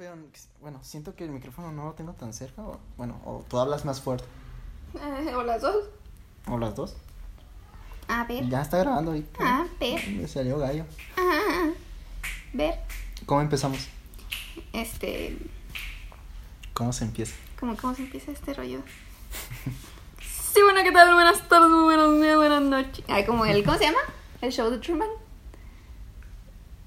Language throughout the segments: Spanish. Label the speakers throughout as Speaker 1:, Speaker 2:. Speaker 1: Oigan, bueno, siento que el micrófono no lo tengo tan cerca. O, bueno, o tú hablas más fuerte.
Speaker 2: Eh, o las dos.
Speaker 1: O las dos.
Speaker 2: A ver.
Speaker 1: Ya está grabando ahí.
Speaker 2: A ver.
Speaker 1: Me salió gallo.
Speaker 2: A ver.
Speaker 1: ¿Cómo empezamos?
Speaker 2: Este.
Speaker 1: ¿Cómo se empieza?
Speaker 2: ¿Cómo, cómo se empieza este rollo? Sí, bueno, ¿qué tal? Buenas tardes, muy buenos días, buenas noches. Ay, como el. ¿Cómo se llama? El show de Truman.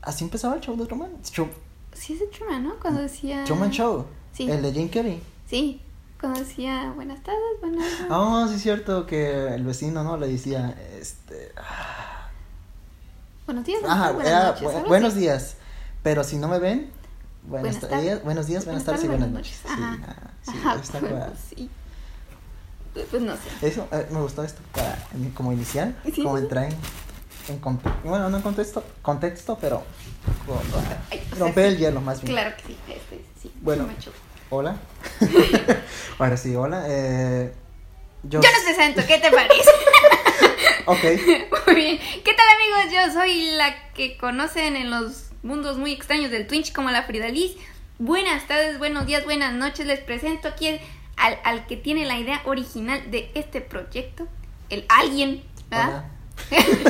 Speaker 1: ¿Así empezaba el show de Truman? Show-
Speaker 2: Sí, es de Truman, ¿no? Cuando decía.
Speaker 1: Truman Show.
Speaker 2: Ah, Sí.
Speaker 1: El de Jim Carrey.
Speaker 2: Sí. Cuando decía buenas tardes, buenas noches.
Speaker 1: Ah, sí es cierto que el vecino, ¿no? Le decía, este...
Speaker 2: Buenos días,
Speaker 1: Ajá,
Speaker 2: buenas
Speaker 1: era
Speaker 2: noches,
Speaker 1: bu-
Speaker 2: algo
Speaker 1: buenos
Speaker 2: así.
Speaker 1: días. Pero si no me ven, buenas
Speaker 2: Buenas
Speaker 1: ta-
Speaker 2: tardes.
Speaker 1: días- buenos días, buenas, tardes y buenas noches. Sí,
Speaker 2: Ajá.
Speaker 1: ah, sí,
Speaker 2: Ajá,
Speaker 1: está
Speaker 2: pues,
Speaker 1: cua-
Speaker 2: sí. Pues no sé.
Speaker 1: Eso, eh, me gustó esto, para- como inicial,
Speaker 2: Sí,
Speaker 1: como
Speaker 2: sí, sí.
Speaker 1: entrar en, en conte- bueno, no en contexto, contexto pero como, ah,
Speaker 2: Ay, o sea,
Speaker 1: romper
Speaker 2: sí.
Speaker 1: el hielo más bien.
Speaker 2: Claro que sí, este, sí.
Speaker 1: Bueno.
Speaker 2: Truman Show.
Speaker 1: Hola. Ahora sí, hola. eh, yo,
Speaker 2: Yo no te santo, ¿qué te parece?
Speaker 1: Ok,
Speaker 2: Muy bien. ¿Qué tal amigos? Yo soy la que conocen en los mundos muy extraños del Twitch como la Fridaliz. Buenas tardes, buenos días, buenas noches. Les presento aquí al, al que tiene la idea original de este proyecto, el alguien, ¿verdad?
Speaker 1: hola.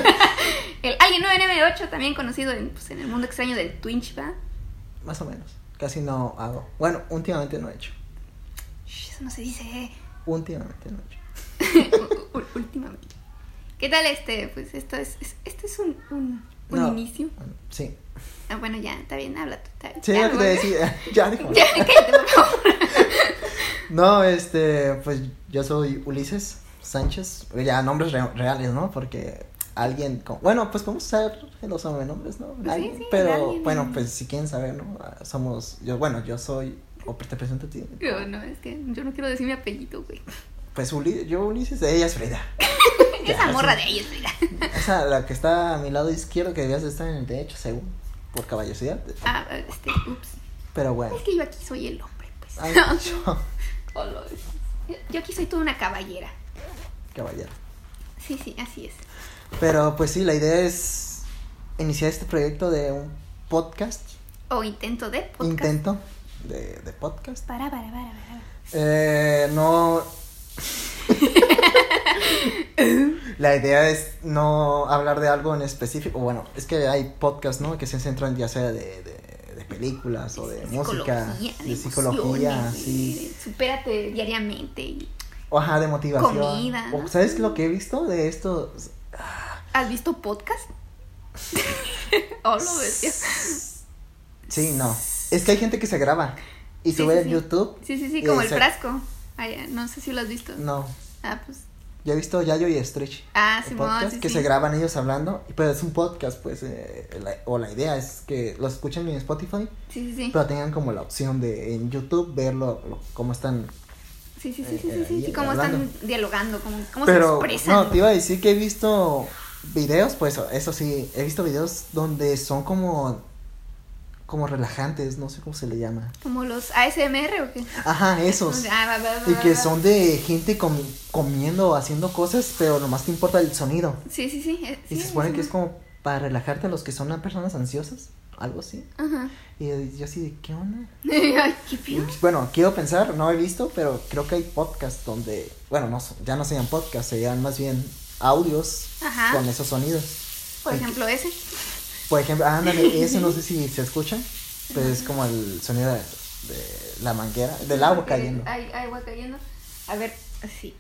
Speaker 2: El alguien 998, también conocido en, pues, en el mundo extraño del Twitch, ¿verdad?
Speaker 1: Más o menos, casi no hago. Bueno, últimamente no he hecho.
Speaker 2: Shh, eso no se dice, ¿eh?
Speaker 1: Últimamente no he hecho.
Speaker 2: U- u- Últimamente. ¿Qué tal este? Pues esto es, es- este es un, un, un
Speaker 1: No.
Speaker 2: inicio.
Speaker 1: Bueno, Sí.
Speaker 2: Ah, bueno, ya, está bien, habla tú. Está bien.
Speaker 1: Sí,
Speaker 2: Ya,
Speaker 1: lo que te
Speaker 2: bueno.
Speaker 1: decía. Ya, déjame.
Speaker 2: Ya, cállate, por favor.
Speaker 1: No, este, pues yo soy Ulises Sánchez. Ya, nombres re- reales, ¿no? Porque alguien. con- Bueno, pues podemos usar los sobrenombres, ¿no?
Speaker 2: Pues Sí,
Speaker 1: Alguien,
Speaker 2: sí,
Speaker 1: pero
Speaker 2: alguien.
Speaker 1: bueno, pues si quieren saber, ¿no? Ah, Somos. yo Bueno, yo soy. O te presento a ti.
Speaker 2: Yo no, es que yo no quiero decir mi apellido, güey.
Speaker 1: Pues Uli- yo Ulises, ella es Frida.
Speaker 2: Esa
Speaker 1: Ya,
Speaker 2: morra
Speaker 1: sí.
Speaker 2: de ahí es mira.
Speaker 1: Esa, la que está a mi lado izquierdo, que debías de estar en el derecho, según. Por caballerosidad.
Speaker 2: Ah, este, ups.
Speaker 1: Pero bueno.
Speaker 2: Es que yo aquí soy el hombre, pues.
Speaker 1: Ah. Ay, yo-
Speaker 2: Hola. Yo- Yo aquí soy toda una caballera.
Speaker 1: caballero.
Speaker 2: Sí, sí, así es.
Speaker 1: Pero pues sí, la idea es iniciar este proyecto de un podcast.
Speaker 2: O intento de podcast.
Speaker 1: intento de, de podcast.
Speaker 2: Para, para, para, para.
Speaker 1: Eh, no. La idea es no hablar de algo en específico. Bueno, es que hay podcasts, ¿no? Que se centran ya sea de, de- de películas o de música,
Speaker 2: Psicología,
Speaker 1: de psicología,
Speaker 2: emociones,
Speaker 1: sí.
Speaker 2: de- Supérate diariamente. y-
Speaker 1: O, Ajá, de motivación.
Speaker 2: Comida, ¿no?
Speaker 1: O, ¿Sabes lo que he visto de esto?
Speaker 2: ¿Has visto podcast? Hola, bestia.
Speaker 1: Sí, no. Es que hay gente que se graba y
Speaker 2: Sí,
Speaker 1: sube
Speaker 2: sí,
Speaker 1: en
Speaker 2: sí.
Speaker 1: YouTube.
Speaker 2: Sí, sí, sí, como
Speaker 1: Eh,
Speaker 2: el
Speaker 1: se-
Speaker 2: frasco. Ay, no sé si lo has visto.
Speaker 1: No,
Speaker 2: Ah, pues.
Speaker 1: yo he visto Yayo y Stretch.
Speaker 2: Ah,
Speaker 1: el
Speaker 2: Simón,
Speaker 1: podcast
Speaker 2: sí,
Speaker 1: que
Speaker 2: sí.
Speaker 1: se graban ellos hablando, y pero es un podcast, pues, eh, la- o la idea es que lo escuchen en Spotify,
Speaker 2: Sí, sí, sí.
Speaker 1: pero tengan como la opción de en YouTube verlo, lo- cómo están.
Speaker 2: Sí, sí, sí,
Speaker 1: Eh,
Speaker 2: sí, sí,
Speaker 1: eh,
Speaker 2: sí,
Speaker 1: ahí,
Speaker 2: como están
Speaker 1: hablando.
Speaker 2: dialogando, como, cómo
Speaker 1: Pero,
Speaker 2: se expresan.
Speaker 1: no, te iba a decir que he visto videos, pues, eso sí, he visto videos donde son como, como relajantes, no sé cómo se le llama.
Speaker 2: Como los ASMR o qué.
Speaker 1: Ajá, esos.
Speaker 2: Ah, va, va, va,
Speaker 1: Y
Speaker 2: va,
Speaker 1: que
Speaker 2: va.
Speaker 1: son de gente comi- comiendo, haciendo cosas, pero nomás te importa el sonido.
Speaker 2: Sí, sí, sí. eh,
Speaker 1: Y
Speaker 2: sí,
Speaker 1: se supone que es
Speaker 2: sí.
Speaker 1: como para relajarte a los que son personas ansiosas, algo así.
Speaker 2: Ajá.
Speaker 1: Y yo- yo así de, ¿qué onda?
Speaker 2: Ay, qué
Speaker 1: Y,
Speaker 2: feo.
Speaker 1: bueno, quiero pensar, no he visto, pero creo que hay podcasts donde, bueno, no, son- ya no serían podcasts, serían más bien audios
Speaker 2: Ajá.
Speaker 1: con esos sonidos.
Speaker 2: Por ejemplo, ese.
Speaker 1: Por ejemplo, ándale, eso no sé si se escucha, pero es como el sonido de, de la manguera, del agua
Speaker 2: Porque
Speaker 1: cayendo.
Speaker 2: Eh, Hay, hay agua cayendo. A ver, así.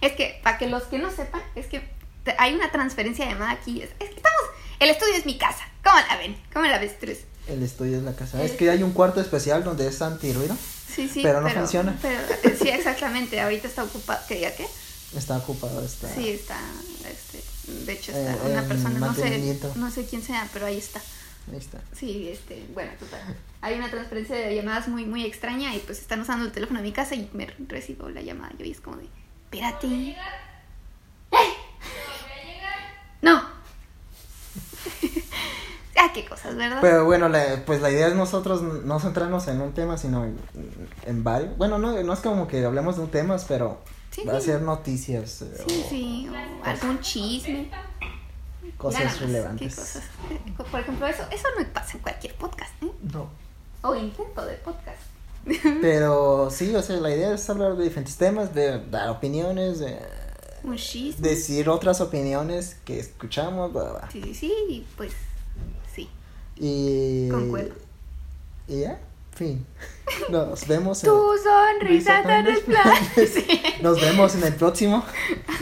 Speaker 2: es que, para que los que no sepan, es que te- hay una transferencia llamada aquí. Es, es que estamos. El estudio es mi casa. ¿Cómo la ven? ¿Cómo la ves, tres?
Speaker 1: El estudio es la casa. Es que hay un cuarto especial donde es antirruido,
Speaker 2: Sí, sí.
Speaker 1: Pero no funciona.
Speaker 2: pero, eh, sí, exactamente. Ahorita está ocupado. ¿Qué día qué?
Speaker 1: está ocupado, está...
Speaker 2: Sí, está. Este, de hecho, está
Speaker 1: Eh,
Speaker 2: una
Speaker 1: en
Speaker 2: persona, no sé,
Speaker 1: mantenimiento.
Speaker 2: no sé quién sea, pero ahí está.
Speaker 1: Ahí está.
Speaker 2: Sí, este, bueno, total. Hay una transferencia de llamadas muy, muy extraña y pues están usando el teléfono de mi casa y me recibo la llamada. Yo y es como de, espérate. ¿Eh? No. ah, qué cosas, ¿verdad?
Speaker 1: Pero bueno, la- pues la idea es nosotros no centrarnos en un tema, sino en, en varios. Bueno, no, no es como que hablemos de un tema, pero
Speaker 2: Sí,
Speaker 1: va a
Speaker 2: sí.
Speaker 1: ser noticias. eh,
Speaker 2: Sí,
Speaker 1: o-
Speaker 2: sí, o algún chisme.
Speaker 1: cosas
Speaker 2: Nada más,
Speaker 1: relevantes.
Speaker 2: pues, ¿qué cosas? Por ejemplo, eso, eso no pasa en cualquier podcast, ¿eh?
Speaker 1: No.
Speaker 2: O intento de podcast.
Speaker 1: Pero sí, o sea, la idea es hablar de diferentes temas, de dar opiniones, de
Speaker 2: Un chisme.
Speaker 1: decir otras opiniones que escuchamos, bla, bla, bla.
Speaker 2: Sí, sí, sí, y pues sí.
Speaker 1: Y.
Speaker 2: Concuerdo.
Speaker 1: Y ya, fin. Nos vemos. en-
Speaker 2: Tu sonrisa
Speaker 1: Risa
Speaker 2: tan
Speaker 1: tan
Speaker 2: resplandece.
Speaker 1: Nos vemos en el próximo.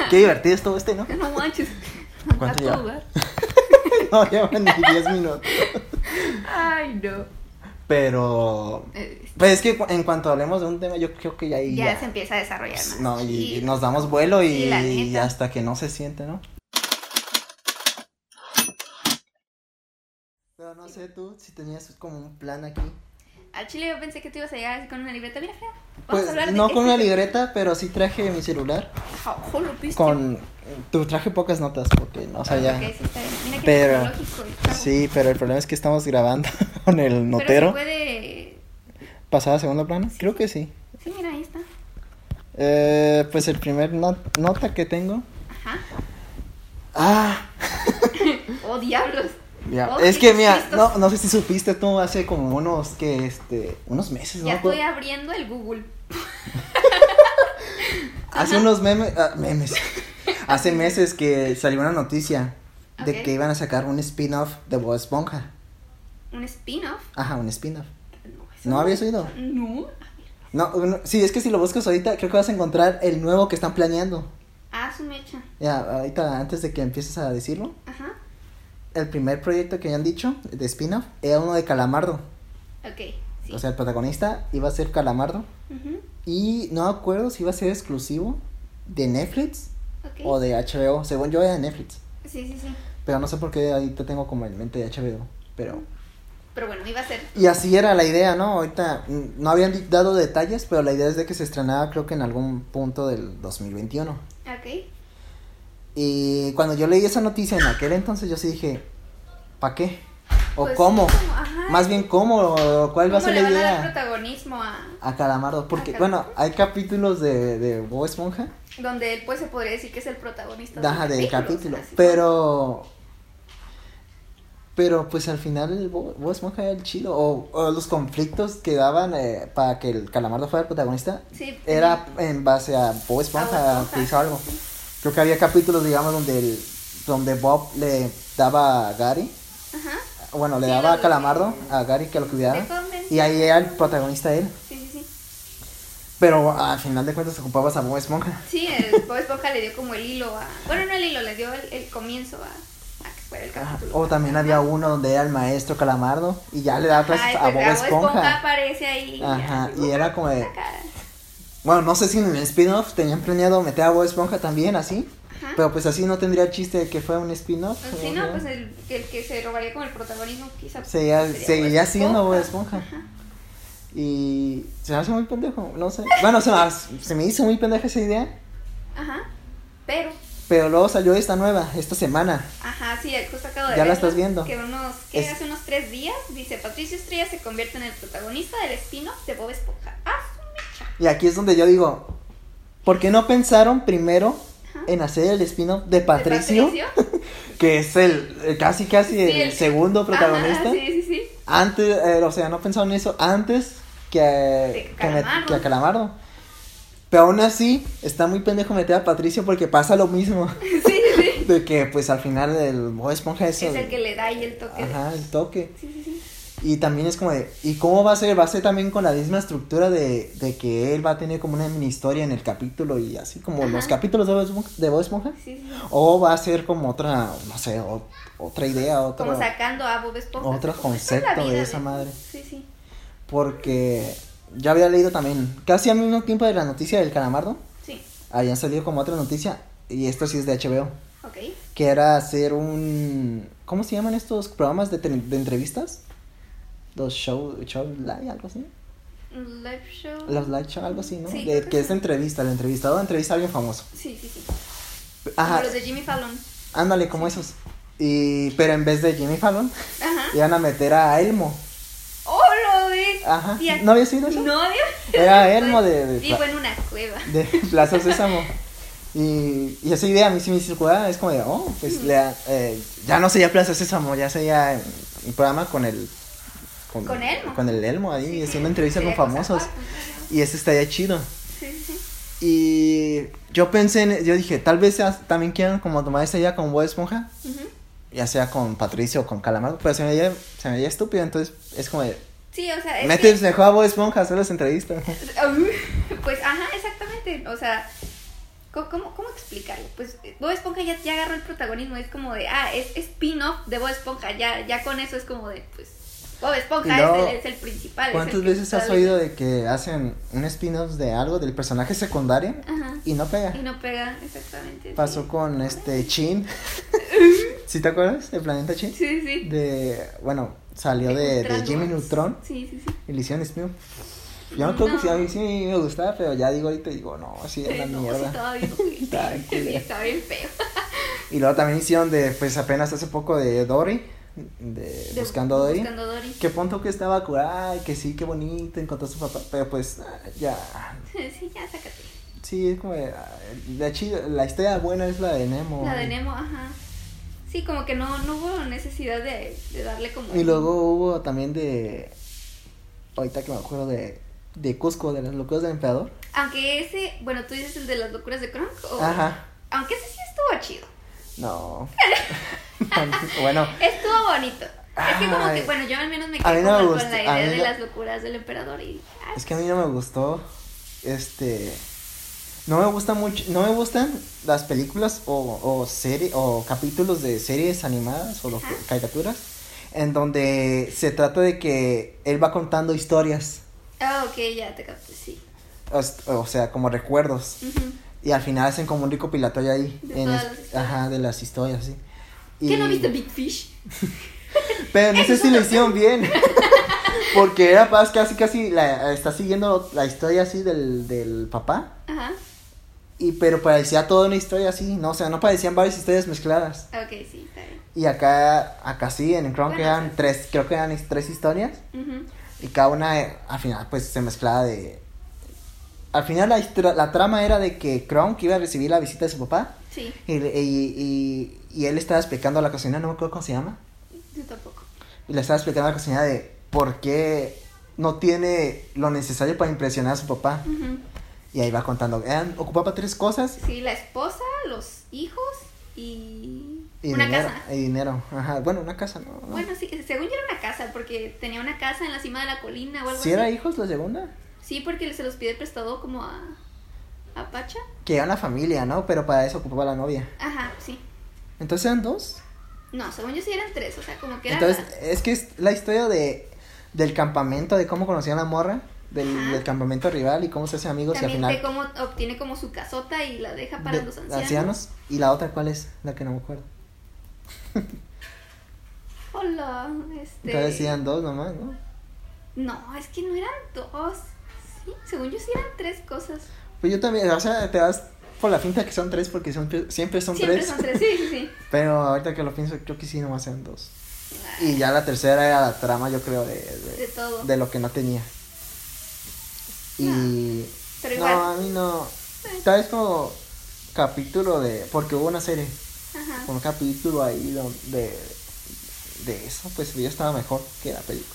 Speaker 1: Qué divertido estuvo este, ¿no?
Speaker 2: No manches.
Speaker 1: ¿Cuánto
Speaker 2: A
Speaker 1: ya?
Speaker 2: tu lugar.
Speaker 1: No llevan ni 10 minutos.
Speaker 2: Ay, no.
Speaker 1: Pero.
Speaker 2: Eh,
Speaker 1: Pues es que cu- en cuanto hablemos de un tema, yo creo que ya ahí. ya-
Speaker 2: ya,
Speaker 1: Pues,
Speaker 2: se empieza a desarrollar más.
Speaker 1: No, y,
Speaker 2: Y-
Speaker 1: y nos damos vuelo y,
Speaker 2: Sí, la neta.
Speaker 1: y hasta que no se siente, ¿no? Pero no sé tú si tenías como un plan aquí.
Speaker 2: Al chile yo pensé que tú ibas a llegar así con una libreta. Mira, fea. Vamos
Speaker 1: Pues
Speaker 2: a hablar de
Speaker 1: no con una
Speaker 2: este-
Speaker 1: libreta, pero sí traje mi celular.
Speaker 2: Ojo, lo viste.
Speaker 1: Con. Tu traje pocas notas porque no sabía.
Speaker 2: Este. Ah, Ok, sí, está bien. Mira que
Speaker 1: Pero-
Speaker 2: tecnológico el chavo.
Speaker 1: Sí, pero el problema es que estamos grabando con el
Speaker 2: Pero se
Speaker 1: notero.
Speaker 2: puede...
Speaker 1: ¿Pasada a segundo plano? Creo que sí.
Speaker 2: Sí, mira, ahí está.
Speaker 1: Eh, pues el primer no- nota que tengo.
Speaker 2: Ajá.
Speaker 1: Ah,
Speaker 2: Oh, diablos.
Speaker 1: Ya,
Speaker 2: Oh,
Speaker 1: es
Speaker 2: qué
Speaker 1: que mira,
Speaker 2: listos.
Speaker 1: no, no sé si supiste tú hace como unos que este, unos meses, ¿no?
Speaker 2: Ya estoy abriendo el Google.
Speaker 1: Hace unos memes, ah, memes. hace meses que salió una noticia de
Speaker 2: Ok.
Speaker 1: que iban a sacar un spin-off de Bob Esponja.
Speaker 2: Un spin-off.
Speaker 1: Ajá, un spin-off.
Speaker 2: No, eso
Speaker 1: ¿No habías oído?
Speaker 2: No.
Speaker 1: No, no, sí, es que si lo buscas ahorita creo que vas a encontrar el nuevo que están planeando.
Speaker 2: Ah, su mecha.
Speaker 1: Ya, ahorita antes de que empieces a decirlo,
Speaker 2: Ajá.
Speaker 1: el primer proyecto que habían dicho de spin-off era uno de Calamardo.
Speaker 2: Ok, sí.
Speaker 1: O sea, el protagonista iba a ser Calamardo.
Speaker 2: Ujú,
Speaker 1: Y no me acuerdo si iba a ser exclusivo de Netflix
Speaker 2: ok.
Speaker 1: o de HBO. Según yo era de Netflix.
Speaker 2: Sí, sí, sí.
Speaker 1: Pero no sé por qué ahí te tengo como en mente de HBO. Pero...
Speaker 2: Pero bueno, iba a ser.
Speaker 1: Y así era la idea, ¿no? Ahorita mm, no habían di- dado detalles, pero la idea es de que se estrenaba creo que en algún punto del 2021.
Speaker 2: Ok.
Speaker 1: Y cuando yo leí esa noticia en aquel entonces yo sí dije, ¿para qué? ¿O
Speaker 2: Pues sí,
Speaker 1: cómo?
Speaker 2: como, ajá.
Speaker 1: Más bien cómo, o cuál va a ser
Speaker 2: ¿Cómo le
Speaker 1: la
Speaker 2: van a dar
Speaker 1: idea
Speaker 2: protagonismo a.
Speaker 1: a Calamardo. Porque,
Speaker 2: A
Speaker 1: bueno, hay capítulos de, de Bob Esponja.
Speaker 2: donde él, pues, se podría decir que es el protagonista
Speaker 1: Ajá, del capítulo.
Speaker 2: capítulo, así
Speaker 1: Pero. Pero pues al final el Bo- Bob Esponja era el chido. O, o los conflictos que daban eh, para que el calamardo fuera el protagonista.
Speaker 2: como- Sí.
Speaker 1: Era en base a Bob
Speaker 2: Bob
Speaker 1: Esponja
Speaker 2: Esponja,
Speaker 1: que hizo algo.
Speaker 2: sí.
Speaker 1: Creo que había capítulos, digamos, donde el, donde Bob le daba a Gary.
Speaker 2: Ajá.
Speaker 1: Bueno, le
Speaker 2: Sí,
Speaker 1: daba
Speaker 2: lo-
Speaker 1: a Calamardo, a Gary que lo cuidara.
Speaker 2: Te convencí.
Speaker 1: Y ahí era el protagonista él.
Speaker 2: Sí, sí, sí.
Speaker 1: Pero al final de cuentas ocupabas a Bob Esponja.
Speaker 2: Sí, el Bob Esponja le dio como el hilo a. Bueno, no el hilo, le dio el, el comienzo a, a que fuera el
Speaker 1: Ajá.
Speaker 2: capítulo.
Speaker 1: O también había uno donde era el maestro Calamardo y ya le daba clases
Speaker 2: Ay,
Speaker 1: a Bob
Speaker 2: pues, la Bob Esponja
Speaker 1: Esponja.
Speaker 2: aparece ahí.
Speaker 1: Ajá,
Speaker 2: así,
Speaker 1: y era como de.
Speaker 2: acá.
Speaker 1: Bueno, no sé si en el spin-off tenían planeado meter a Bob Esponja también, así.
Speaker 2: Ajá.
Speaker 1: Pero pues así no tendría chiste de que fuera un spin-off.
Speaker 2: Pues, sí, no, pues el, el que se robaría como el protagonismo, quizá.
Speaker 1: Seguía,
Speaker 2: sería
Speaker 1: seguía
Speaker 2: Bob
Speaker 1: siendo Bob
Speaker 2: Esponja.
Speaker 1: Esponja. Y se me hace muy pendejo, no sé. Bueno, se me, se me hizo muy pendeja esa idea.
Speaker 2: Ajá. Pero,
Speaker 1: Pero luego salió esta nueva, esta semana.
Speaker 2: ajá, sí, justo acabo de
Speaker 1: Ya la
Speaker 2: verlo,
Speaker 1: estás viendo.
Speaker 2: Que unos, que
Speaker 1: Es-
Speaker 2: hace unos tres días, dice Patricio Estrella se convierte en el protagonista del spin-off de Bob Esponja. Ah, su mecha.
Speaker 1: Y aquí es donde yo digo: ¿Por qué no pensaron primero en hacer el spin-off de
Speaker 2: ¿De
Speaker 1: Patricio? que es el el casi casi
Speaker 2: Sí,
Speaker 1: el,
Speaker 2: el-
Speaker 1: segundo protagonista.
Speaker 2: Ajá, sí, sí, sí.
Speaker 1: Antes, eh, o sea, no pensaron en eso antes que, a-
Speaker 2: Sí,
Speaker 1: que, me-
Speaker 2: Calamardo.
Speaker 1: que a Calamardo. Pero aún así, está muy pendejo meter a Patricio porque pasa lo mismo.
Speaker 2: Sí, sí, sí.
Speaker 1: De que pues al final el Bob Esponja es,
Speaker 2: Es el que le da ahí el toque. de-
Speaker 1: Ajá, el toque.
Speaker 2: Sí, sí, sí.
Speaker 1: Y también es como de, ¿y cómo va a ser? Va a ser también con la misma estructura de, de que él va a tener como una mini historia en el capítulo y así como
Speaker 2: Ajá.
Speaker 1: los capítulos de Bob Esponja. de Bob Esponja.
Speaker 2: sí, sí.
Speaker 1: O va a ser como otra, no sé, o- otra idea, otra...
Speaker 2: Como sacando a Bob Esponja.
Speaker 1: otro
Speaker 2: Como esta es la
Speaker 1: concepto de
Speaker 2: vida
Speaker 1: esa madre.
Speaker 2: Sí, sí.
Speaker 1: Porque ya había leído también, casi al mismo tiempo de la noticia del calamardo,
Speaker 2: Sí.
Speaker 1: habían salido como otra noticia, y esto sí es de HBO,
Speaker 2: Ok.
Speaker 1: que era hacer un... ¿Cómo se llaman estos programas de, tele- de entrevistas? Los show, show live, algo así.
Speaker 2: Un Live show.
Speaker 1: Los live show, algo así, ¿no?
Speaker 2: Sí,
Speaker 1: De-
Speaker 2: creo que
Speaker 1: que es
Speaker 2: sí.
Speaker 1: entrevista, el entrevistado entrevista a alguien famoso.
Speaker 2: Sí, sí, sí. Como
Speaker 1: Ajá,
Speaker 2: los de Jimmy Fallon.
Speaker 1: ándale, como esos. Y, pero en vez de Jimmy Fallon,
Speaker 2: Ajá.
Speaker 1: iban a meter a Elmo.
Speaker 2: ¡Oh, lo vi!
Speaker 1: Ajá.
Speaker 2: Tía.
Speaker 1: ¿No había sido eso?
Speaker 2: No, Dios.
Speaker 1: Era Elmo de- de-
Speaker 2: Vivo en una cueva.
Speaker 1: De Plaza Sésamo. Y, y esa idea a mí sí me circulaba, es como de, oh, pues le da- eh, ya no sería Plaza Sésamo, ya sería eh, un programa con el...
Speaker 2: Con Elmo.
Speaker 1: Con el Elmo ahí, y haciendo entrevistas con
Speaker 2: Sería cosa
Speaker 1: famosos.
Speaker 2: aparte, ¿no?
Speaker 1: Y ese estaría chido.
Speaker 2: Sí, sí, sí.
Speaker 1: Y yo pensé, en, yo dije, tal vez ya- también quieran como tomar esta idea con Bob Esponja,
Speaker 2: Ujú.
Speaker 1: ya sea con Patricio o con Calamardo, pero se me veía, se me veía estúpido, entonces es como de,
Speaker 2: Sí, o sea, es
Speaker 1: metes mejor a Bob Esponja, hacer las entrevistas.
Speaker 2: que- Pues, ajá, exactamente. O sea, ¿cómo, cómo, cómo explicarlo? Pues Bob Esponja ya, ya agarró el protagonismo. Es como de, ah, es es spin-off de Bob Esponja. Ya, ya con eso es como de, pues, Bob Esponja
Speaker 1: Y luego,
Speaker 2: es, el, es el principal. es el
Speaker 1: ¿Cuántas
Speaker 2: que
Speaker 1: veces has
Speaker 2: todavía-
Speaker 1: oído de que hacen un spin-off de algo del personaje secundario
Speaker 2: Ajá.
Speaker 1: y no pega?
Speaker 2: Y no pega, exactamente.
Speaker 1: Pasó con este Chin. ¿Sí te acuerdas? El planeta Chin.
Speaker 2: Sí, sí.
Speaker 1: De, bueno, salió de, de
Speaker 2: Neutral
Speaker 1: Jimmy
Speaker 2: Boys.
Speaker 1: Neutron
Speaker 2: Sí, sí, sí.
Speaker 1: y le hicieron spin-off. Yo no creo que
Speaker 2: No.
Speaker 1: sí, a mí sí me gustaba, pero ya digo ahorita, digo, no, así
Speaker 2: Sí,
Speaker 1: es la
Speaker 2: no, sí,
Speaker 1: mierda.
Speaker 2: estaba bien ojete.
Speaker 1: Estaba bien
Speaker 2: Sí,
Speaker 1: culero.
Speaker 2: estaba bien feo.
Speaker 1: Y luego también hicieron de, pues apenas hace poco de Dory, de,
Speaker 2: De-
Speaker 1: Buscando a Dory.
Speaker 2: Buscando a Dory.
Speaker 1: Que punto que estaba curada, y que sí, qué bonito, encontró a su papá, pero pues ah, ya,
Speaker 2: Sí, ya sácate.
Speaker 1: Sí, es como de, ah, la chida, la historia buena es la de Nemo.
Speaker 2: La de Nemo, ajá. Sí, como que no, no hubo necesidad de, de darle como.
Speaker 1: Y luego hubo también de ahorita que me acuerdo de de Cusco, de las locuras del emperador.
Speaker 2: Aunque ese, bueno, tú dices el de las locuras de Kronk. o-
Speaker 1: Ajá.
Speaker 2: Aunque ese sí estuvo chido.
Speaker 1: No. bueno,
Speaker 2: Estuvo bonito. Es que como
Speaker 1: Ay.
Speaker 2: que, bueno, yo al menos me
Speaker 1: A mí
Speaker 2: quedé
Speaker 1: no me
Speaker 2: como
Speaker 1: gustó,
Speaker 2: con la
Speaker 1: a mí
Speaker 2: idea de
Speaker 1: no-
Speaker 2: las locuras del emperador y. ah,
Speaker 1: es que a mí no me gustó este no me gusta mucho, no me gustan las películas o o serie o capítulos de series animadas o lo que- caricaturas en donde se trata de que él va contando historias,
Speaker 2: Ah, ok, ya te capté, sí.
Speaker 1: o- o sea, como recuerdos.
Speaker 2: Ujú.
Speaker 1: Y al final hacen como un recopilatorio ahí.
Speaker 2: De
Speaker 1: en
Speaker 2: todas
Speaker 1: es-
Speaker 2: las historias.
Speaker 1: ajá, de las historias, sí.
Speaker 2: ¿Qué no
Speaker 1: Y-
Speaker 2: viste Big Fish?
Speaker 1: Pero no sé
Speaker 2: Eso
Speaker 1: si lo
Speaker 2: no-
Speaker 1: hicieron bien. Porque era paz casi, casi, la, está siguiendo la historia así del, del papá.
Speaker 2: Ajá.
Speaker 1: Y pero parecía toda una historia así, ¿no? O sea, no parecían varias historias mezcladas.
Speaker 2: Ok, sí, está bien.
Speaker 1: Y acá, acá sí, en Chrome
Speaker 2: Bueno,
Speaker 1: quedan
Speaker 2: sí.
Speaker 1: tres, creo que eran is- tres historias.
Speaker 2: Ujú.
Speaker 1: Y cada una, eh, al final, pues se mezclaba de... Al final la, histra- la trama era de que Kronk iba a recibir la visita de su papá.
Speaker 2: Sí,
Speaker 1: Y, y- y- y él estaba explicando a la cocinera, no me acuerdo cómo se llama,
Speaker 2: yo tampoco.
Speaker 1: y le estaba explicando a la cocinera de por qué no tiene lo necesario para impresionar a su papá.
Speaker 2: Ujú.
Speaker 1: Y ahí va contando, "Eran- ocupaba tres cosas
Speaker 2: Sí, la esposa, los hijos y.
Speaker 1: y
Speaker 2: una
Speaker 1: dinero.
Speaker 2: casa.
Speaker 1: Y dinero, ajá, bueno, una casa, ¿no? no.
Speaker 2: Bueno, sí, según yo era una casa, porque tenía una casa en la cima de la colina o algo
Speaker 1: ¿Sí
Speaker 2: así.
Speaker 1: era hijos la segunda?
Speaker 2: Sí, porque se los pide prestado como a. a Pacha.
Speaker 1: Que era una familia, ¿no? Pero para eso ocupaba la novia.
Speaker 2: Ajá, sí.
Speaker 1: Entonces eran dos.
Speaker 2: No, según yo sí eran tres, o sea, como que era.
Speaker 1: Entonces,
Speaker 2: la-
Speaker 1: es que es la historia de, del campamento, de cómo conocían a la morra, del,
Speaker 2: Ajá.
Speaker 1: del campamento rival y cómo se hacen amigos y al final...
Speaker 2: También de cómo obtiene como su casota y la deja Ah, para
Speaker 1: de-
Speaker 2: los ancianos.
Speaker 1: ¿Y la otra cuál es? La que no me acuerdo.
Speaker 2: Hola, este.
Speaker 1: Entonces decían dos nomás, ¿no?
Speaker 2: No, es que no eran dos. Sí, según yo sí eran tres cosas.
Speaker 1: Pues yo también, o sea, te vas por la finta que son tres porque son, siempre son
Speaker 2: Siempre
Speaker 1: tres.
Speaker 2: son tres, sí, sí, sí.
Speaker 1: Pero ahorita que lo pienso, creo que sí nomás eran dos. Y ya la tercera era la trama, yo creo, de, de,
Speaker 2: Ah. De todo.
Speaker 1: de lo que no tenía. Y...
Speaker 2: Ah, Pero
Speaker 1: no,
Speaker 2: igual.
Speaker 1: a mí no. Tal vez como capítulo de... Porque hubo una serie,
Speaker 2: Ajá.
Speaker 1: un capítulo ahí donde... De eso, pues yo estaba mejor que la película.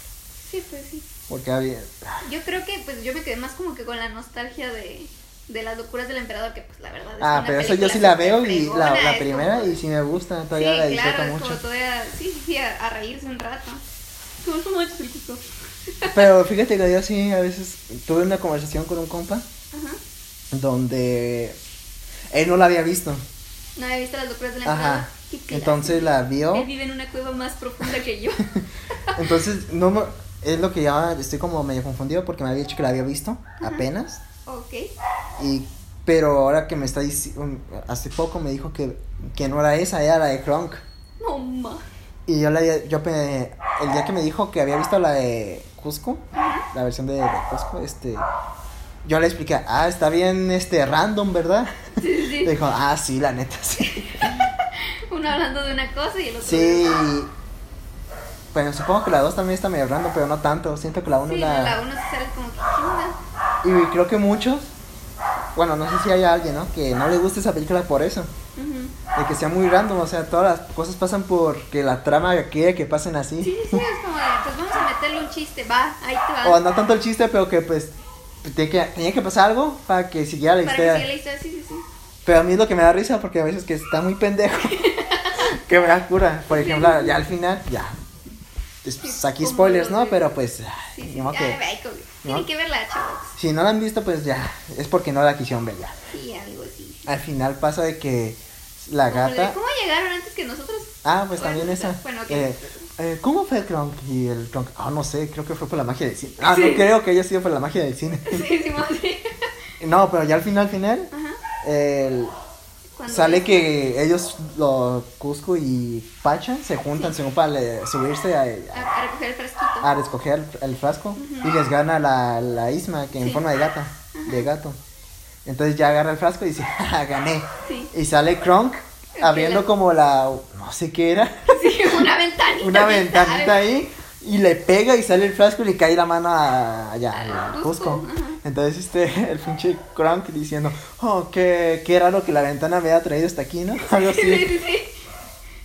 Speaker 2: Sí, pues sí.
Speaker 1: Porque había... ah,
Speaker 2: Yo creo que pues yo me quedé más como que con la nostalgia de, de las locuras del emperador, que pues la verdad es que
Speaker 1: Ah,
Speaker 2: una
Speaker 1: pero eso yo
Speaker 2: película
Speaker 1: sí la
Speaker 2: súper
Speaker 1: veo y la,
Speaker 2: fregona,
Speaker 1: la
Speaker 2: es
Speaker 1: primera
Speaker 2: como-
Speaker 1: y sí me gusta,
Speaker 2: Sí,
Speaker 1: todavía la disfruto
Speaker 2: claro, es
Speaker 1: mucho.
Speaker 2: como todavía, sí, sí, sí, a, a reírse un rato. Tú es mucho el gusto.
Speaker 1: Pero fíjate que yo sí a veces tuve una conversación con un compa
Speaker 2: Ajá.
Speaker 1: donde él no la había visto.
Speaker 2: No había visto las locuras del emperador.
Speaker 1: Ajá.
Speaker 2: Qué clase.
Speaker 1: Entonces la vio.
Speaker 2: Él vive en una cueva más profunda que yo.
Speaker 1: Entonces no me- es lo que ya estoy como medio confundido porque me había dicho que la había visto apenas
Speaker 2: ok.
Speaker 1: y pero ahora que me está diciendo hace poco me dijo que, que no era esa, era la de Kronk.
Speaker 2: No ma.
Speaker 1: Y yo, la, yo pe- el día que me dijo que había visto la de Cusco, la versión de, de Cusco, este, yo le expliqué, ah, está bien, este, random, ¿verdad?
Speaker 2: Sí, sí, sí.
Speaker 1: Dijo, ah, sí, la neta, sí.
Speaker 2: Uno hablando de una cosa y el otro.
Speaker 1: Sí. Bueno, supongo que la dos también está medio random, pero no tanto. Siento que la uno
Speaker 2: Sí, no,
Speaker 1: la...
Speaker 2: la uno se sale como que ¿qué onda?
Speaker 1: Y creo que muchos bueno, no sé si hay alguien, ¿no? Que no le guste esa película por eso.
Speaker 2: Ujú.
Speaker 1: De que sea muy random, o sea, todas las cosas pasan porque la trama quiere que pasen así.
Speaker 2: Sí, sí, sí, es como de, pues vamos a meterle un chiste, va, ahí te va.
Speaker 1: O no tanto el chiste, pero que pues tenía que, tenía que pasar algo para que siguiera la
Speaker 2: para que
Speaker 1: historia.
Speaker 2: siga la historia, sí, sí, sí.
Speaker 1: Pero a mí es lo que me da risa porque a veces que está muy pendejo. que me da cura. Por ejemplo, ya al final, ya. Es- pues, aquí
Speaker 2: como
Speaker 1: spoilers,
Speaker 2: lo
Speaker 1: ¿no?
Speaker 2: de-
Speaker 1: Pero pues,
Speaker 2: sí,
Speaker 1: ay,
Speaker 2: sí.
Speaker 1: ni modo
Speaker 2: Ay,
Speaker 1: que-
Speaker 2: ay, como- Tienen que verla, chavos.
Speaker 1: si no la han visto, pues ya. Es porque no la quisieron ver ya.
Speaker 2: Sí, algo así.
Speaker 1: Al final pasa de que la
Speaker 2: Como de,
Speaker 1: gata.
Speaker 2: ¿Cómo llegaron antes que nosotros?
Speaker 1: Ah, pues
Speaker 2: Bueno,
Speaker 1: también esa.
Speaker 2: bueno, ok.
Speaker 1: Eh, eh, ¿Cómo fue el Kronk y el Kronk? Ah, no sé, creo que fue por la magia del cine. Ah,
Speaker 2: Sí.
Speaker 1: no creo que haya sido por la magia del cine.
Speaker 2: Sí, sí, madre.
Speaker 1: No, pero ya al final, final,
Speaker 2: Ajá.
Speaker 1: el-
Speaker 2: Cuando-
Speaker 1: sale que ellos, lo, Cusco y Pacha, se juntan según para le- subirse a,
Speaker 2: A, a recoger el fresquito.
Speaker 1: a recoger el, el frasco y les gana la, la Isma, que en
Speaker 2: Sí.
Speaker 1: forma de gata, de gato. Entonces ya agarra el frasco y dice, "Ja, gané.
Speaker 2: Sí.
Speaker 1: Y sale Kronk abriendo
Speaker 2: la-
Speaker 1: como la, no sé qué era,
Speaker 2: Sí, una ventanita.
Speaker 1: una
Speaker 2: ¿quién
Speaker 1: ventanita
Speaker 2: sabe?
Speaker 1: ahí y le pega y sale el frasco y le cae la mano a, allá,
Speaker 2: Al
Speaker 1: al
Speaker 2: Cusco,
Speaker 1: Cusco.
Speaker 2: ajá.
Speaker 1: Entonces este, el pinche Kronk diciendo, oh, qué, qué raro que la ventana me haya traído hasta aquí, ¿no? Algo
Speaker 2: Sí,
Speaker 1: así.
Speaker 2: sí, sí.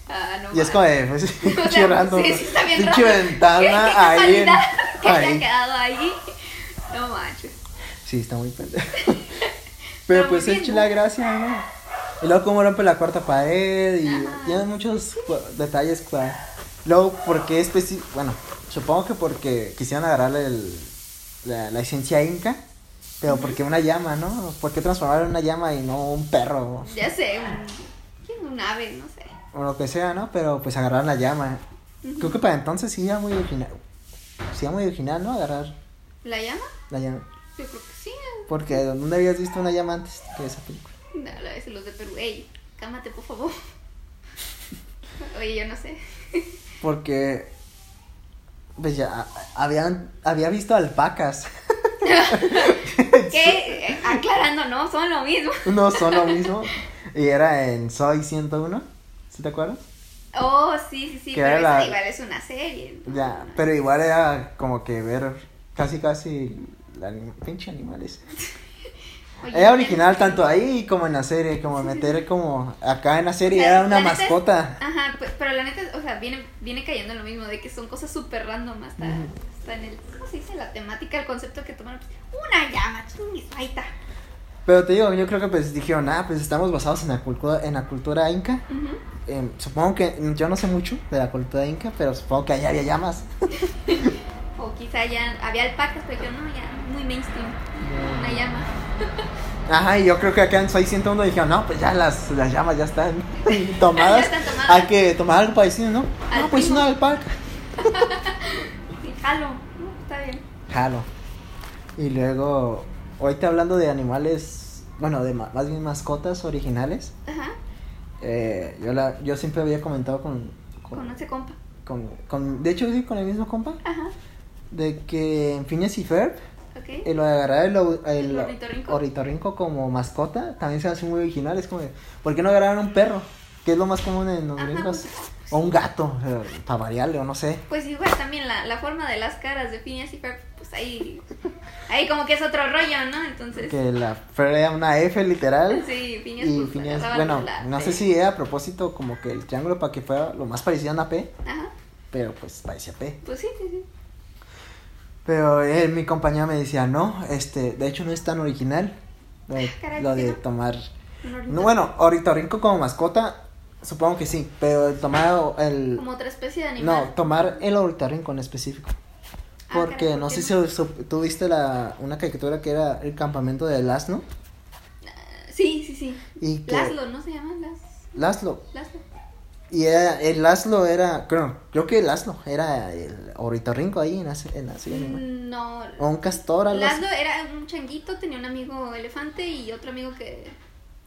Speaker 2: Ah, no.
Speaker 1: Y es
Speaker 2: mames.
Speaker 1: como de, pues,
Speaker 2: O
Speaker 1: pinche
Speaker 2: sea,
Speaker 1: random,
Speaker 2: Sí, sí, está bien
Speaker 1: pinche
Speaker 2: raro. Qué-
Speaker 1: ventana
Speaker 2: qué
Speaker 1: ahí. en-
Speaker 2: casualidad Que haya
Speaker 1: ahí.
Speaker 2: quedado ahí. No manches.
Speaker 1: Sí, está muy pendejo. Pero
Speaker 2: Está
Speaker 1: pues
Speaker 2: muy
Speaker 1: es
Speaker 2: bien,
Speaker 1: la gracia, ¿no? Y luego cómo rompe la cuarta pared y
Speaker 2: Ajá.
Speaker 1: tiene muchos cu- detalles. cua- Luego, porque es bueno, supongo que porque quisieron agarrarle el- la, la esencia inca, pero porque una llama, ¿no? ¿Por qué transformaron una llama y no un perro
Speaker 2: Ya sé, un, ¿quién? un ave, no sé.
Speaker 1: o lo que sea, ¿no? Pero pues agarraron la llama. Creo que para entonces sí era muy original, sí era muy original, ¿no? Agarrar
Speaker 2: ¿La llama?
Speaker 1: la llama.
Speaker 2: Yo creo que sí. eh,
Speaker 1: Porque ¿dónde habías visto una llama antes que esa película?
Speaker 2: No, la vez los de Perú. Ey, cámate, por favor. Oye, yo no sé.
Speaker 1: Porque pues ya habían había visto alpacas.
Speaker 2: Que eh, aclarando, no, son lo mismo.
Speaker 1: no son lo mismo y era en Soy 101, ¿sí te acuerdas?
Speaker 2: Oh, sí, sí, sí,
Speaker 1: Que
Speaker 2: pero
Speaker 1: era
Speaker 2: esa
Speaker 1: la-
Speaker 2: igual es una serie. ¿no?
Speaker 1: Ya, pero igual era como que ver casi casi la anim- pinche animales.
Speaker 2: Oye,
Speaker 1: Era
Speaker 2: ya
Speaker 1: original
Speaker 2: no sé.
Speaker 1: tanto ahí como en la serie, como meter como acá en la serie
Speaker 2: La-
Speaker 1: era una
Speaker 2: la neta es-
Speaker 1: mascota.
Speaker 2: Ajá, pues, pero la neta, o sea, viene, viene cayendo en lo mismo, de que son cosas súper random hasta,
Speaker 1: Ujú.
Speaker 2: hasta en el, ¿cómo se dice? La temática, el concepto que tomaron. pues, Una llama, chingis, ahí está.
Speaker 1: Pero te digo, yo creo que pues dijeron, ah, pues estamos basados en la cultura, en la cultura inca.
Speaker 2: Ujú.
Speaker 1: Em, supongo que yo no sé mucho de la cultura inca, pero supongo que allá había llamas.
Speaker 2: O quizá ya había alpacas, pero yo no, ya muy mainstream. Una llama.
Speaker 1: Ajá, y yo creo que acá en Soy 101 dijeron, no, pues ya las, las llamas ya están tomadas.
Speaker 2: Ya están tomadas.
Speaker 1: Hay que tomar algo parecido, ¿no?
Speaker 2: Al
Speaker 1: no, pues
Speaker 2: primo.
Speaker 1: una alpaca.
Speaker 2: Sí, jalo. No, está bien.
Speaker 1: Jalo. Y luego, ahorita hablando de animales, bueno, de ma- más bien mascotas originales,
Speaker 2: Ajá.
Speaker 1: eh, yo, la, yo siempre había comentado con con,
Speaker 2: Con ese compa.
Speaker 1: con, con- de hecho sí, con el mismo compa,
Speaker 2: Ajá.
Speaker 1: de que en Phineas y Ferb,
Speaker 2: Ok.
Speaker 1: el agarrar el, au- el
Speaker 2: El ornitorrinco.
Speaker 1: ornitorrinco como mascota también se hace muy original. Es como, de, ¿por qué no agarraron un perro? Que es lo más común en los
Speaker 2: Ajá,
Speaker 1: gringos.
Speaker 2: pues.
Speaker 1: O un gato, eh, para variarle, o no sé.
Speaker 2: Pues igual también la, la forma de las caras de Phineas y Ferb, pues ahí. Ahí como que es otro rollo, ¿no? Entonces.
Speaker 1: Que la Fer era una F literal.
Speaker 2: pues, Sí, Phineas
Speaker 1: Y
Speaker 2: pues,
Speaker 1: Phineas,
Speaker 2: agarraba
Speaker 1: bueno,
Speaker 2: la-
Speaker 1: no
Speaker 2: sí.
Speaker 1: sé si era a propósito como que el triángulo para que fuera lo más parecido a una P,
Speaker 2: Ajá.
Speaker 1: pero pues parecía P.
Speaker 2: Pues sí, sí, sí.
Speaker 1: Pero eh, mi compañera me decía, no, este, de hecho no es tan original lo de,
Speaker 2: Caray,
Speaker 1: lo
Speaker 2: ¿por qué
Speaker 1: de
Speaker 2: no?
Speaker 1: tomar
Speaker 2: Un ornitorrinco.
Speaker 1: No, bueno, ornitorrinco como mascota, supongo que sí, pero el tomar el...
Speaker 2: Como otra especie de
Speaker 1: No,
Speaker 2: animal.
Speaker 1: tomar el ornitorrinco en específico.
Speaker 2: Ah, caray,
Speaker 1: Porque
Speaker 2: ¿por
Speaker 1: no
Speaker 2: qué
Speaker 1: sé
Speaker 2: no?
Speaker 1: si sup- tú viste la, una caricatura que era el campamento del asno
Speaker 2: Sí, sí, sí.
Speaker 1: y que...
Speaker 2: Laszlo, ¿no se llaman las?
Speaker 1: Laszlo.
Speaker 2: Laszlo.
Speaker 1: Y era- el Laszlo era, creo, creo que el Laszlo era el ornitorrinco ahí en la, se- en la serie animada.
Speaker 2: No.
Speaker 1: O un castor, algo así.
Speaker 2: Mm. Laszlo era un changuito, tenía un amigo elefante y otro amigo que.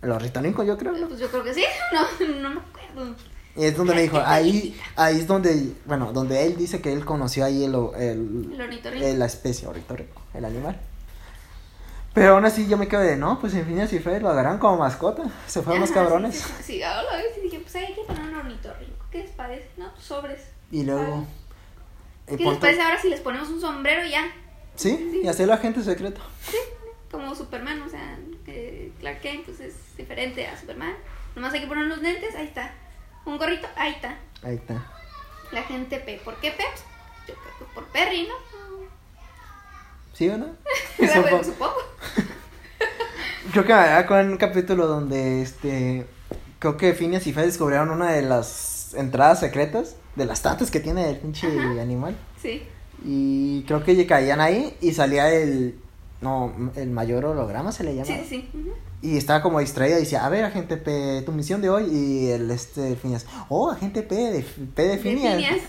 Speaker 1: El ornitorrinco yo creo, ¿no?
Speaker 2: Pues yo creo que sí, no, no me acuerdo.
Speaker 1: Y es donde me dijo, ahí, ahí es donde, bueno, donde él dice que él conoció ahí el, o- el,
Speaker 2: El ornitorrinco.
Speaker 1: eh, la especie ornitorrinco, el animal. Pero aún así yo me quedo de, no, pues en fin, así fue, lo agarran como mascota, se fueron los
Speaker 2: Ajá, sí,
Speaker 1: cabrones.
Speaker 2: Sí, sí, sí, ahora lo ves y dije, pues hay que poner un ornitorrinco. ¿Qué les parece? No, pues sobres.
Speaker 1: Y luego... eh,
Speaker 2: ¿Qué les
Speaker 1: pon tú-
Speaker 2: parece ahora si les ponemos un sombrero y ya?
Speaker 1: Sí, y hacerlo agente secreto.
Speaker 2: Como Superman, o sea, eh, Clark Kent pues es diferente a Superman. Nomás hay que poner unos lentes, ahí está. Un gorrito, ahí está.
Speaker 1: Ahí está.
Speaker 2: La gente P. ¿Por qué P? Yo creo que por Perry, ¿no?
Speaker 1: ¿Sí o no?
Speaker 2: Bueno,
Speaker 1: Supo-
Speaker 2: Supongo.
Speaker 1: Creo que me había acordado en un capítulo donde este. Creo que Phineas y Ferb descubrieron una de las entradas secretas, de las tantas que tiene el pinche animal.
Speaker 2: Sí.
Speaker 1: Y creo que caían ahí y salía el. No, el mayor holograma se le llama.
Speaker 2: Sí, sí, sí. Ujú.
Speaker 1: Y estaba como distraída y decía, a ver, agente P, tu misión de hoy. Y el este, el Phineas, oh, agente P, de, P de
Speaker 2: De
Speaker 1: Phineas.
Speaker 2: Phineas.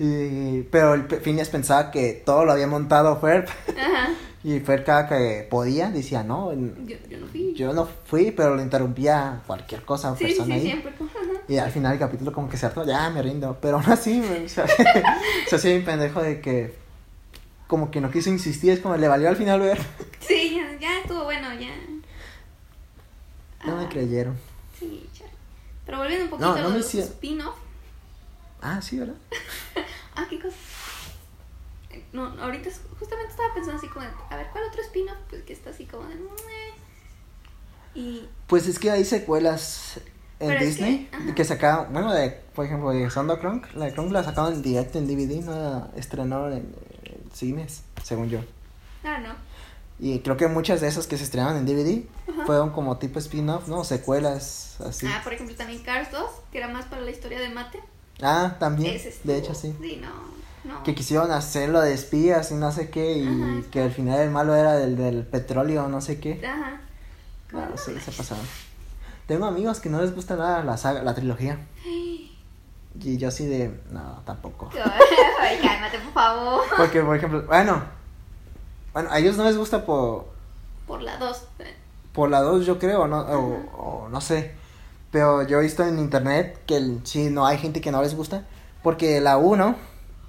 Speaker 1: Y- pero el P- Phineas pensaba que todo lo había montado Ferb.
Speaker 2: Ajá.
Speaker 1: Y Ferb cada que podía decía, no, n-
Speaker 2: Yo, yo no fui.
Speaker 1: yo no fui, pero lo interrumpía cualquier cosa o
Speaker 2: sí, sí,
Speaker 1: persona
Speaker 2: sí,
Speaker 1: ahí.
Speaker 2: siempre. como, ajá.
Speaker 1: Y al final el capítulo como que se hartó, ya me rindo. Pero aún así, me- se hace- se hacía bien pendejo de que como que no quiso insistir, es como le valió al final ver.
Speaker 2: Sí, ya, ya estuvo bueno, ya.
Speaker 1: No me
Speaker 2: Ah,
Speaker 1: creyeron.
Speaker 2: Sí, chale. Pero volviendo un poquito
Speaker 1: no
Speaker 2: a
Speaker 1: me
Speaker 2: los
Speaker 1: hicieron.
Speaker 2: spin-off.
Speaker 1: Ah, sí, ¿verdad?
Speaker 2: Ah, qué cosa. Eh, No, ahorita es- justamente estaba pensando así como, de, a ver, ¿cuál otro spin-off? Pues que está así como de... "Meh". Y
Speaker 1: Pues es que hay secuelas en
Speaker 2: Pero es
Speaker 1: Disney
Speaker 2: que-
Speaker 1: que,
Speaker 2: ajá.
Speaker 1: sacaron, bueno, de, por ejemplo, de Sound of Kronk, la de Kronk la sacaron en directo en DVD, no la estrenaron en, en cines, según yo.
Speaker 2: Ah, no.
Speaker 1: Y creo que muchas de esas que se estrenaron en DVD
Speaker 2: Ajá.
Speaker 1: fueron como tipo spin-off, ¿no? Secuelas, así.
Speaker 2: Ah,
Speaker 1: Ah,
Speaker 2: por ejemplo, también Cars 2, que era más para la historia de Mate.
Speaker 1: Ah, también,
Speaker 2: Ese estuvo-
Speaker 1: de hecho, sí.
Speaker 2: Sí, no, no.
Speaker 1: Que quisieron hacerlo de espías y no sé qué, y
Speaker 2: Ajá, es
Speaker 1: que al final el malo era del, del petróleo, no sé qué.
Speaker 2: Ajá.
Speaker 1: Ah,
Speaker 2: Bueno,
Speaker 1: sí, se
Speaker 2: manches.
Speaker 1: pasaron. Tengo amigos que no les gusta nada la saga, la trilogía. Y yo así de, no, tampoco.
Speaker 2: Ay, cálmate, por favor.
Speaker 1: Porque, por ejemplo, bueno, bueno, a ellos no les gusta por,
Speaker 2: Por la 2.
Speaker 1: por la 2, yo creo, no, o, o no sé. Pero yo he visto en internet que el- sí, no hay gente que no les gusta. Porque la 1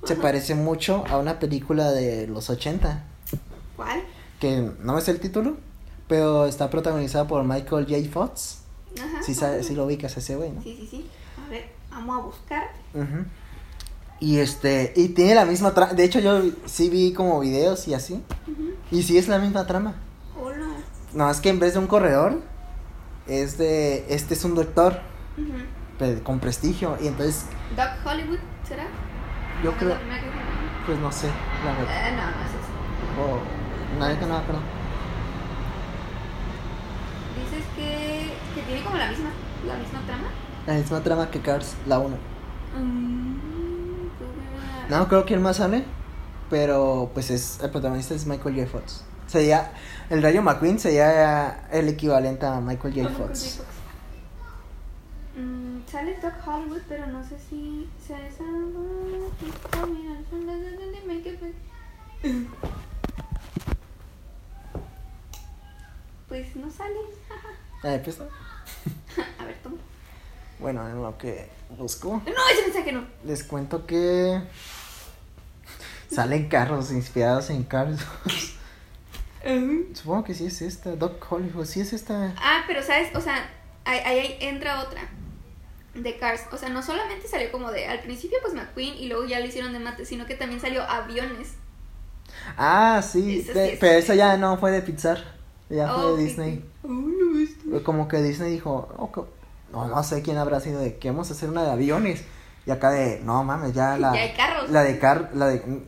Speaker 1: se parece mucho a una película de los 80,
Speaker 2: ¿Cuál?
Speaker 1: que no me sé el título, pero está protagonizada por Michael J. Fox.
Speaker 2: Ajá.
Speaker 1: Si, sabe- si lo ubicas a ese güey, ¿no?
Speaker 2: Ah, Sí, sí, sí. A ver, vamos a buscar.
Speaker 1: Ujú. Y este, y tiene la misma trama. De hecho, yo sí vi como videos y así. Y sí es la misma trama.
Speaker 2: Hola.
Speaker 1: No, es que en vez de un corredor, es de, este es un doctor
Speaker 2: Ujú.
Speaker 1: pe- con prestigio. Y entonces,
Speaker 2: Doc Hollywood, ¿será?
Speaker 1: yo
Speaker 2: No,
Speaker 1: creo,
Speaker 2: no, no, no, no.
Speaker 1: pues no sé, la verdad.
Speaker 2: Eh, no, no es eso.
Speaker 1: O- nadie que no, pero.
Speaker 2: Dices que, que tiene como la misma, la misma trama.
Speaker 1: La misma trama que Cars, la 1.
Speaker 2: Mm, tú me vas-
Speaker 1: No creo que él más sale, pero pues es, el protagonista es Michael J. Fox. Sería, el Rayo McQueen sería el equivalente a Michael J.
Speaker 2: Ojo con
Speaker 1: Fox.
Speaker 2: J. Fox. Mm, sale Doc Hollywood, pero no sé si sea esa. Ah, mira, son las de- de- de make-up. Pues no sale.
Speaker 1: Ah, pues, no.
Speaker 2: A ver, toma.
Speaker 1: Bueno, en lo que busco,
Speaker 2: No, ese mensaje no.
Speaker 1: les cuento que salen carros inspirados en Cars. Supongo que sí es esta, Doc Hollywood, sí es esta.
Speaker 2: Ah, pero sabes, o sea, ahí, ahí- ahí entra otra de Cars. O sea, no solamente salió como de al principio, pues McQueen y luego ya lo hicieron de mate, sino que también salió aviones.
Speaker 1: Ah, sí,
Speaker 2: Esa sí
Speaker 1: de-
Speaker 2: es.
Speaker 1: pero eso ya no fue de Pixar, ya fue
Speaker 2: Oh,
Speaker 1: de
Speaker 2: sí,
Speaker 1: Disney.
Speaker 2: sí. Oh, no, esto.
Speaker 1: Como que Disney dijo, "Oh, co- no, no sé quién habrá sido de que vamos a hacer una de aviones. Y acá de, no mames, ya la,
Speaker 2: Ya hay carros.
Speaker 1: la de Car, la de...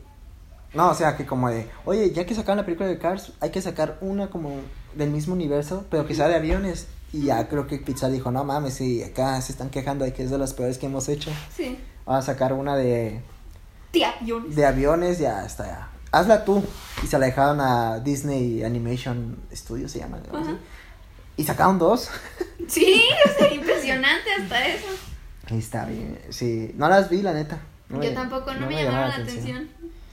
Speaker 1: No, o sea, que como de, oye, ya que sacaron la película de Cars, hay que sacar una como del mismo universo, pero que sea de aviones. Y ya creo que Pixar dijo, no mames, sí, acá se están quejando de que es de las peores que hemos hecho.
Speaker 2: Sí.
Speaker 1: Vamos a sacar una de,
Speaker 2: De aviones.
Speaker 1: de aviones, ya está, ya. Hazla tú. Y se la dejaron a Disney Animation Studios, se llama. algo así.
Speaker 2: Ajá.
Speaker 1: Y sacaron dos.
Speaker 2: Sí, o sea, impresionante hasta eso.
Speaker 1: Ahí está bien, sí. No las vi, la neta. No
Speaker 2: Yo
Speaker 1: me-
Speaker 2: tampoco, no, me,
Speaker 1: llamaba
Speaker 2: llamaron la atención.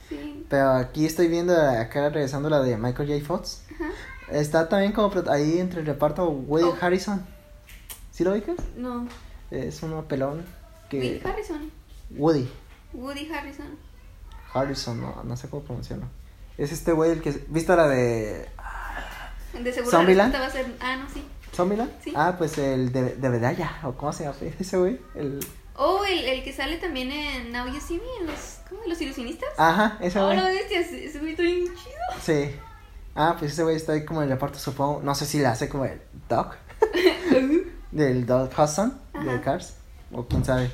Speaker 2: Sí.
Speaker 1: Pero aquí estoy viendo, acá regresando la de Michael J. Fox.
Speaker 2: Ajá.
Speaker 1: Está también como pro- ahí entre el reparto Will
Speaker 2: Oh.
Speaker 1: Harrison. ¿Sí lo ubicas?
Speaker 2: No.
Speaker 1: Es un pelón
Speaker 2: Woody
Speaker 1: que...
Speaker 2: Harrison.
Speaker 1: Woody
Speaker 2: Woody Harrison.
Speaker 1: Harrison, no, no sé cómo pronunciarlo. Es este güey el que... ¿Viste la de...
Speaker 2: De seguro
Speaker 1: ¿Zombieland?
Speaker 2: la respuesta va a ser. Ah, no, sí.
Speaker 1: Zombieland?
Speaker 2: Sí.
Speaker 1: Ah, pues el de, de Vedaya, o cómo se llama ese güey. El...
Speaker 2: Oh, el, el que sale también en Now You See Me, en los, ¿cómo? ¿Los ilusionistas.
Speaker 1: Ajá, ese
Speaker 2: Oh,
Speaker 1: güey.
Speaker 2: no, bestia, ese ese güey está bien chido.
Speaker 1: Sí. Ah, pues ese güey está ahí como en el reparto, supongo. No sé si le hace como el Doc. del Doc Hudson, de Cars. O quién sabe.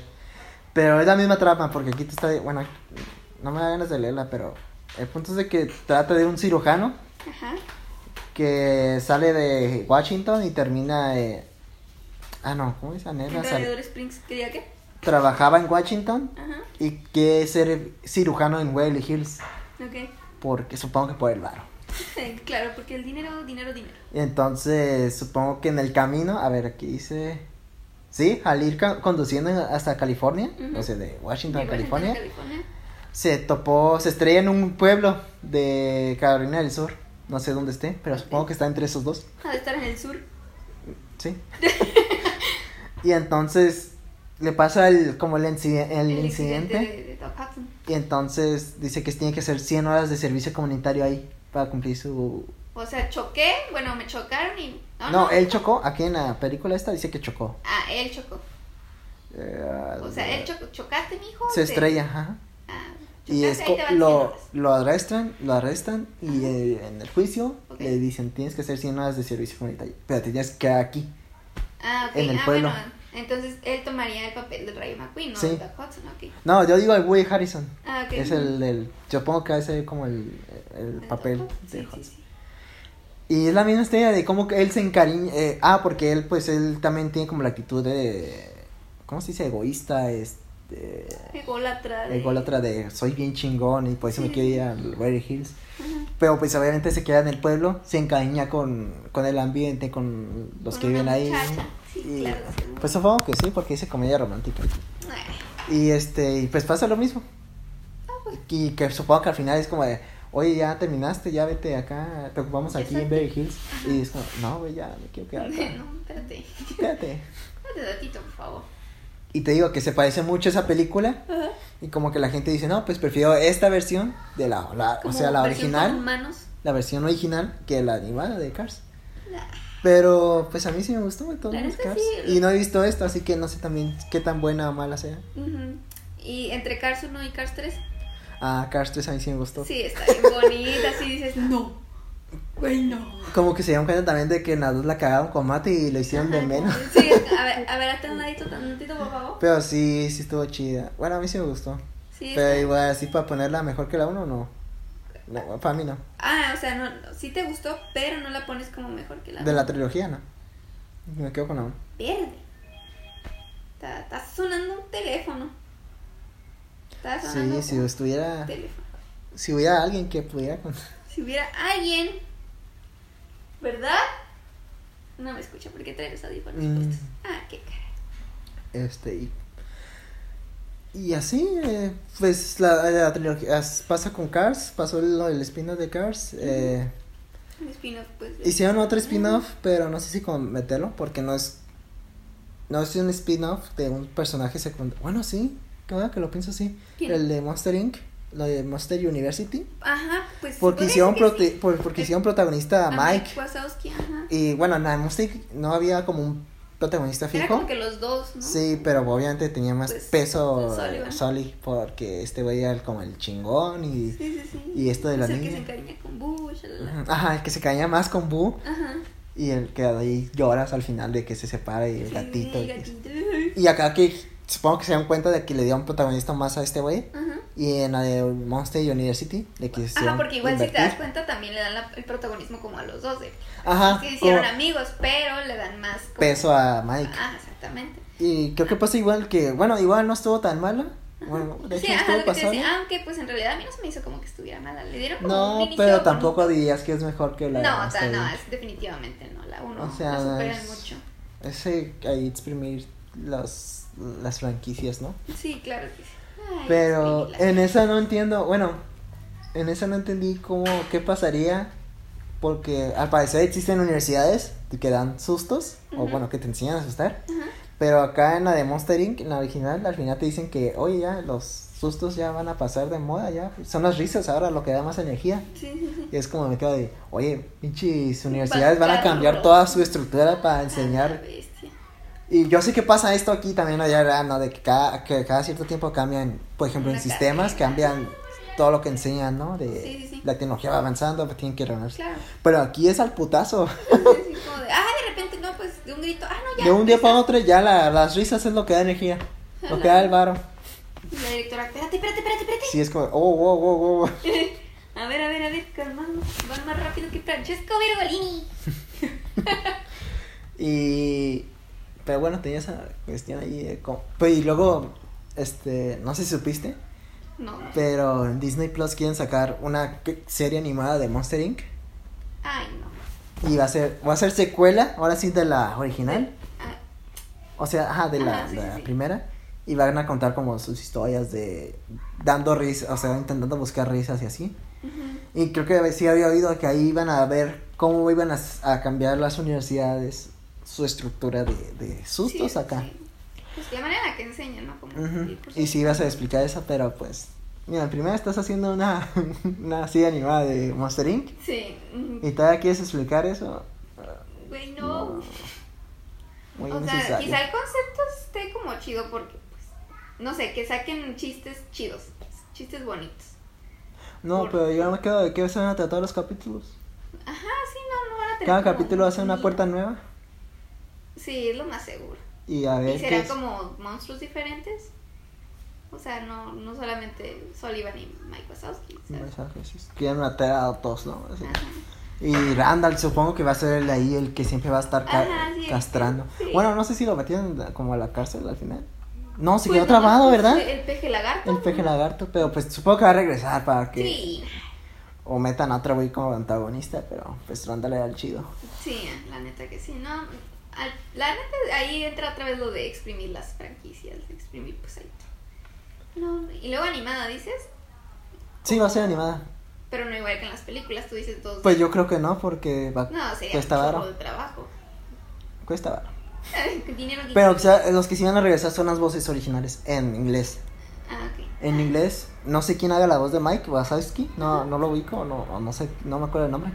Speaker 1: Pero es la misma trama, porque aquí te está. Bueno, no me da ganas de leerla, pero. El punto es de que trata de un cirujano
Speaker 2: Ajá.
Speaker 1: que sale de Washington y termina. eh, Ah, no, ¿cómo es Anela?
Speaker 2: En
Speaker 1: Sal-
Speaker 2: Gladiador Springs, ¿qué diga qué?
Speaker 1: Trabajaba en Washington
Speaker 2: Ajá.
Speaker 1: y que ser cirujano en Waverly Hills,
Speaker 2: Ok.
Speaker 1: porque supongo que por el varo.
Speaker 2: claro, porque el dinero, dinero, dinero.
Speaker 1: Entonces, supongo que en el camino, a ver, aquí dice. Sí, al ir ca- conduciendo hasta California,
Speaker 2: Ujú.
Speaker 1: o sea, de Washington a
Speaker 2: De Washington,
Speaker 1: California,
Speaker 2: California.
Speaker 1: se topó, se estrella en un pueblo de Carolina del Sur. No sé dónde esté, pero supongo que está entre esos dos,
Speaker 2: Ha de estar en el sur.
Speaker 1: ¿sí? y entonces le pasa el, como el, inci- el incidente,
Speaker 2: de, de Doc Hudson.
Speaker 1: y entonces dice que tiene que hacer 100 horas de servicio comunitario ahí para cumplir su...
Speaker 2: O sea, choqué, bueno, me chocaron y.
Speaker 1: No, él chocó, aquí en la película esta dice que chocó.
Speaker 2: Ah, él chocó.
Speaker 1: Eh,
Speaker 2: O sea, él chocó. ¿Chocaste, mijo?
Speaker 1: se
Speaker 2: Te-
Speaker 1: estrella, ajá.
Speaker 2: Ah, chocaste,
Speaker 1: Y es
Speaker 2: ahí
Speaker 1: co-
Speaker 2: te van
Speaker 1: lo,
Speaker 2: 100
Speaker 1: lo arrestan, lo arrestan y eh, en el juicio
Speaker 2: Ok.
Speaker 1: le dicen, tienes que hacer 100 horas de servicio comunitario, pero te tienes que quedar aquí.
Speaker 2: Ah, ok.
Speaker 1: en el
Speaker 2: ah,
Speaker 1: pueblo.
Speaker 2: bueno. Entonces él tomaría el papel del Rayo McQueen, ¿no?
Speaker 1: Sí.
Speaker 2: Doc Hudson, ok.
Speaker 1: No, yo digo el Woody Harrison.
Speaker 2: Ah, ok.
Speaker 1: Es el, del yo supongo que ese como el, el
Speaker 2: Doc
Speaker 1: papel
Speaker 2: Hudson,
Speaker 1: de
Speaker 2: sí, sí,
Speaker 1: Hudson.
Speaker 2: sí.
Speaker 1: Y es la misma historia de cómo que él se encariña, eh, ah, porque él pues él también tiene como la actitud de, ¿cómo se dice? Egoísta, este,
Speaker 2: Ególatra. de-
Speaker 1: ególatra de soy bien chingón y por eso
Speaker 2: Sí,
Speaker 1: me
Speaker 2: sí,
Speaker 1: quiero
Speaker 2: sí.
Speaker 1: ir al Beverly Hills.
Speaker 2: Ajá.
Speaker 1: Pero pues obviamente se queda en el pueblo, se encariña con, con el ambiente, con los
Speaker 2: Con
Speaker 1: que
Speaker 2: una
Speaker 1: viven ahí.
Speaker 2: muchacha, sí,
Speaker 1: y,
Speaker 2: claro, seguro.
Speaker 1: Pues supongo que sí, porque dice comedia romántica.
Speaker 2: Ay,
Speaker 1: Y este, y pues pasa lo mismo.
Speaker 2: Ah, pues,
Speaker 1: Y que supongo que al final es como de, oye, ya terminaste, ya vete acá, te ocupamos aquí en
Speaker 2: Exacto.
Speaker 1: Beverly Hills. Y es como, no, güey, ya me quiero quedar acá.
Speaker 2: No, espérate.
Speaker 1: Quédate.
Speaker 2: Espérate tantito, por favor.
Speaker 1: Y te digo que se parece mucho esa película.
Speaker 2: Ajá.
Speaker 1: Y como que la gente dice, no, pues prefiero esta versión de la, la o
Speaker 2: Como
Speaker 1: sea, la
Speaker 2: versión
Speaker 1: original.
Speaker 2: con humanos.
Speaker 1: la versión original que la animada de Cars.
Speaker 2: La-
Speaker 1: Pero pues a mí sí me gustó de todos
Speaker 2: La
Speaker 1: los
Speaker 2: neta
Speaker 1: Cars.
Speaker 2: sí.
Speaker 1: Y no he visto esto, así que no sé también qué tan buena o mala sea.
Speaker 2: Ujú. Y entre Cars 1 y Cars 3.
Speaker 1: Ah, Cars 3 a mí sí me gustó.
Speaker 2: Sí, está bien bonita. Así dices, no. Güey, no.
Speaker 1: Como que se dieron cuenta también de que en las dos la cagaron con Mate y lo hicieron de
Speaker 2: Ajá,
Speaker 1: menos.
Speaker 2: como- Sí, a ver, a ver, hasta un ladito tantito, por favor.
Speaker 1: Pero sí, sí estuvo chida. Bueno, a mí sí me gustó.
Speaker 2: Sí,
Speaker 1: Pero
Speaker 2: está-
Speaker 1: igual, así para ponerla mejor que la 1, no. No, para mí no.
Speaker 2: Ah, o sea, no, no, sí te gustó, pero no la pones como mejor que la
Speaker 1: De la trilogía, no. Me quedo con la 1.
Speaker 2: verde. Está, está sonando un teléfono. Está sonando
Speaker 1: Sí, si
Speaker 2: un
Speaker 1: estuviera.
Speaker 2: teléfono.
Speaker 1: Si hubiera alguien que pudiera con.
Speaker 2: Si hubiera alguien, ¿verdad? No me escucha porque trae los audífonos
Speaker 1: Mm.
Speaker 2: puestos. Ah, qué cara.
Speaker 1: Este, y, y así, eh, pues la, la trilogía as- pasa con Cars, pasó lo del spin-off de Cars. eh,
Speaker 2: Un spin-off, pues. de-
Speaker 1: hicieron otro spin-off, pero no sé si con meterlo, porque no es. No es un spin-off de un personaje secundario. Bueno, sí, claro que lo pienso así.
Speaker 2: ¿Quién?
Speaker 1: El de Monster Inc., lo de Monster University.
Speaker 2: Ajá, pues.
Speaker 1: Porque
Speaker 2: podría
Speaker 1: hicieron,
Speaker 2: ser que
Speaker 1: prote-
Speaker 2: sí.
Speaker 1: por- porque hicieron protagonista a Mike.
Speaker 2: Wazowski, ajá.
Speaker 1: Y bueno, en la Monster Inc. no había como un protagonista
Speaker 2: Era
Speaker 1: fijo.
Speaker 2: como que los dos, ¿no?
Speaker 1: Sí, pero obviamente tenía más
Speaker 2: Pues,
Speaker 1: peso
Speaker 2: Sullivan.
Speaker 1: Sully porque este güey era el- como el chingón y...
Speaker 2: Sí, sí, sí.
Speaker 1: Y esto de la
Speaker 2: Es el
Speaker 1: niña.
Speaker 2: que se encariña con Bush, la, la.
Speaker 1: Ajá, el que se caía más con Boo
Speaker 2: Ajá.
Speaker 1: y el que ahí lloras al final de que se separa y el
Speaker 2: Sí,
Speaker 1: gatito.
Speaker 2: el
Speaker 1: y, que-
Speaker 2: gatito.
Speaker 1: y acá que supongo que se dan cuenta de que le dio un protagonista más a este güey
Speaker 2: Ajá.
Speaker 1: y en la de Monster University le quisieron
Speaker 2: Ajá, porque igual si te
Speaker 1: invertir.
Speaker 2: das cuenta también le dan la- el protagonismo como a los dos. ¿eh?
Speaker 1: Ajá,
Speaker 2: Es que hicieron
Speaker 1: como
Speaker 2: amigos, pero le dan más como-
Speaker 1: peso a Mike.
Speaker 2: Ah, exactamente.
Speaker 1: Y creo que pasa igual que, bueno, igual no estuvo tan mala. Bueno, de hecho
Speaker 2: Sí, ajá,
Speaker 1: estuvo
Speaker 2: lo que te
Speaker 1: pasable.
Speaker 2: decía, aunque pues en realidad a mí no se me hizo como que estuviera mala. Le dieron como un
Speaker 1: No,
Speaker 2: inicio
Speaker 1: pero
Speaker 2: bonito.
Speaker 1: tampoco dirías que es mejor que la de
Speaker 2: No, o sea,
Speaker 1: Monster
Speaker 2: no,
Speaker 1: Inc.
Speaker 2: es definitivamente no. La uno
Speaker 1: O sea,
Speaker 2: la superan
Speaker 1: es-
Speaker 2: mucho.
Speaker 1: Ese ahí exprimir las, las franquicias, ¿no?
Speaker 2: Sí, claro que sí. Ay,
Speaker 1: Pero
Speaker 2: sí, la-
Speaker 1: en esa no entiendo, bueno, en esa no entendí cómo, qué pasaría, porque al parecer existen universidades que dan sustos, o
Speaker 2: Ujú.
Speaker 1: bueno, que te enseñan a asustar,
Speaker 2: Ajá.
Speaker 1: pero acá en la de Monster Inc., en la original, al final te dicen que, oye, ya los sustos ya van a pasar de moda, ya, son las risas ahora lo que da más energía.
Speaker 2: Sí, sí, sí.
Speaker 1: Y es como me quedo de, oye, pinches universidades van a
Speaker 2: Bancarrota.
Speaker 1: cambiar toda su estructura para
Speaker 2: Ay,
Speaker 1: enseñar
Speaker 2: Ah, la bestia.
Speaker 1: y yo sé que pasa esto aquí también allá, ¿verdad? ¿no? De que cada, que cada cierto tiempo cambian, por ejemplo, en
Speaker 2: Una
Speaker 1: sistemas,
Speaker 2: carrera.
Speaker 1: cambian todo lo que enseñan, ¿no? De
Speaker 2: Sí, sí, sí.
Speaker 1: la tecnología va avanzando, pues tienen que reunirse.
Speaker 2: Claro.
Speaker 1: Pero aquí es al putazo.
Speaker 2: Así como de, ah, de repente, no, pues de un grito, ah, no, ya.
Speaker 1: De un día para otro ya la- las risas es lo que da energía, lo que da el varo.
Speaker 2: Y la directora, espérate, espérate, espérate, espérate.
Speaker 1: Sí, es como, oh, wow, wow, wow, wow.
Speaker 2: A ver, a ver, a ver, calmando. Van más rápido que Francesco Virgolini.
Speaker 1: Y. Pero bueno, tenía esa cuestión ahí. de cómo- Pues y luego, este, no sé si supiste,
Speaker 2: No. no.
Speaker 1: pero en Disney Plus quieren sacar una c- serie animada de Monster Inc.
Speaker 2: Ay, no.
Speaker 1: Y va a ser, va a ser secuela, ahora sí, de la original.
Speaker 2: Ah,
Speaker 1: O sea, ajá, de la,
Speaker 2: Ajá, sí,
Speaker 1: de la
Speaker 2: sí, sí.
Speaker 1: primera. Y van a contar como sus historias de dando risa, o sea, intentando buscar risas y así.
Speaker 2: ujú.
Speaker 1: Y creo que sí había oído que ahí iban a ver cómo iban a, s- a cambiar las universidades, su estructura de, de sustos
Speaker 2: Sí,
Speaker 1: acá.
Speaker 2: sí. Pues la manera en la que pues, enseñan, ¿no? Como
Speaker 1: Ujú.
Speaker 2: y por
Speaker 1: Y sí ibas a explicar eso, pero pues... Mira, primero estás haciendo una, una serie animada de Monster Inc.
Speaker 2: Sí. ujú.
Speaker 1: Y todavía quieres explicar eso.
Speaker 2: Güey, no.
Speaker 1: Muy
Speaker 2: o sea,
Speaker 1: innecesario.
Speaker 2: quizá el concepto esté como chido porque, pues, no sé, que saquen chistes chidos, chistes bonitos.
Speaker 1: No,
Speaker 2: por-
Speaker 1: pero yo me quedo de qué se van a tratar los capítulos.
Speaker 2: Ajá, sí, no, no van a tener.
Speaker 1: Cada
Speaker 2: como
Speaker 1: capítulo va a ser una
Speaker 2: guión.
Speaker 1: puerta nueva.
Speaker 2: Sí, es lo más seguro.
Speaker 1: Y a ver
Speaker 2: ¿Y serán
Speaker 1: qué es-
Speaker 2: como monstruos diferentes? O sea, no, no solamente Sullivan y Mike Wazowski. ¿sabes?
Speaker 1: mensajes. Quieren matar a todos, ¿no? Así.
Speaker 2: Ajá.
Speaker 1: Y Randall supongo que va a ser el ahí el que siempre va a estar ca-
Speaker 2: Ajá, sí,
Speaker 1: castrando.
Speaker 2: sí.
Speaker 1: Bueno, no sé si lo metieron como a la cárcel al final. No, se
Speaker 2: Pues
Speaker 1: quedó
Speaker 2: no,
Speaker 1: trabado,
Speaker 2: pues,
Speaker 1: ¿verdad?
Speaker 2: El peje lagarto.
Speaker 1: El peje lagarto, pero pues supongo que va a regresar para que...
Speaker 2: Sí,
Speaker 1: O metan a otro güey como antagonista, pero pues Randall era el chido.
Speaker 2: sí, la neta que sí, no. al- La neta, ahí entra otra vez lo de exprimir las franquicias, de exprimir, pues ahí. No, y luego animada, dices,
Speaker 1: Sí, va a ser animada.
Speaker 2: pero no igual que en las películas, tú dices dos.
Speaker 1: Pues yo creo que no, porque va...
Speaker 2: no, sería
Speaker 1: cuesta
Speaker 2: un
Speaker 1: varo.
Speaker 2: chorro de trabajo.
Speaker 1: Cuesta varo.
Speaker 2: Dinero que-
Speaker 1: Pero o sea, los que sí van a regresar son las voces originales en inglés.
Speaker 2: Ah, ok.
Speaker 1: En inglés, no sé quién haga la voz de Mike Wazowski, no, no lo ubico, no, o no sé, no me acuerdo el nombre.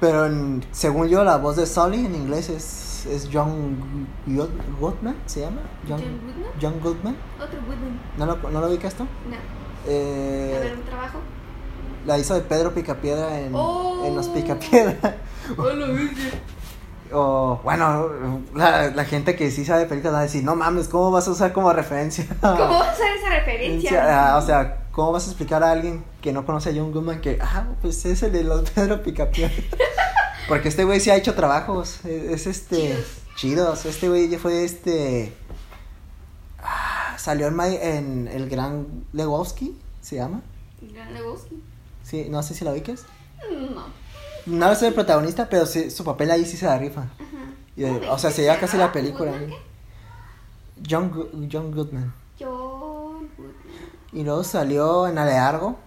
Speaker 1: Pero en- según yo, la voz de Sully en inglés es, es John Good- Goodman, ¿se llama?
Speaker 2: John
Speaker 1: John,
Speaker 2: Goodman,
Speaker 1: John Goodman,
Speaker 2: otro Goodman.
Speaker 1: ¿no lo, no lo ubicas tú?
Speaker 2: No, a ver,
Speaker 1: Eh,
Speaker 2: un trabajo.
Speaker 1: la hizo de Pedro Picapiedra en,
Speaker 2: Oh.
Speaker 1: en Los Picapiedra.
Speaker 2: Hola, Virgen.
Speaker 1: O, bueno, la, la gente que sí sabe películas va a decir, no mames, ¿cómo vas a usar como referencia?
Speaker 2: ¿Cómo vas a usar esa referencia?
Speaker 1: Ah, o sea, ¿cómo vas a explicar a alguien que no conoce a John Goodman que, ah, pues es el de los Pedro Picapiedra? Porque este güey sí ha hecho trabajos, es, es este...
Speaker 2: Chidos.
Speaker 1: Chidos. Este güey ya fue este... ah, salió en, My- en el gran Lebowski, se llama.
Speaker 2: Gran Lebowski.
Speaker 1: Sí, no sé si la ubicas.
Speaker 2: No.
Speaker 1: No es el protagonista, pero sí, su papel ahí sí se la rifa.
Speaker 2: Ajá.
Speaker 1: Y, eh,
Speaker 2: ¿Cómo Ah, me
Speaker 1: o sea,
Speaker 2: dijiste
Speaker 1: se lleva
Speaker 2: que
Speaker 1: casi la
Speaker 2: llamaba?
Speaker 1: película.
Speaker 2: ¿Goodman
Speaker 1: ¿eh? John, Gu- John Goodman.
Speaker 2: qué? John Goodman.
Speaker 1: Y luego salió en la de Argo.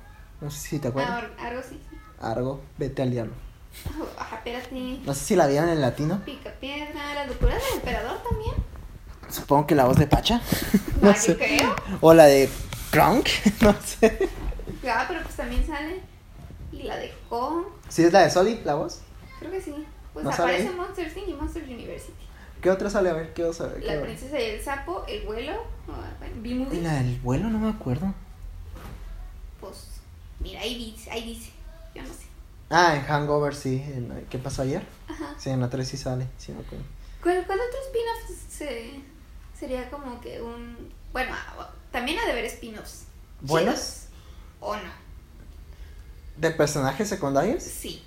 Speaker 1: No sé si te acuerdas.
Speaker 2: Ah, algo sí.
Speaker 1: Argo, vete al diablo.
Speaker 2: Ajá, espérate.
Speaker 1: No sé si la vieron en latino.
Speaker 2: Pica piedra, la locura del emperador también.
Speaker 1: Supongo que la voz de Pacha.
Speaker 2: Ah,
Speaker 1: no
Speaker 2: yo
Speaker 1: sé.
Speaker 2: creo.
Speaker 1: O la de Kronk. no sé.
Speaker 2: Ah, pero pues también sale. Y la dejó.
Speaker 1: ¿Sí es la de Soli, la voz?
Speaker 2: Creo que sí. Pues
Speaker 1: ¿No sale
Speaker 2: aparece
Speaker 1: ahí?
Speaker 2: en Monster Inc. y Monster University.
Speaker 1: ¿Qué otra sale? A ver, quiero saber.
Speaker 2: La
Speaker 1: quiero ver.
Speaker 2: princesa y el sapo, el vuelo. ah, bueno,
Speaker 1: ¿Y
Speaker 2: B-Movie.
Speaker 1: la del vuelo? No me acuerdo.
Speaker 2: Pues mira, ahí dice, ahí dice. Yo no sé.
Speaker 1: Ah, en Hangover sí. en- ¿Qué pasó ayer?
Speaker 2: Ajá.
Speaker 1: Sí, en la 3 sí sale. Sí, me acuerdo.
Speaker 2: ¿Cuál, cuál otro spin-off se- sería como que un... Bueno, ah, también ha de haber spin-offs.
Speaker 1: ¿Buenos?
Speaker 2: chidos, ¿O no?
Speaker 1: ¿De personajes secundarios?
Speaker 2: Sí.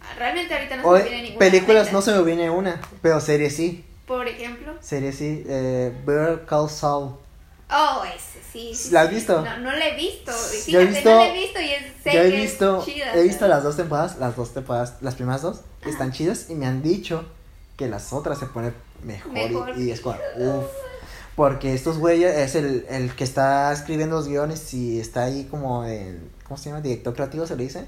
Speaker 2: Ah, Realmente ahorita no se
Speaker 1: Hoy,
Speaker 2: me viene ninguna.
Speaker 1: películas no
Speaker 2: ahorita.
Speaker 1: se me viene una, pero series sí.
Speaker 2: Por ejemplo...
Speaker 1: Series sí. Eh, Better Call Saul.
Speaker 2: Oh, ese sí. sí,
Speaker 1: ¿La has
Speaker 2: sí.
Speaker 1: visto?
Speaker 2: No, no la he visto. Fíjate,
Speaker 1: Yo he
Speaker 2: no la
Speaker 1: visto-
Speaker 2: he visto y es, sé
Speaker 1: Yo he
Speaker 2: que
Speaker 1: visto,
Speaker 2: es chida.
Speaker 1: he visto
Speaker 2: la...
Speaker 1: las dos temporadas, las dos temporadas, las primeras dos están chidas y me han dicho que las otras se ponen mejor, y-
Speaker 2: Mejor.
Speaker 1: Y, es como, uff, porque estos güeyes es el, el que está escribiendo los guiones y está ahí como en, ¿cómo se llama? Director creativo se le dice,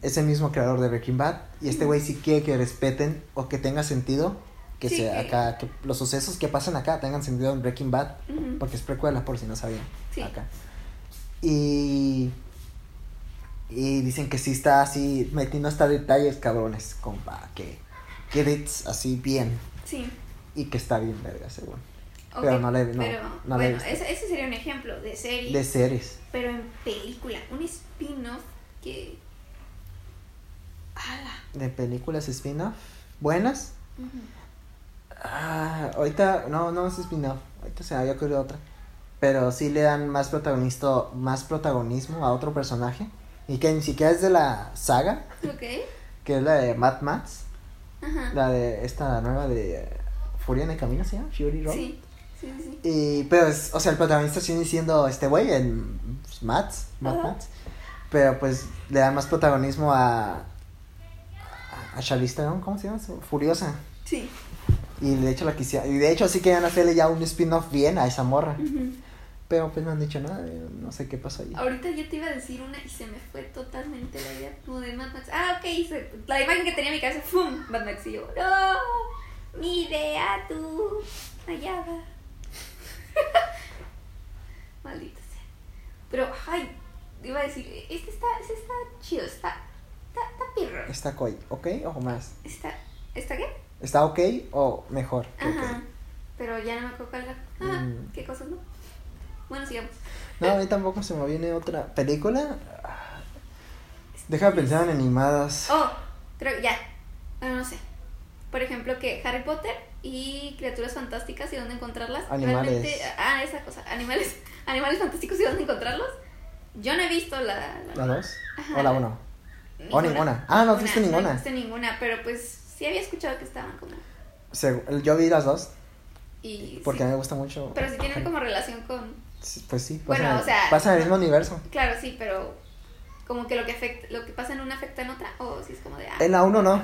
Speaker 1: es el mismo creador de Breaking Bad y este güey sí quiere que respeten o que tenga sentido que
Speaker 2: Sí,
Speaker 1: sea
Speaker 2: que-
Speaker 1: acá, que los sucesos que pasan acá tengan sentido en Breaking Bad porque es precuela, por si no sabían.
Speaker 2: Sí.
Speaker 1: Acá. Y. Y dicen que sí está así, metiendo hasta detalles cabrones, compa, que. Que it's así bien.
Speaker 2: Sí.
Speaker 1: Y que está bien, verga, según. Pero
Speaker 2: Ok,
Speaker 1: no la he- no,
Speaker 2: pero,
Speaker 1: no la he
Speaker 2: bueno,
Speaker 1: visto.
Speaker 2: eso- ese sería un ejemplo de serie.
Speaker 1: de series.
Speaker 2: Pero en película, un spin-off que. ¡Hala!
Speaker 1: De películas spin-off. ¿Buenas? Ah, ahorita, no, no es spin-off. Ahorita se me había ocurrido otra. Pero sí le dan más, protagonista, más protagonismo a otro personaje. Y que ni siquiera es de la saga,
Speaker 2: Ok.
Speaker 1: que es la de Mad Max.
Speaker 2: Ajá.
Speaker 1: La de esta nueva de eh, Furia en el Camino, ¿se llama? Fury Road.
Speaker 2: Sí, sí, sí.
Speaker 1: Y, pero, es, o sea, el protagonista sigue siendo este güey, el Mats, Mad
Speaker 2: Ajá.
Speaker 1: Max, Pero pues le da más protagonismo a. a Charlize Theron, ¿cómo se llama? su- Furiosa.
Speaker 2: Sí.
Speaker 1: Y de hecho la quisiera. Y de hecho sí querían hacerle ya un spin-off bien a esa morra.
Speaker 2: Ujú.
Speaker 1: Pero pues no han dicho nada, eh, no sé qué pasó ahí.
Speaker 2: Ahorita yo te iba a decir una y se me fue totalmente la idea como de Mad Max. Ah, ok, se- la imagen que tenía en mi cabeza, ¡fum! Mad Max y yo, ¡no! Mi idea, tú, allá va. Maldito sea. Pero, ay, iba a decir, este está, este está chido, está, está, está pirro.
Speaker 1: ¿Está coi- ok o más?
Speaker 2: Está, ¿está qué?
Speaker 1: ¿Está ok o mejor? que ok?
Speaker 2: Ajá. Pero ya no me acuerdo cuál era. Ah,
Speaker 1: Mm.
Speaker 2: qué cosas, ¿no? Bueno, sigamos.
Speaker 1: No, a mí tampoco se me viene otra película. Ah, Deja de pensar en animadas.
Speaker 2: Oh, creo ya. Bueno, no sé. Por ejemplo, que Harry Potter y criaturas fantásticas y dónde encontrarlas.
Speaker 1: Animales.
Speaker 2: Realmente, ah, esa cosa. Animales, animales fantásticos y dónde encontrarlos. Yo no he visto la.
Speaker 1: ¿La dos?
Speaker 2: Ajá.
Speaker 1: ¿O la uno? O ninguna. Ah, no has visto
Speaker 2: No
Speaker 1: ninguna.
Speaker 2: he visto ninguna, pero pues sí había escuchado que estaban como.
Speaker 1: Segu- yo vi las dos
Speaker 2: Y
Speaker 1: porque
Speaker 2: sí.
Speaker 1: a mí me gusta mucho.
Speaker 2: Pero sí tienen como relación con.
Speaker 1: Sí, Pues sí,
Speaker 2: Bueno,
Speaker 1: pasan,
Speaker 2: o sea-
Speaker 1: pasan en el mismo universo.
Speaker 2: Claro, sí, pero como que lo que afecta, lo que pasa en una afecta en otra. O si es como de. Ah,
Speaker 1: En la 1 no.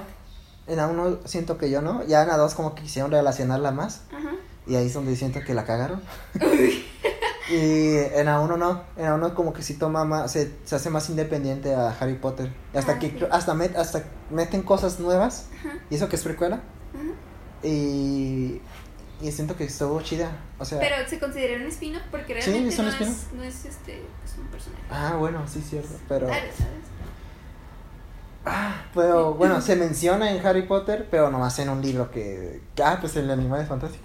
Speaker 1: En la 1 siento que yo no. Ya en la 2 como que quisieron relacionarla más.
Speaker 2: Ajá.
Speaker 1: Y ahí es donde siento que la cagaron. y en la 1 no. En la 1 como que sí toma más, se, se hace más independiente a Harry Potter. Y Hasta
Speaker 2: Ah,
Speaker 1: que
Speaker 2: sí.
Speaker 1: hasta, met- hasta meten cosas nuevas.
Speaker 2: Ajá.
Speaker 1: Y eso que es precuela.
Speaker 2: Ajá.
Speaker 1: Y, y siento que estuvo chida. O sea...
Speaker 2: Pero se considera un spin-off porque
Speaker 1: Sí,
Speaker 2: realmente
Speaker 1: es un
Speaker 2: no, es,
Speaker 1: spin-off.
Speaker 2: no es este es un personaje.
Speaker 1: Ah, bueno, sí, cierto. Pero...
Speaker 2: Claro, ¿sabes?
Speaker 1: Pero bueno, se menciona en Harry Potter, pero nomás en un libro que. que, Ah, pues el animal es fantástico.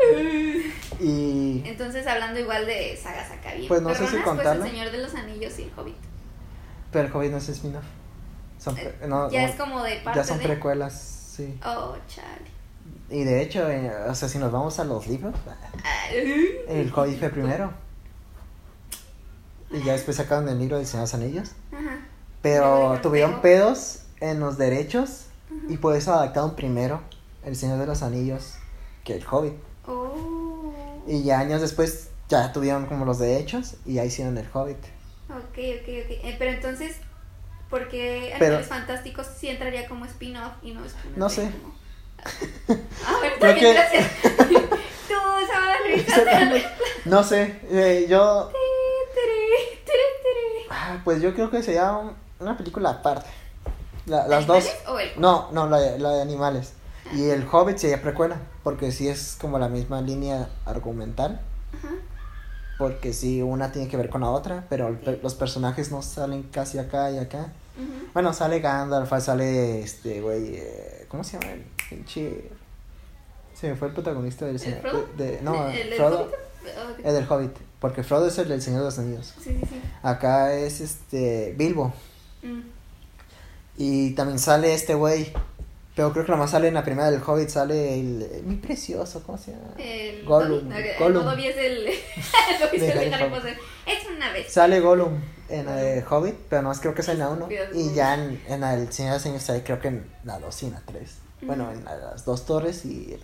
Speaker 1: Y.
Speaker 2: Entonces, hablando igual de sagas acá bien.
Speaker 1: Pues no sé si
Speaker 2: perronas,
Speaker 1: contarla.
Speaker 2: Pues el Señor de los Anillos y el Hobbit.
Speaker 1: Pero el Hobbit no es spin-off. Son pre- no,
Speaker 2: Eh, ya
Speaker 1: Ah, no,
Speaker 2: es como de parte
Speaker 1: ya son
Speaker 2: de.
Speaker 1: precuelas, sí.
Speaker 2: Oh, chale.
Speaker 1: Y de hecho, eh, o sea, si nos vamos a los libros, eh,
Speaker 2: Ay.
Speaker 1: el Hobbit fue primero. Y ya después sacaron el libro de Señor de los Anillos.
Speaker 2: Ajá. Luego
Speaker 1: Pero
Speaker 2: dijeron,
Speaker 1: tuvieron
Speaker 2: "Luego".
Speaker 1: pedos en los derechos
Speaker 2: Ujú.
Speaker 1: y por eso adaptaron primero el Señor de los Anillos que el Hobbit.
Speaker 2: Oh.
Speaker 1: Y ya años después ya tuvieron como los derechos y ya hicieron el Hobbit.
Speaker 2: Ok, ok, ok. Eh, pero entonces, ¿por qué
Speaker 1: Pero-
Speaker 2: Animales Fantásticos sí entraría como spin-off y no spin-off?
Speaker 1: No
Speaker 2: de
Speaker 1: sé.
Speaker 2: como- Ah, bueno, está
Speaker 1: Creo
Speaker 2: bien,
Speaker 1: que-
Speaker 2: gracias. Tú, Sábado Luis, hacer-
Speaker 1: no sé, eh, yo...
Speaker 2: Tere, tere, tere.
Speaker 1: ah, Pues yo creo que sería un- una película aparte. La- las dos...
Speaker 2: ¿Animales o el-
Speaker 1: No, no, la de, la de animales. Y el Hobbit sería precuela, porque sí es como la misma línea argumental,
Speaker 2: Ajá.
Speaker 1: porque sí una tiene que ver con la otra, pero el per- los personajes no salen casi acá y acá.
Speaker 2: Ujú.
Speaker 1: Bueno, sale Gandalf, sale este güey, eh, ¿cómo se llama? El pinche... Se me fue el protagonista del
Speaker 2: ¿El
Speaker 1: señor...
Speaker 2: Frodo?
Speaker 1: de- de- no,
Speaker 2: ¿El- el del
Speaker 1: Frodo.
Speaker 2: Hobbit? Ah, ok.
Speaker 1: El del Hobbit, porque Frodo es el del Señor de los Anillos.
Speaker 2: Sí, sí, sí.
Speaker 1: Acá es este Bilbo.
Speaker 2: Mm.
Speaker 1: Y también sale este güey. Pero creo que nomás sale en la primera del Hobbit, sale el... eh, Mi precioso, ¿cómo se llama?
Speaker 2: El
Speaker 1: Gollum,
Speaker 2: Dobby, ok,
Speaker 1: Gollum.
Speaker 2: El Dobby es el, el Dobby es
Speaker 1: De
Speaker 2: el de
Speaker 1: Harry
Speaker 2: Harry
Speaker 1: Potter.
Speaker 2: Potter. Es una vez.
Speaker 1: Sale Gollum en la de Hobbit, pero nomás creo que es en la 1.
Speaker 2: Cuidado.
Speaker 1: Y ya en, en la del Señor de los Anillos sale creo que en la 2 y en la 3. Bueno,
Speaker 2: Ujú.
Speaker 1: en la de las dos torres y el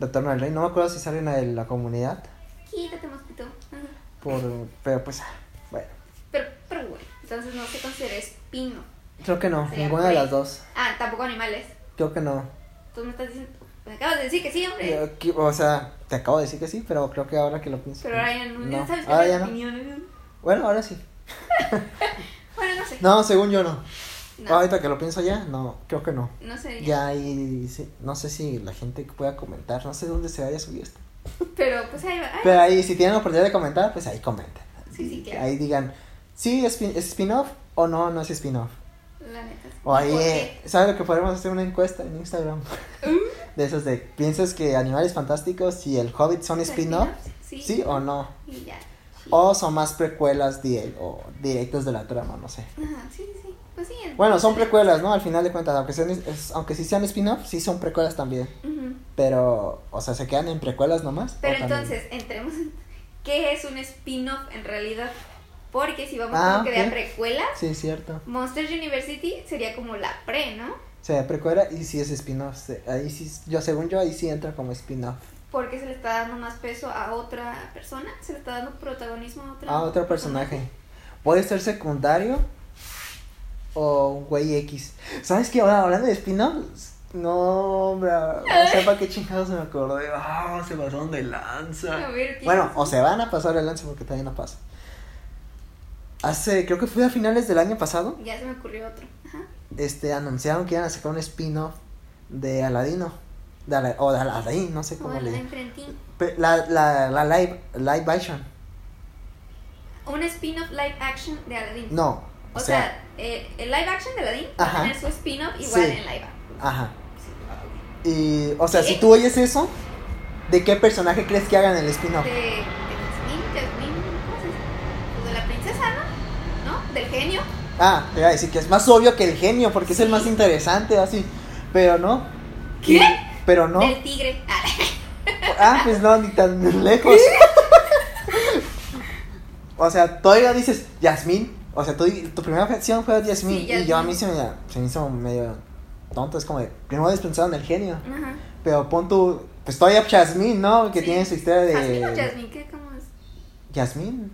Speaker 1: Retorno del Rey. No me acuerdo si sale en la de la comunidad.
Speaker 2: Quítate, mosquito. Ajá.
Speaker 1: Por... Pero pues, ah, bueno.
Speaker 2: Pero, pero bueno, entonces no se considera espino.
Speaker 1: Creo que no,
Speaker 2: Sería
Speaker 1: ninguna de
Speaker 2: Rey.
Speaker 1: las dos.
Speaker 2: Ah, tampoco animales.
Speaker 1: Creo que no.
Speaker 2: Tú me estás diciendo. Me acabas de decir que sí, hombre.
Speaker 1: Yo qui- O sea, te acabo de decir que sí, pero creo que ahora que lo pienso.
Speaker 2: Pero ahora ya no,
Speaker 1: no.
Speaker 2: sabes
Speaker 1: ahora
Speaker 2: que
Speaker 1: ya
Speaker 2: no.
Speaker 1: no.
Speaker 2: opinión.
Speaker 1: Bueno, ahora sí.
Speaker 2: Bueno, no sé.
Speaker 1: No, según yo no.
Speaker 2: No,
Speaker 1: Ahorita que lo pienso ya, no, creo que no.
Speaker 2: no sería.
Speaker 1: Ya ahí, sí, no sé si la gente pueda comentar, no sé dónde se vaya a subir esto.
Speaker 2: Pero pues ahí va. Ay,
Speaker 1: Pero ahí, si tienen la oportunidad de comentar, pues ahí comenten.
Speaker 2: Sí, sí, claro.
Speaker 1: Ahí digan, sí, es, spin- es spin-off o no, no es spin-off.
Speaker 2: La neta. sí.
Speaker 1: O ahí,
Speaker 2: ¿Por
Speaker 1: eh,
Speaker 2: qué? ¿Mm?
Speaker 1: ¿sabes lo que podemos hacer? Una encuesta en Instagram. de esas de piensas que Animales Fantásticos y El Hobbit son spin-off,
Speaker 2: Sí.
Speaker 1: sí o no,
Speaker 2: Y ya. Sí.
Speaker 1: o son más precuelas di- o directas de la trama, no sé.
Speaker 2: Ajá, sí, sí, sí. Pues sí. es-
Speaker 1: Bueno, son precuelas, ¿no? Al final de cuentas, aunque, sean, es- aunque sí sean spin-off, sí son precuelas también.
Speaker 2: Ujú.
Speaker 1: Pero, o sea, ¿se quedan en precuelas nomás?
Speaker 2: Pero
Speaker 1: ¿O también?
Speaker 2: entonces, entremos en qué es un spin-off en realidad. Porque si vamos
Speaker 1: Ah,
Speaker 2: como que de a
Speaker 1: ok.
Speaker 2: precuelas,
Speaker 1: Sí, es cierto.
Speaker 2: Monsters University sería como la pre, ¿no?
Speaker 1: Se precuela y sí es spin-off. se- Ahí sí, yo según yo, ahí sí entra como spin-off.
Speaker 2: Porque se le está dando más peso a otra persona, se le está dando protagonismo a otra
Speaker 1: A Ah, otro
Speaker 2: persona.
Speaker 1: personaje. Puede ser secundario o un güey X. ¿Sabes qué? Ahora, hablando de spin-offs, no, hombre, no sé para qué chingados me acordé. Ah, se pasaron de lanza.
Speaker 2: A ver, ¿qué
Speaker 1: Bueno,
Speaker 2: es?
Speaker 1: o se van a pasar de lanza porque todavía no pasa. Hace, creo que fue a finales del año pasado,
Speaker 2: Ya se me ocurrió otro. Ajá.
Speaker 1: este, anunciaron que iban a sacar un spin-off de Aladino. De Ala- o de Aladdin, no sé
Speaker 2: Como
Speaker 1: cómo
Speaker 2: el
Speaker 1: le...
Speaker 2: enfrentín.
Speaker 1: Pe- La, la, la live, live action.
Speaker 2: Un spin-off live action de Aladdin.
Speaker 1: No,
Speaker 2: O, sea, eh, el live action de Aladdin va
Speaker 1: Ajá.
Speaker 2: a tener su spin-off igual
Speaker 1: Sí.
Speaker 2: en live action.
Speaker 1: ajá.
Speaker 2: Sí.
Speaker 1: Y, o sea,
Speaker 2: ¿Qué?
Speaker 1: si tú oyes eso, ¿de qué personaje crees que hagan el spin-off?
Speaker 2: De, de Jasmine, de Jasmine, ¿cómo se dice? Pues de la princesa, ¿no? ¿No? Del genio.
Speaker 1: Ah, te iba a decir que es más obvio que el genio, porque es el más interesante, así. Pero no.
Speaker 2: ¿Qué?
Speaker 1: Pero no.
Speaker 2: Del tigre. Ah,
Speaker 1: Ah, pues no, ni tan lejos. o sea, todavía dices, Yasmín. O sea, tú- tu primera reacción fue Yasmín.
Speaker 2: Sí,
Speaker 1: y yo a mí
Speaker 2: Yasmín.
Speaker 1: se me, se me hizo medio tonto. Es como de, primero despensaron en el genio.
Speaker 2: Ajá.
Speaker 1: Pero pon tu. Pues todavía Yasmín, ¿no? Que
Speaker 2: Sí.
Speaker 1: tiene su historia
Speaker 2: Jasmine o
Speaker 1: de.
Speaker 2: Jasmine, ¿qué? ¿Cómo es?
Speaker 1: Yasmín.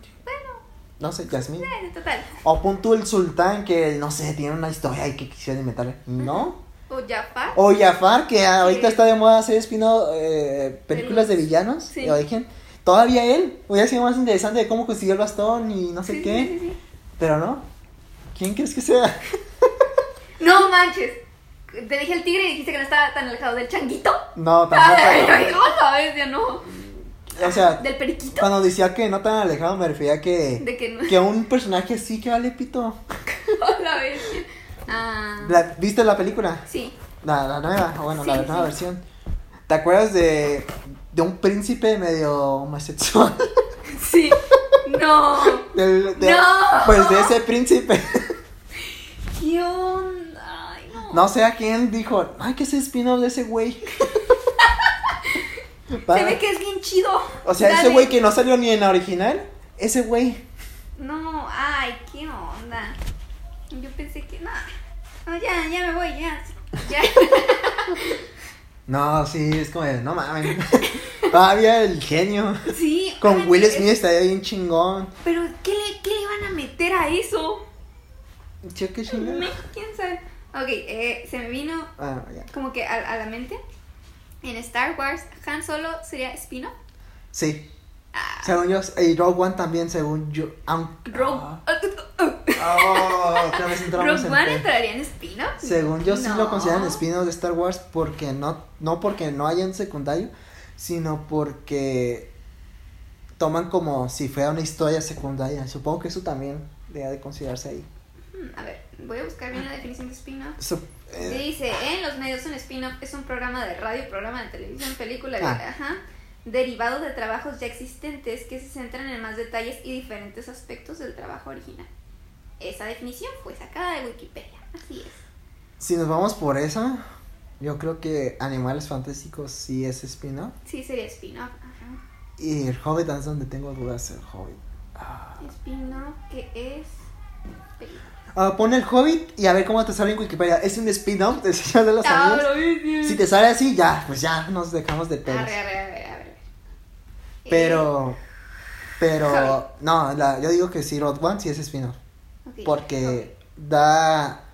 Speaker 1: No sé, Yasmín.
Speaker 2: Eh, total.
Speaker 1: O pon tú el sultán que, no sé, tiene una historia y que quisiera inventarle. No.
Speaker 2: O Jafar.
Speaker 1: O Jafar, que ahorita
Speaker 2: Sí.
Speaker 1: está de moda hacer espino eh, películas de villanos
Speaker 2: Sí.
Speaker 1: de origen. Todavía él hubiera sido más interesante de cómo consiguió el bastón y no sé
Speaker 2: Sí, sí,
Speaker 1: qué.
Speaker 2: sí, sí.
Speaker 1: Pero no. ¿Quién crees que sea?
Speaker 2: No manches. Te dije el tigre y dijiste que no estaba tan alejado del changuito.
Speaker 1: No,
Speaker 2: Ay,
Speaker 1: tampoco.
Speaker 2: no, sabes, ya no.
Speaker 1: o sea,
Speaker 2: Del periquito.
Speaker 1: cuando decía que no tan alejado, me refería que.
Speaker 2: De que no.
Speaker 1: Que un personaje así que vale pito.
Speaker 2: la bestia. Ah.
Speaker 1: La- ¿Viste la película?
Speaker 2: Sí.
Speaker 1: La, la nueva, o bueno, la
Speaker 2: Sí,
Speaker 1: nueva
Speaker 2: sí.
Speaker 1: versión. ¿Te acuerdas de, de un príncipe medio homosexual?
Speaker 2: Sí. No.
Speaker 1: Del- de-
Speaker 2: ¡No!
Speaker 1: Pues de ese príncipe.
Speaker 2: ¿Qué onda? Ay, no.
Speaker 1: No sé a quién dijo, ay, que ese spin-off de ese güey. Va.
Speaker 2: Se ve que es bien chido.
Speaker 1: O sea, ese
Speaker 2: Dale.
Speaker 1: güey que no salió ni en la original, ese güey.
Speaker 2: No, ay, qué onda. Yo pensé que. No. No, ya, ya me voy, ya. Ya.
Speaker 1: No, sí, es como, de, no mames. Todavía el genio.
Speaker 2: Sí.
Speaker 1: Con
Speaker 2: obviamente,
Speaker 1: Will
Speaker 2: es-
Speaker 1: Smith estaría bien chingón.
Speaker 2: Pero, ¿qué le, ¿qué le iban a meter a eso?
Speaker 1: Che, qué chingón.
Speaker 2: Me- ¿Quién sabe? Ok, eh, se me vino
Speaker 1: Ah, ya.
Speaker 2: como que a, a la mente. En Star Wars, Han Solo sería Spino.
Speaker 1: Sí. Según yo, y Rogue One también, según yo. Aunque,
Speaker 2: Rogue.
Speaker 1: Oh, otra vez entramos
Speaker 2: Rogue
Speaker 1: en
Speaker 2: One
Speaker 1: pe-
Speaker 2: entraría en spin
Speaker 1: Según yo sí lo consideran spin-off de Star Wars porque no no porque no haya un secundario, sino porque toman como si fuera una historia secundaria. Supongo que eso también debe de considerarse ahí.
Speaker 2: A ver, voy a buscar bien la definición de spin-off.
Speaker 1: Sup- eh,
Speaker 2: Dice, en los medios un spin-off es un programa de radio, programa de televisión, película,
Speaker 1: Ah.
Speaker 2: ajá, derivado de trabajos ya existentes que se centran en más detalles y diferentes aspectos del trabajo original. Esa definición fue sacada de Wikipedia, así es.
Speaker 1: si nos vamos por esa, yo creo que Animales Fantásticos sí es spin-off
Speaker 2: Sí, sería spin-off. Ajá.
Speaker 1: y el Hobbit es donde tengo dudas el Hobbit.
Speaker 2: Spin-off que es... película.
Speaker 1: Ah, pon el Hobbit y a ver cómo te sale en Wikipedia. Es un spin-off del Señor
Speaker 2: Ah,
Speaker 1: de los Anillos. Si te sale así, ya, pues ya nos dejamos de pelos.
Speaker 2: Arre, arre, arre, arre.
Speaker 1: Pero,
Speaker 2: Eh, Hobbit.
Speaker 1: pero, no, la- yo digo que sí, Rod One sí es spin-off.
Speaker 2: Eh, ok,
Speaker 1: Porque da,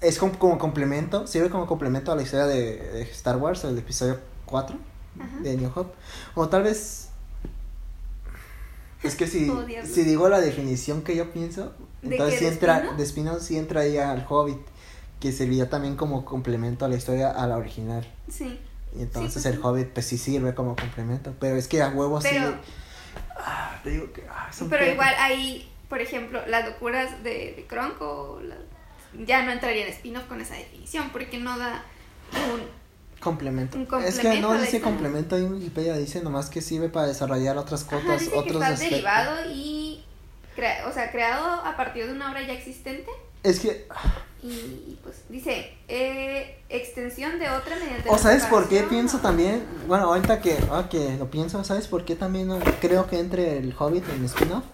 Speaker 1: es com- como, complemento, sirve como complemento a la historia de, de Star Wars, el episodio 4
Speaker 2: ok. Ajá.
Speaker 1: de New Hope. O tal vez, es que si,
Speaker 2: Odiarlo.
Speaker 1: si digo la definición que yo pienso,
Speaker 2: ¿De
Speaker 1: entonces
Speaker 2: qué,
Speaker 1: sí
Speaker 2: de
Speaker 1: entra,
Speaker 2: spin-off?
Speaker 1: de spin-off sí entraría al Hobbit, que servía también como complemento a la historia, a la original.
Speaker 2: Sí.
Speaker 1: Y entonces
Speaker 2: pues sí.
Speaker 1: el Hobbit pues sí sirve como complemento, pero es que a huevos sí.
Speaker 2: Pero-
Speaker 1: Ah, te digo que ah, es un
Speaker 2: Pero
Speaker 1: pedo.
Speaker 2: igual ahí, por ejemplo, las locuras de, de Kronk o la- ya no entraría en spin-off con esa definición, porque no da un
Speaker 1: Complemento.
Speaker 2: Un
Speaker 1: Es
Speaker 2: complemento
Speaker 1: que no
Speaker 2: de
Speaker 1: dice
Speaker 2: esta-
Speaker 1: complemento en Wikipedia, dice nomás que sirve para desarrollar otras
Speaker 2: Ajá,
Speaker 1: cosas,
Speaker 2: dice que
Speaker 1: otros
Speaker 2: está
Speaker 1: aspectos.
Speaker 2: derivado y. crea- o sea, creado a partir de una obra ya existente.
Speaker 1: Es que,
Speaker 2: Y, y, pues dice, eh, extensión de otra mediante.
Speaker 1: o
Speaker 2: la
Speaker 1: sabes por qué
Speaker 2: separación,
Speaker 1: pienso
Speaker 2: ¿no?
Speaker 1: también, bueno, ahorita que, ahora que lo pienso, ¿sabes por qué también no creo que entre el Hobbit en spin-off?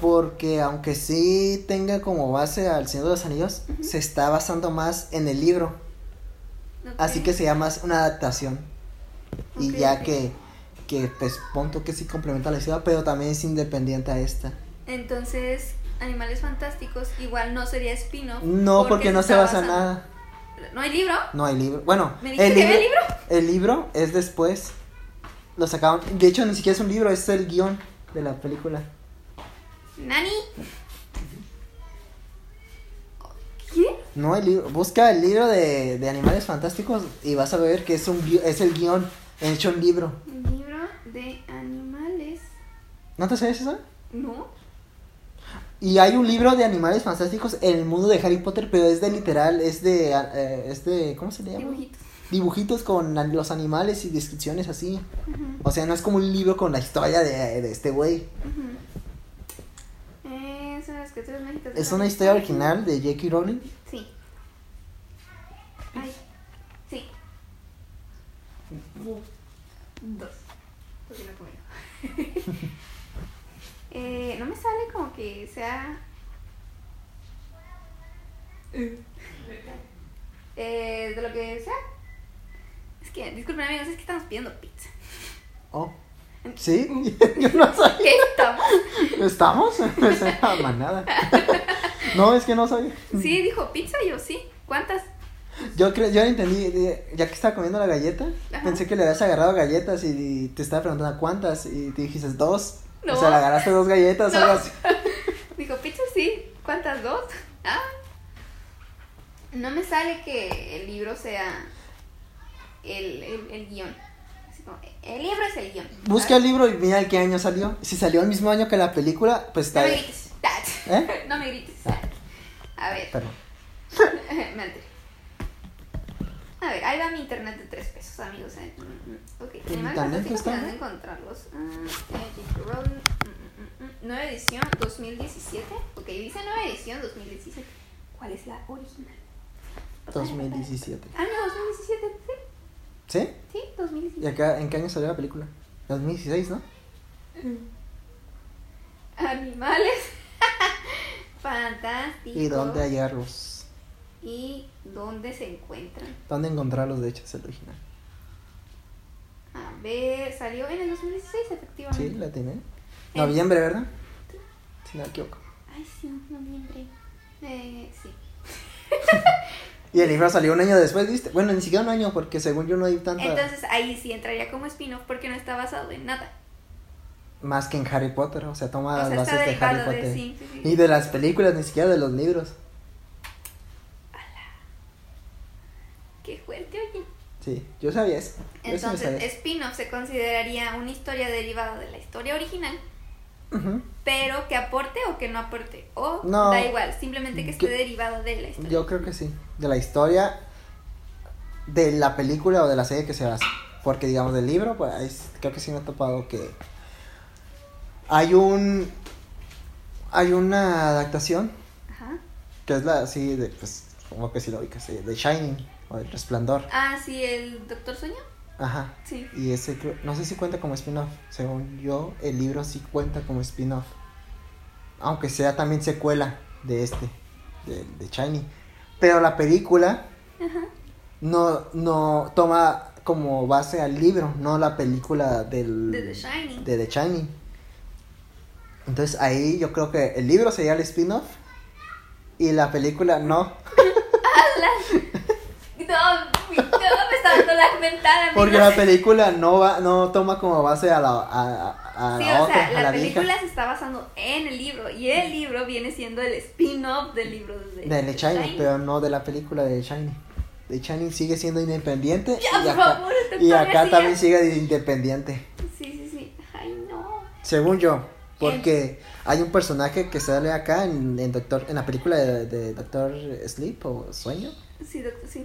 Speaker 1: Porque aunque sí tenga como base al Señor de los Anillos, se está basando más en el libro,
Speaker 2: Ok.
Speaker 1: así que sería más una adaptación. Y
Speaker 2: Ok,
Speaker 1: ya
Speaker 2: ok.
Speaker 1: que, que pues punto que sí complementa la ciudad, pero también es independiente a esta.
Speaker 2: Entonces, Animales Fantásticos igual no sería spin-off.
Speaker 1: No, porque, no se
Speaker 2: está
Speaker 1: basa en
Speaker 2: basando-
Speaker 1: nada.
Speaker 2: ¿No hay libro?
Speaker 1: No hay libro. Bueno,
Speaker 2: ¿Me dijiste que había libro?
Speaker 1: el libro es después. Lo sacaron. De hecho, ni siquiera es un libro, es el guión de la película.
Speaker 2: ¿Nani? ¿Qué?
Speaker 1: No hay libro. Busca el libro de, de Animales Fantásticos y vas a ver que es, un, gui- es el guión hecho un libro.
Speaker 2: Un libro de animales.
Speaker 1: ¿No te sabes eso?
Speaker 2: ¿No?
Speaker 1: Y hay un libro de Animales Fantásticos en el mundo de Harry Potter, pero es de literal, es de. eh, es de ¿Cómo se le llama?
Speaker 2: Dibujitos.
Speaker 1: Dibujitos con an- los animales y descripciones así. O sea, no es como un libro con la historia de, de este güey.
Speaker 2: Ujú. Eh, son las criaturas mágicas de
Speaker 1: Es
Speaker 2: la
Speaker 1: una
Speaker 2: Navidad.
Speaker 1: historia original de J.K. Rowling.
Speaker 2: Sí. Ay. Sí. Dos. Porque no he comido. Eh, no me sale como que sea. Eh, de lo que sea. Es que, disculpen amigos, es que estamos pidiendo pizza.
Speaker 1: Oh. ¿Sí? Yo no sabía.
Speaker 2: ¿Qué estamos?
Speaker 1: ¿Estamos? No es una manada. No, es que no sabía.
Speaker 2: Sí, dijo pizza, yo sí. ¿Cuántas?
Speaker 1: Yo creo, yo entendí, de- ya que estaba comiendo la galleta,
Speaker 2: Ajá.
Speaker 1: pensé que le habías agarrado galletas y te estaba preguntando cuántas y te dijiste dos.
Speaker 2: No.
Speaker 1: O sea, le agarraste dos galletas
Speaker 2: No.
Speaker 1: algo así.
Speaker 2: Dijo, pizza sí, ¿cuántas? ¿Dos? Ah. No me sale que el libro sea el, el, el guión. Así como, el libro es el guión.
Speaker 1: Busca el libro y mira el qué año salió. Si salió el mismo año que la película, pues está
Speaker 2: No me
Speaker 1: bien.
Speaker 2: grites.
Speaker 1: ¿Eh?
Speaker 2: No me grites.
Speaker 1: Ah.
Speaker 2: A ver,
Speaker 1: Perdón.
Speaker 2: me alteré. A ver, ahí va mi internet de tres pesos, amigos. eh. Mm, mm, Ok,
Speaker 1: ¿El
Speaker 2: Animales
Speaker 1: internet
Speaker 2: Fantásticos,
Speaker 1: está eh?
Speaker 2: ¿dónde
Speaker 1: bien?
Speaker 2: encontrarlos? Ah, Magic Roll, mm, mm, mm, mm. Nueva edición 2017. Ok, dice nueva edición 2017. ¿Cuál es la original? Ah,
Speaker 1: 2017.
Speaker 2: Año 2017, sí,
Speaker 1: ¿Sí?
Speaker 2: sí,
Speaker 1: ¿Y
Speaker 2: 2017.
Speaker 1: acá en qué año salió la película? 2016, ¿no?
Speaker 2: Mm. Animales. Fantástico.
Speaker 1: ¿Y dónde hallarlos?
Speaker 2: ¿Y dónde se encuentran?
Speaker 1: ¿Dónde encontrarlos? De hecho, es el original.
Speaker 2: A ver, salió en el 2016,
Speaker 1: Sí,
Speaker 2: efectivamente.
Speaker 1: la tiene.
Speaker 2: En-
Speaker 1: Noviembre, ¿verdad? Si no me equivoco.
Speaker 2: Ay, sí, noviembre. Eh, sí.
Speaker 1: Y el libro salió un año después, ¿viste? Bueno, ni siquiera un año, porque según yo no hay tanta.
Speaker 2: Entonces ahí sí entraría como spin-off porque no está basado en nada.
Speaker 1: Más que en Harry Potter, o sea, toma
Speaker 2: O sea,
Speaker 1: las
Speaker 2: está
Speaker 1: bases de este Harry
Speaker 2: derivado de,
Speaker 1: Potter.
Speaker 2: sí, sí, sí.
Speaker 1: Y de las películas, ni siquiera de los libros.
Speaker 2: Qué fuerte, oye.
Speaker 1: Sí, yo sabía eso. Yo sí me
Speaker 2: Entonces,
Speaker 1: sabía.
Speaker 2: spin-off se consideraría una historia derivada de la historia original,
Speaker 1: Ujú.
Speaker 2: pero que aporte o que no aporte. O
Speaker 1: No.
Speaker 2: da igual, simplemente que esté
Speaker 1: Que-
Speaker 2: derivado de la historia.
Speaker 1: Yo creo que sí. De la historia, de la película o de la serie que se basa. Porque, digamos, del libro, pues ahí s- creo que sí me he topado que. Hay un. Hay una adaptación
Speaker 2: Ajá.
Speaker 1: Que es la, sí, de, pues, como que sí lo ubicas, sí, de Shining, o del Resplandor.
Speaker 2: Ah, sí, el Doctor Sueño.
Speaker 1: Ajá.
Speaker 2: Sí.
Speaker 1: Y ese, creo- no sé si cuenta como spin-off. Según yo, el libro sí cuenta como spin-off. Aunque sea también secuela de este, de, de Shining. Pero la película no, no toma como base al libro, no la película del,
Speaker 2: De The Shining.
Speaker 1: de The Shining. Entonces ahí yo creo que el libro sería el spin-off y la película no.
Speaker 2: No, uy, no, me está dando la mentada.
Speaker 1: Porque
Speaker 2: amigo.
Speaker 1: la película no va, no toma como base a la, a, a- a
Speaker 2: Sí,
Speaker 1: la
Speaker 2: o
Speaker 1: otra,
Speaker 2: sea,
Speaker 1: a
Speaker 2: la,
Speaker 1: la vieja.
Speaker 2: película se está basando en el libro y el libro viene siendo el spin-off del libro de,
Speaker 1: De The
Speaker 2: de
Speaker 1: Shining,
Speaker 2: Shining.
Speaker 1: pero no de la película de The Shining. The Shining sigue siendo independiente
Speaker 2: Ya,
Speaker 1: y
Speaker 2: por
Speaker 1: acá,
Speaker 2: favor, este
Speaker 1: y
Speaker 2: pobre
Speaker 1: acá
Speaker 2: sí
Speaker 1: también
Speaker 2: ya.
Speaker 1: sigue de independiente.
Speaker 2: Sí, sí, sí. Ay, no.
Speaker 1: Según yo, porque hay un personaje que sale acá en, en Doctor, en la película de, de Doctor Sleep o Sueño.
Speaker 2: Sí, doctor, sí.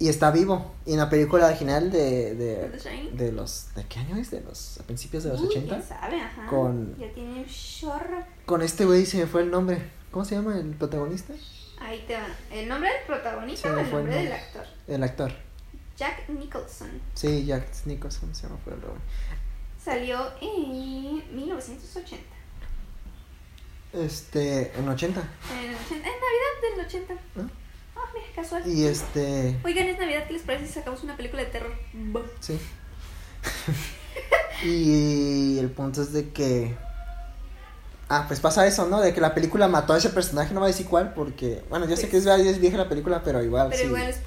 Speaker 1: y está vivo. Y en la película original de,
Speaker 2: ¿De The
Speaker 1: de,
Speaker 2: Shining?
Speaker 1: de los... ¿De qué año es? De los... A principios de los
Speaker 2: Uy,
Speaker 1: 80.
Speaker 2: ya sabe, ajá.
Speaker 1: Con-
Speaker 2: Ya tiene un chorro.
Speaker 1: Con este güey se me fue el nombre. ¿Cómo se llama el protagonista?
Speaker 2: Ahí te va. ¿El nombre del protagonista
Speaker 1: Se
Speaker 2: o
Speaker 1: me
Speaker 2: el
Speaker 1: fue el
Speaker 2: nombre del
Speaker 1: nombre.
Speaker 2: actor?
Speaker 1: El actor.
Speaker 2: Jack Nicholson.
Speaker 1: Sí, Jack Nicholson se me fue el nombre.
Speaker 2: Salió en 1980.
Speaker 1: Este, en 80.
Speaker 2: En, el 80 en Navidad del 80.
Speaker 1: ¿no?
Speaker 2: Ah, mira, casual.
Speaker 1: Y este,
Speaker 2: Oigan, es Navidad, ¿qué les parece si sacamos una película de terror? Bah.
Speaker 1: sí. y el punto es de que Ah, pues pasa eso, ¿no? De que la película mató a ese personaje, no voy a decir cuál, porque, bueno, yo sé que es, es vieja la película, pero igual.
Speaker 2: Pues. Pero
Speaker 1: sí.
Speaker 2: igual es...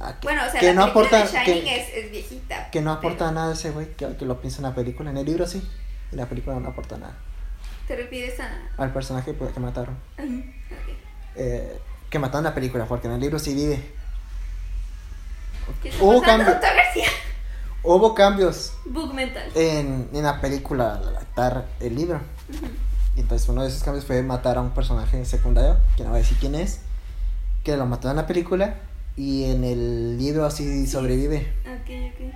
Speaker 1: Ah, que,
Speaker 2: Bueno, o sea,
Speaker 1: que
Speaker 2: la
Speaker 1: no
Speaker 2: película
Speaker 1: aporta,
Speaker 2: de Shining
Speaker 1: que,
Speaker 2: es, es viejita.
Speaker 1: que no aporta
Speaker 2: pero-
Speaker 1: nada ese güey, que, que lo piensa en la película, en el libro sí, en la película no aporta nada.
Speaker 2: ¿Te refieres a...?
Speaker 1: Al personaje pues, que mataron,
Speaker 2: Ok.
Speaker 1: eh, que mataron en la película, porque en el libro sí vive.
Speaker 2: ¿Qué está
Speaker 1: Hubo
Speaker 2: pasando,
Speaker 1: Oh, cambio.
Speaker 2: doctor García?
Speaker 1: Hubo cambios
Speaker 2: Bug
Speaker 1: Eh.
Speaker 2: mental.
Speaker 1: en, en la película al adaptar el libro. Y entonces uno de esos cambios fue matar a un personaje secundario, que no voy a decir quién es, que lo mató en la película y en el libro así sobrevive.
Speaker 2: Ok, ok.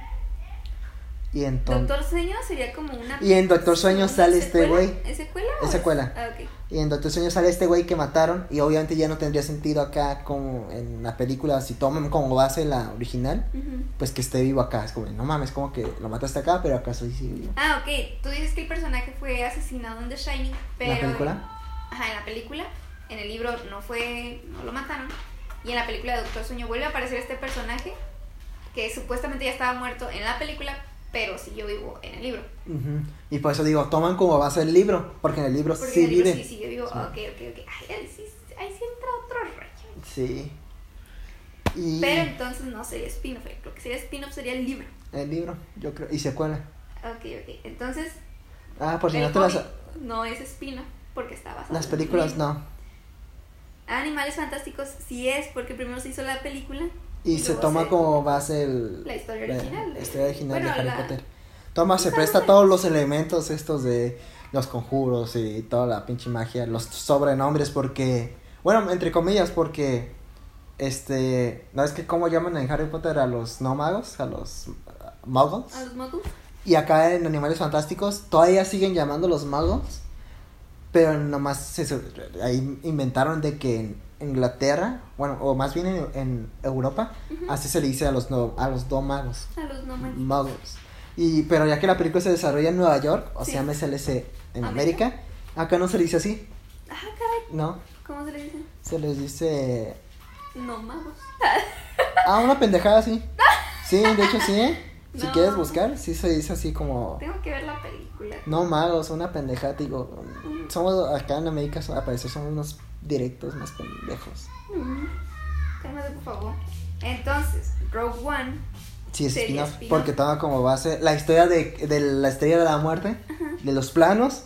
Speaker 1: Y entonces...
Speaker 2: Doctor Sueño sería como una.
Speaker 1: Y en Doctor Sueño sale este
Speaker 2: ¿Secuela?
Speaker 1: güey.
Speaker 2: ¿Es secuela? o
Speaker 1: Es secuela.
Speaker 2: Ah, ok.
Speaker 1: Y en Doctor Sueño sale este güey que mataron y obviamente ya no tendría sentido acá como en la película, si toman como base la original,
Speaker 2: Ujú.
Speaker 1: pues que esté vivo acá. Es como, no mames, como que lo mataste acá, pero acá soy sí vivo.
Speaker 2: Ah, ok. Tú dices que el personaje fue asesinado en The Shining,
Speaker 1: ¿En
Speaker 2: pero.
Speaker 1: la película?
Speaker 2: Ajá, en la película. En el libro no fue. No lo mataron. Y en la película de Doctor Sueño vuelve a aparecer este personaje que supuestamente ya estaba muerto en la película, pero siguió vivo en el libro.
Speaker 1: Ujú. Y por eso digo, toman como base el libro, porque en el libro
Speaker 2: Porque
Speaker 1: sí
Speaker 2: en el libro
Speaker 1: vive.
Speaker 2: sí siguió vivo.
Speaker 1: Sí.
Speaker 2: Ah, Ok, ok, ok. Ay, ahí sí, ahí sí entra otro rollo.
Speaker 1: Sí. Y
Speaker 2: Pero entonces no sería spin-off. eh. Lo que sería spin-off sería el libro.
Speaker 1: el libro, yo creo. Y secuela.
Speaker 2: Ok, ok. Entonces,
Speaker 1: Ah, por si
Speaker 2: El
Speaker 1: no te las,
Speaker 2: hobby no es espino porque está basado
Speaker 1: las
Speaker 2: en
Speaker 1: películas,
Speaker 2: un libro.
Speaker 1: no.
Speaker 2: Animales Fantásticos sí es, porque primero se hizo la película.
Speaker 1: Y se
Speaker 2: luego
Speaker 1: toma como base el,
Speaker 2: La historia original
Speaker 1: La
Speaker 2: de-
Speaker 1: historia original
Speaker 2: bueno,
Speaker 1: de Harry
Speaker 2: la-
Speaker 1: Potter. Toma, se
Speaker 2: Esa
Speaker 1: presta
Speaker 2: no-
Speaker 1: todos los elementos estos de los conjuros y toda la pinche magia, los sobrenombres, porque. Bueno, entre comillas, porque. Este. ¿No es que cómo llaman en Harry Potter a los no magos? A los. uh, Muggles.
Speaker 2: A los motus.
Speaker 1: Y acá en Animales Fantásticos todavía siguen llamando los magos. Pero nomás se, se- ahí inventaron de que en Inglaterra, bueno, o más bien en, en Europa,
Speaker 2: Ujú.
Speaker 1: así Mm. se le dice a los no, a los dos magos.
Speaker 2: A los no manches.
Speaker 1: Magos. Y, pero ya que la película se desarrolla en Nueva York, o
Speaker 2: Sí.
Speaker 1: sea, me SLC en
Speaker 2: América.
Speaker 1: América, acá no se le dice así,
Speaker 2: Ah, caray.
Speaker 1: ¿no?
Speaker 2: ¿Cómo se le dice?
Speaker 1: Se les dice.
Speaker 2: No magos.
Speaker 1: Ah, una pendejada así. Sí, de hecho sí, ¿eh? Si
Speaker 2: No.
Speaker 1: quieres buscar, sí se dice así como.
Speaker 2: Tengo que ver la película.
Speaker 1: No magos, una pendejada, digo. Somos acá en América, so- al parecer somos unos directos más pendejos.
Speaker 2: Mm. Cálmate, por favor. Entonces, Rogue One.
Speaker 1: Sí, es
Speaker 2: Sería
Speaker 1: spin-off,
Speaker 2: spin-off.
Speaker 1: porque toma como base la historia de, de la estrella de la muerte, de los planos,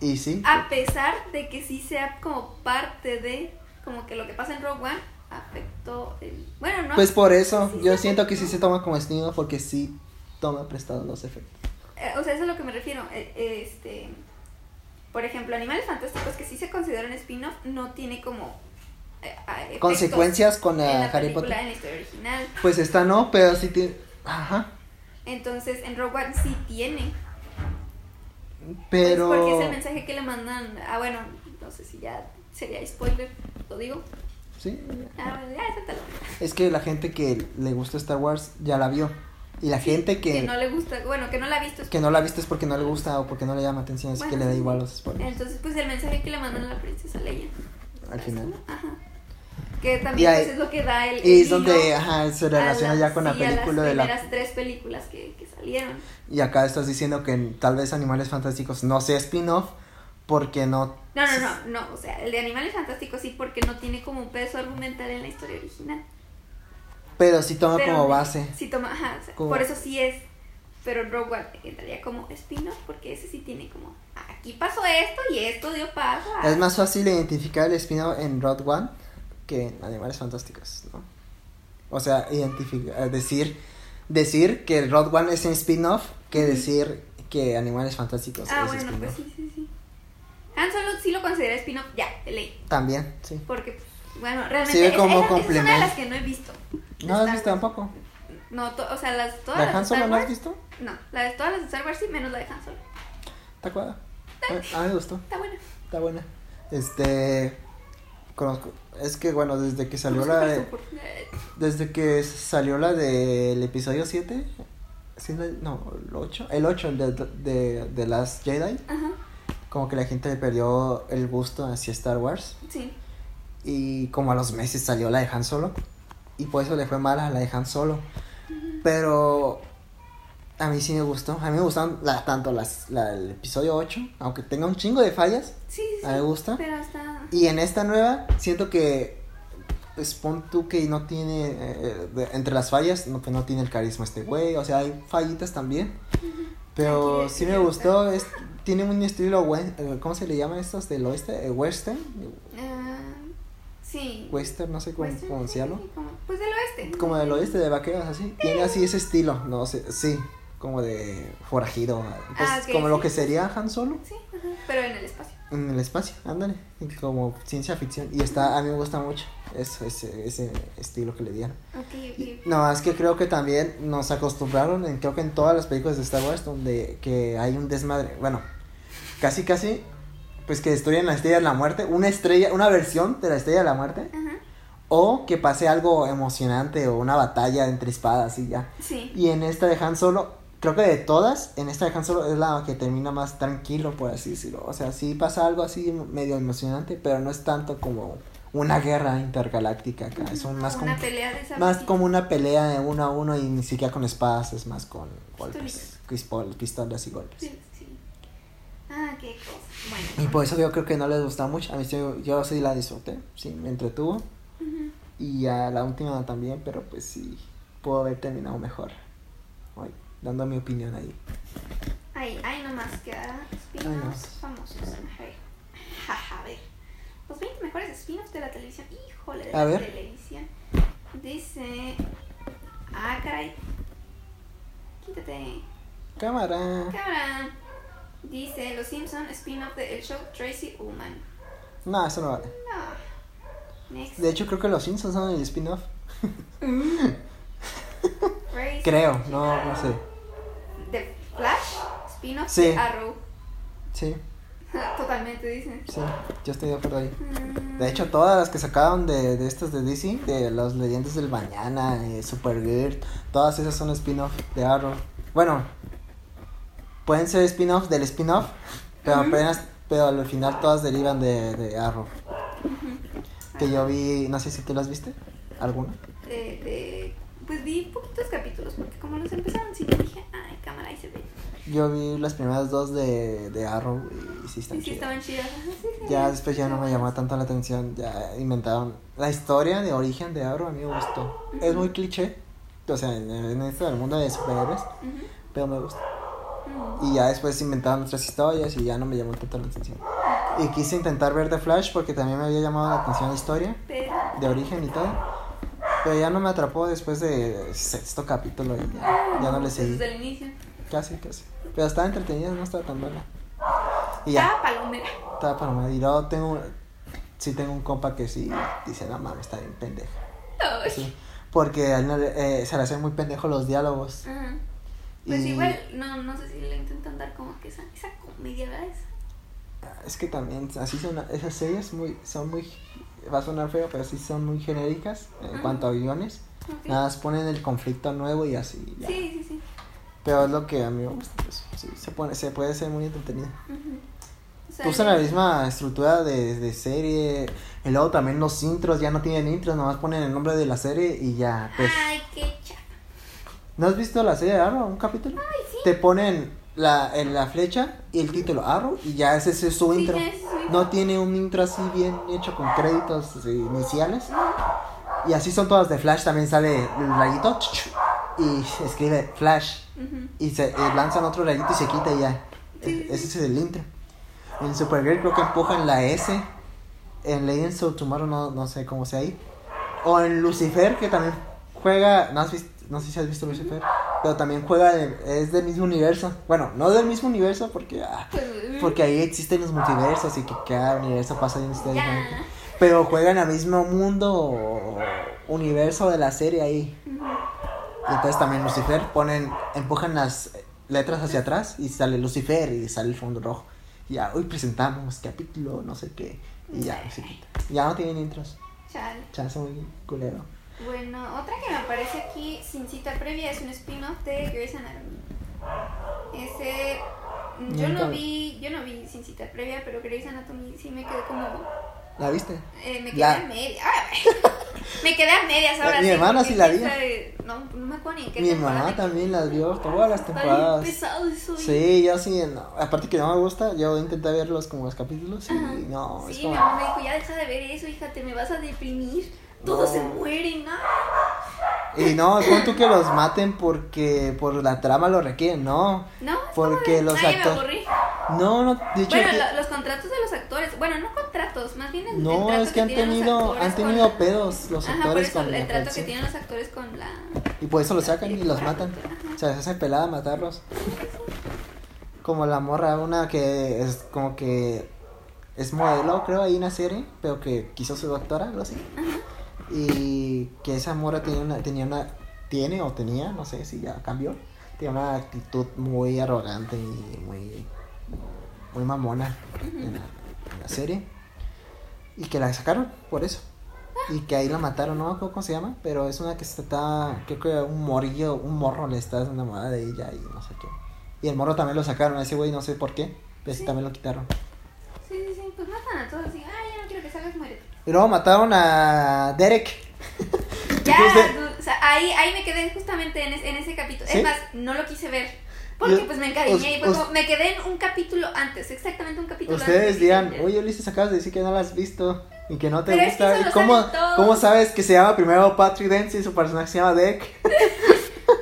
Speaker 1: y sí.
Speaker 2: A pesar de que sí sea como parte de. Como que lo que pasa en Rogue One afectó el. Bueno, no.
Speaker 1: Pues por eso,
Speaker 2: Sí,
Speaker 1: yo
Speaker 2: sí,
Speaker 1: siento que
Speaker 2: no.
Speaker 1: sí se toma como spin porque sí toma prestado los efectos.
Speaker 2: Eh, o sea, eso es a lo que me refiero. eh, eh, Este, por ejemplo, Animales Fantásticos que sí se consideran spin-off no tiene como eh, ah, efectos
Speaker 1: Consecuencias con
Speaker 2: en
Speaker 1: la
Speaker 2: la
Speaker 1: Harry
Speaker 2: película,
Speaker 1: Potter.
Speaker 2: en la historia original.
Speaker 1: Pues esta no, pero sí tiene. Ajá.
Speaker 2: Entonces, en Rogue One sí tiene. pues,
Speaker 1: Pero.
Speaker 2: porque es el mensaje que le mandan. Ah, bueno, no sé si ya sería spoiler, lo digo.
Speaker 1: Sí.
Speaker 2: Ah, bueno, ya, sáltalo.
Speaker 1: Es que la gente que le gusta Star Wars ya la vio. Y la gente
Speaker 2: Que no le gusta, bueno, que no la ha visto. es-
Speaker 1: que no la viste es porque no le gusta o porque no le llama atención, así que
Speaker 2: Bueno,
Speaker 1: le da
Speaker 2: sí.
Speaker 1: igual los spoilers
Speaker 2: Entonces, pues el mensaje que le mandan a la princesa Leia.
Speaker 1: al
Speaker 2: ¿sabes
Speaker 1: final.
Speaker 2: cómo? Ajá. Que
Speaker 1: Y
Speaker 2: también
Speaker 1: ahí-
Speaker 2: pues, es lo que da el.
Speaker 1: Y es
Speaker 2: el
Speaker 1: donde
Speaker 2: hilo.
Speaker 1: ajá, se
Speaker 2: a
Speaker 1: relaciona
Speaker 2: las-
Speaker 1: ya con la
Speaker 2: sí,
Speaker 1: película
Speaker 2: a las
Speaker 1: de la...
Speaker 2: primeras tres películas que, que salieron.
Speaker 1: Y acá estás diciendo que tal vez Animales Fantásticos no sea spin-off porque no...
Speaker 2: No, no, no, no, o sea, el de Animales Fantásticos sí porque no tiene como un peso argumental en la historia original.
Speaker 1: Pero sí toma
Speaker 2: Pero
Speaker 1: como
Speaker 2: de-
Speaker 1: base.
Speaker 2: Sí toma, ajá, o sea,
Speaker 1: Como-
Speaker 2: por eso sí es, pero Rogue One entraría como spin-off porque ese sí tiene como, aquí pasó esto y esto dio paso a...
Speaker 1: Es más fácil identificar el spin-off en Road One que en Animales Fantásticos, ¿no? O sea, identificar, decir, decir que Road One es un spin-off que
Speaker 2: Ujú.
Speaker 1: decir que Animales Fantásticos
Speaker 2: ah,
Speaker 1: es
Speaker 2: bueno,
Speaker 1: spin-off.
Speaker 2: pues sí, sí, sí. Han Solo sí lo considera spin-off, ya, de ley,
Speaker 1: También, sí.
Speaker 2: porque, pues, bueno, realmente
Speaker 1: Sirve
Speaker 2: es,
Speaker 1: como
Speaker 2: esa- esa es una de
Speaker 1: complemento.
Speaker 2: las que no he visto.
Speaker 1: ¿No
Speaker 2: de
Speaker 1: has
Speaker 2: Star
Speaker 1: visto
Speaker 2: Wars.
Speaker 1: tampoco?
Speaker 2: No, to- o sea, las, todas
Speaker 1: ¿La
Speaker 2: las
Speaker 1: Han
Speaker 2: de
Speaker 1: Solo
Speaker 2: Star
Speaker 1: no has
Speaker 2: Wars.
Speaker 1: visto?
Speaker 2: No, las de todas las de Star Wars sí, menos la de Han Solo.
Speaker 1: ¿Está cuadrada? A mí me gustó,
Speaker 2: Está buena.
Speaker 1: está buena. Este. Conozco. Es que bueno, desde que salió
Speaker 2: Como
Speaker 1: la
Speaker 2: súper
Speaker 1: de.
Speaker 2: super- eh,
Speaker 1: Desde que salió la del episodio 7. ¿sí es la- no, el 8. El 8 de, de, de Last Jedi.
Speaker 2: Ajá,
Speaker 1: Como que la gente le perdió el gusto hacia Star Wars.
Speaker 2: sí.
Speaker 1: Y como a los meses salió la de Han Solo. Y por eso le fue mal a la de Han Solo. Pero a mí sí me gustó. A mí me gustaron la- tanto las, la del episodio 8, aunque tenga un chingo de fallas.
Speaker 2: Sí, sí, sí.
Speaker 1: A mí me gusta.
Speaker 2: Pero está.
Speaker 1: Y en esta nueva, siento que. Pues pon tú que no tiene. eh, de- entre las fallas, no, que no tiene el carisma este güey. O sea, hay fallitas también. Pero
Speaker 2: Aquí,
Speaker 1: sí me
Speaker 2: aquí
Speaker 1: gustó. es- tiene un estilo. wen- eh, ¿Cómo se le llama estos del oeste? Eh, western.
Speaker 2: Ah, sí.
Speaker 1: Western, no sé cómo
Speaker 2: Western,
Speaker 1: pronunciarlo.
Speaker 2: sí, como- Pues del oeste.
Speaker 1: Como del oeste de vaqueros, así. Tiene así ese estilo, no sé, sí, como de forajido. Pues
Speaker 2: Ah, ok,
Speaker 1: como lo
Speaker 2: sí.
Speaker 1: que sería Han Solo
Speaker 2: Sí, ajá, pero en el espacio.
Speaker 1: en el espacio, ándale. y Como ciencia ficción. Y está, a mí me gusta mucho eso, ese, ese estilo que le dieron.
Speaker 2: Ok,
Speaker 1: Y-
Speaker 2: ok.
Speaker 1: No, es que creo que también nos acostumbraron, en, creo que en todas las películas de Star Wars, donde que hay un desmadre. Bueno, casi, casi, pues que destruyen la estrella de la muerte, una estrella, una versión de la estrella de la muerte.
Speaker 2: Ajá,
Speaker 1: O que pase algo emocionante o una batalla entre espadas y ya.
Speaker 2: sí.
Speaker 1: Y en esta de Han Solo, creo que de todas, en esta de Han Solo es la que termina más tranquilo, por así decirlo. O sea, sí pasa algo así medio emocionante, pero no es tanto como una guerra intergaláctica acá. Es un- más,
Speaker 2: Una
Speaker 1: como,
Speaker 2: pelea de esa.
Speaker 1: más como una pelea de uno a uno y ni siquiera con espadas, es más con golpes,
Speaker 2: Pistolitas.
Speaker 1: pistolas, pistolas y golpes.
Speaker 2: Sí, sí. Ah, qué cosa. Bueno.
Speaker 1: Y pues por eso yo creo que no les gusta mucho. A mí sí- yo sí la disfruté, sí, me entretuvo.
Speaker 2: Ujú.
Speaker 1: Y a la última también, pero pues sí, puedo haber terminado mejor. Ay, dando mi opinión ahí.
Speaker 2: Ay, ay, nomás que ah,
Speaker 1: Ay, no.
Speaker 2: spin-offs famosos. A ver. Jaja, a ver. Los 20 mejores spin-offs de la televisión. Híjole, de
Speaker 1: A
Speaker 2: la
Speaker 1: ver.
Speaker 2: televisión. Dice. Ah, caray. Quítate.
Speaker 1: Cámara.
Speaker 2: Cámara. Dice Los Simpson spin-off de el show Tracy Ullman.
Speaker 1: No, eso no vale.
Speaker 2: No. Next.
Speaker 1: De hecho, creo que los Simpsons son el spin-off.
Speaker 2: Tracy-
Speaker 1: Creo, no, no sé.
Speaker 2: The Flash spin-off
Speaker 1: Sí.
Speaker 2: de Arrow.
Speaker 1: Sí,
Speaker 2: Totalmente, dicen.
Speaker 1: sí, yo estoy de acuerdo ahí.
Speaker 2: Mm,
Speaker 1: De hecho, todas las que sacaron de, de estas de DC, de los Leyendas del Mañana, eh, Supergirl, todas esas son spin-off de Arrow. Bueno, pueden ser spin-off del spin-off, pero apenas, pero al final todas derivan de, de Arrow. Que yo vi, no sé si tú las viste, alguna.
Speaker 2: de, de- pues vi poquitos capítulos porque como los empezaron sí dije, ay, cámara, ahí se ve.
Speaker 1: Yo vi las primeras dos de, de Arrow y sí están
Speaker 2: Y sí
Speaker 1: chidas.
Speaker 2: estaban chidas. ajá, sí, sí,
Speaker 1: Ya
Speaker 2: sí.
Speaker 1: después ya no me llamó tanto la atención, ya inventaron la historia de origen de Arrow, a mí me gustó. Es muy cliché, o sea, en, en esto del mundo de superhéroes,
Speaker 2: Ujú.
Speaker 1: pero me gusta.
Speaker 2: Mm,
Speaker 1: Y ya después inventaron otras historias y ya no me llamó tanto la atención. Y quise intentar ver The Flash porque también me había llamado la atención la historia
Speaker 2: Pero,
Speaker 1: de origen y todo. Pero ya no me atrapó después de sexto capítulo y ya, ya no le seguí.
Speaker 2: desde el inicio.
Speaker 1: Casi, casi. Pero estaba entretenida, no estaba tan buena. Y ya.
Speaker 2: Estaba palomera.
Speaker 1: Estaba para Madrid. Yo tengo un- sí tengo un compa que sí dice, no mames, está bien pendeja.
Speaker 2: Ay.
Speaker 1: Sí, porque a él no le- eh, se le hacen muy pendejos los diálogos.
Speaker 2: Ajá. Pues
Speaker 1: Y-
Speaker 2: igual, no, no sé si le intentan dar como que esa, esa comedia, ¿verdad? Esa-
Speaker 1: Es que también así son esas series muy, son muy, va a sonar feo, pero sí son muy genéricas en
Speaker 2: Ajá.
Speaker 1: cuanto a guiones.
Speaker 2: ok.
Speaker 1: Nada más ponen el conflicto nuevo y así. Ah, ya.
Speaker 2: Sí, sí, sí.
Speaker 1: Pero es lo que a mí me gusta. pues, sí, se, pone, se puede ser muy entretenida.
Speaker 2: Ujú. O sea,
Speaker 1: Usan la misma estructura de, de serie. Y luego también los intros ya no tienen intros, nomás ponen el nombre de la serie y ya. Pues,
Speaker 2: Ay, qué chafa.
Speaker 1: ¿No has visto la serie de Arrow, un capítulo?
Speaker 2: Ay, sí.
Speaker 1: Te ponen la, en la flecha y el título Arrow y ya ese es su
Speaker 2: Sí,
Speaker 1: intro.
Speaker 2: ya es su intro.
Speaker 1: No tiene un intro así bien hecho con créditos eh, iniciales. Y así son todas de Flash, también sale el rayito ch, ch, y escribe Flash
Speaker 2: Ujú.
Speaker 1: y se eh, lanzan otro rayito y se quita y ya. E-,
Speaker 2: Sí, sí,
Speaker 1: Ese es el intro. En Supergirl creo que empujan la S. En Legends of Tomorrow no, no sé cómo sea ahí. O en Lucifer que también juega, no, has vis- no sé si has visto Lucifer, pero también juega, de- es del mismo universo. Bueno, no del mismo universo porque... ah,
Speaker 2: Pues,
Speaker 1: porque ahí existen los multiversos y que cada universo pasa de una historia
Speaker 2: Ya.
Speaker 1: diferente. Pero juegan al mismo mundo o, o universo de la serie ahí. Y entonces también Lucifer ponen, empujan las letras hacia atrás y sale Lucifer y sale el fondo rojo. Y ya, hoy presentamos capítulo, no sé qué. Y ya, se quita. Ya no tienen intros.
Speaker 2: Chale.
Speaker 1: Chance muy culero.
Speaker 2: Bueno, otra que me aparece aquí sin cita previa es un spin-off de Grey's Anatomy. Ese mm, yo
Speaker 1: Nunca
Speaker 2: no
Speaker 1: vi.
Speaker 2: vi, yo no vi sin cita previa, pero Grey's Anatomy sí me quedé como
Speaker 1: ¿La viste?
Speaker 2: eh, me quedé
Speaker 1: La-
Speaker 2: a medias. Ah, me quedé a medias ahora.
Speaker 1: Mi
Speaker 2: sí,
Speaker 1: hermana
Speaker 2: porque
Speaker 1: sí la vi.
Speaker 2: esa de- No, no me acuerdo ni en qué
Speaker 1: Mi
Speaker 2: temporada.
Speaker 1: mamá también las vio todas las
Speaker 2: Está bien
Speaker 1: temporadas.
Speaker 2: pesado eso. ¿eh? y-
Speaker 1: Sí, yo sí, no. aparte que no me gusta, yo intenté verlos como los capítulos y
Speaker 2: Ajá.
Speaker 1: no, es
Speaker 2: sí,
Speaker 1: como...
Speaker 2: mi mamá me dijo, ya deja de ver eso, hija, te me vas a deprimir. Todos
Speaker 1: No.
Speaker 2: se mueren, ¿no?
Speaker 1: Y no, pon tú que los maten porque por la trama lo requieren, no.
Speaker 2: No, es como
Speaker 1: Porque
Speaker 2: de,
Speaker 1: los
Speaker 2: "Ay, me
Speaker 1: actor-
Speaker 2: aburrí".
Speaker 1: No, no, de hecho...
Speaker 2: Bueno,
Speaker 1: que-
Speaker 2: lo- los contratos de los actores, bueno, no contratos, más bien el, el
Speaker 1: No,
Speaker 2: trato
Speaker 1: es que han
Speaker 2: tienen los
Speaker 1: tenido,
Speaker 2: actores
Speaker 1: han
Speaker 2: con-
Speaker 1: tenido pedos los
Speaker 2: Ajá, por
Speaker 1: actores
Speaker 2: eso,
Speaker 1: con la
Speaker 2: el trato que
Speaker 1: producción.
Speaker 2: tienen los actores con la...
Speaker 1: Y por eso los sacan y los
Speaker 2: Ajá.
Speaker 1: matan. O sea, se hace pelada matarlos. Como la morra, una que es como que es modelo, creo, ahí en una serie, pero que quiso ser doctora, algo así. Y que esa morra tenía una, tenía una, tiene o tenía, no sé si ya cambió, tenía una actitud muy arrogante y muy, muy mamona en la, en la serie. Y que la sacaron por eso. Y que ahí la mataron, no me acuerdo cómo se llama, pero es una que se está, creo que un morrillo, un morro le está enamorada de ella y no sé qué. Y el morro también lo sacaron, a ese güey no sé por qué, pero sí también lo quitaron.
Speaker 2: Sí, sí, sí, pues matan a todos así, ay, ya no quiero que salgas, muérete.
Speaker 1: Y luego mataron a Derek.
Speaker 2: Ya,
Speaker 1: Entonces-
Speaker 2: du- o sea, ahí, ahí me quedé justamente en, es- en ese capítulo.
Speaker 1: ¿Sí?
Speaker 2: Es más, no lo quise ver. Porque
Speaker 1: Yo-
Speaker 2: pues me encariñé
Speaker 1: us-
Speaker 2: y fue
Speaker 1: us-
Speaker 2: como, me quedé en un capítulo antes, exactamente un capítulo antes.
Speaker 1: Ustedes dirán,
Speaker 2: Pero
Speaker 1: oye Ulises, acabas de decir que no la has visto y que no te
Speaker 2: Pero es que
Speaker 1: gusta.
Speaker 2: eso
Speaker 1: ¿Y
Speaker 2: lo
Speaker 1: cómo,
Speaker 2: saben todos.
Speaker 1: cómo sabes que se llama primero Patrick Dempsey y su personaje se llama Derek?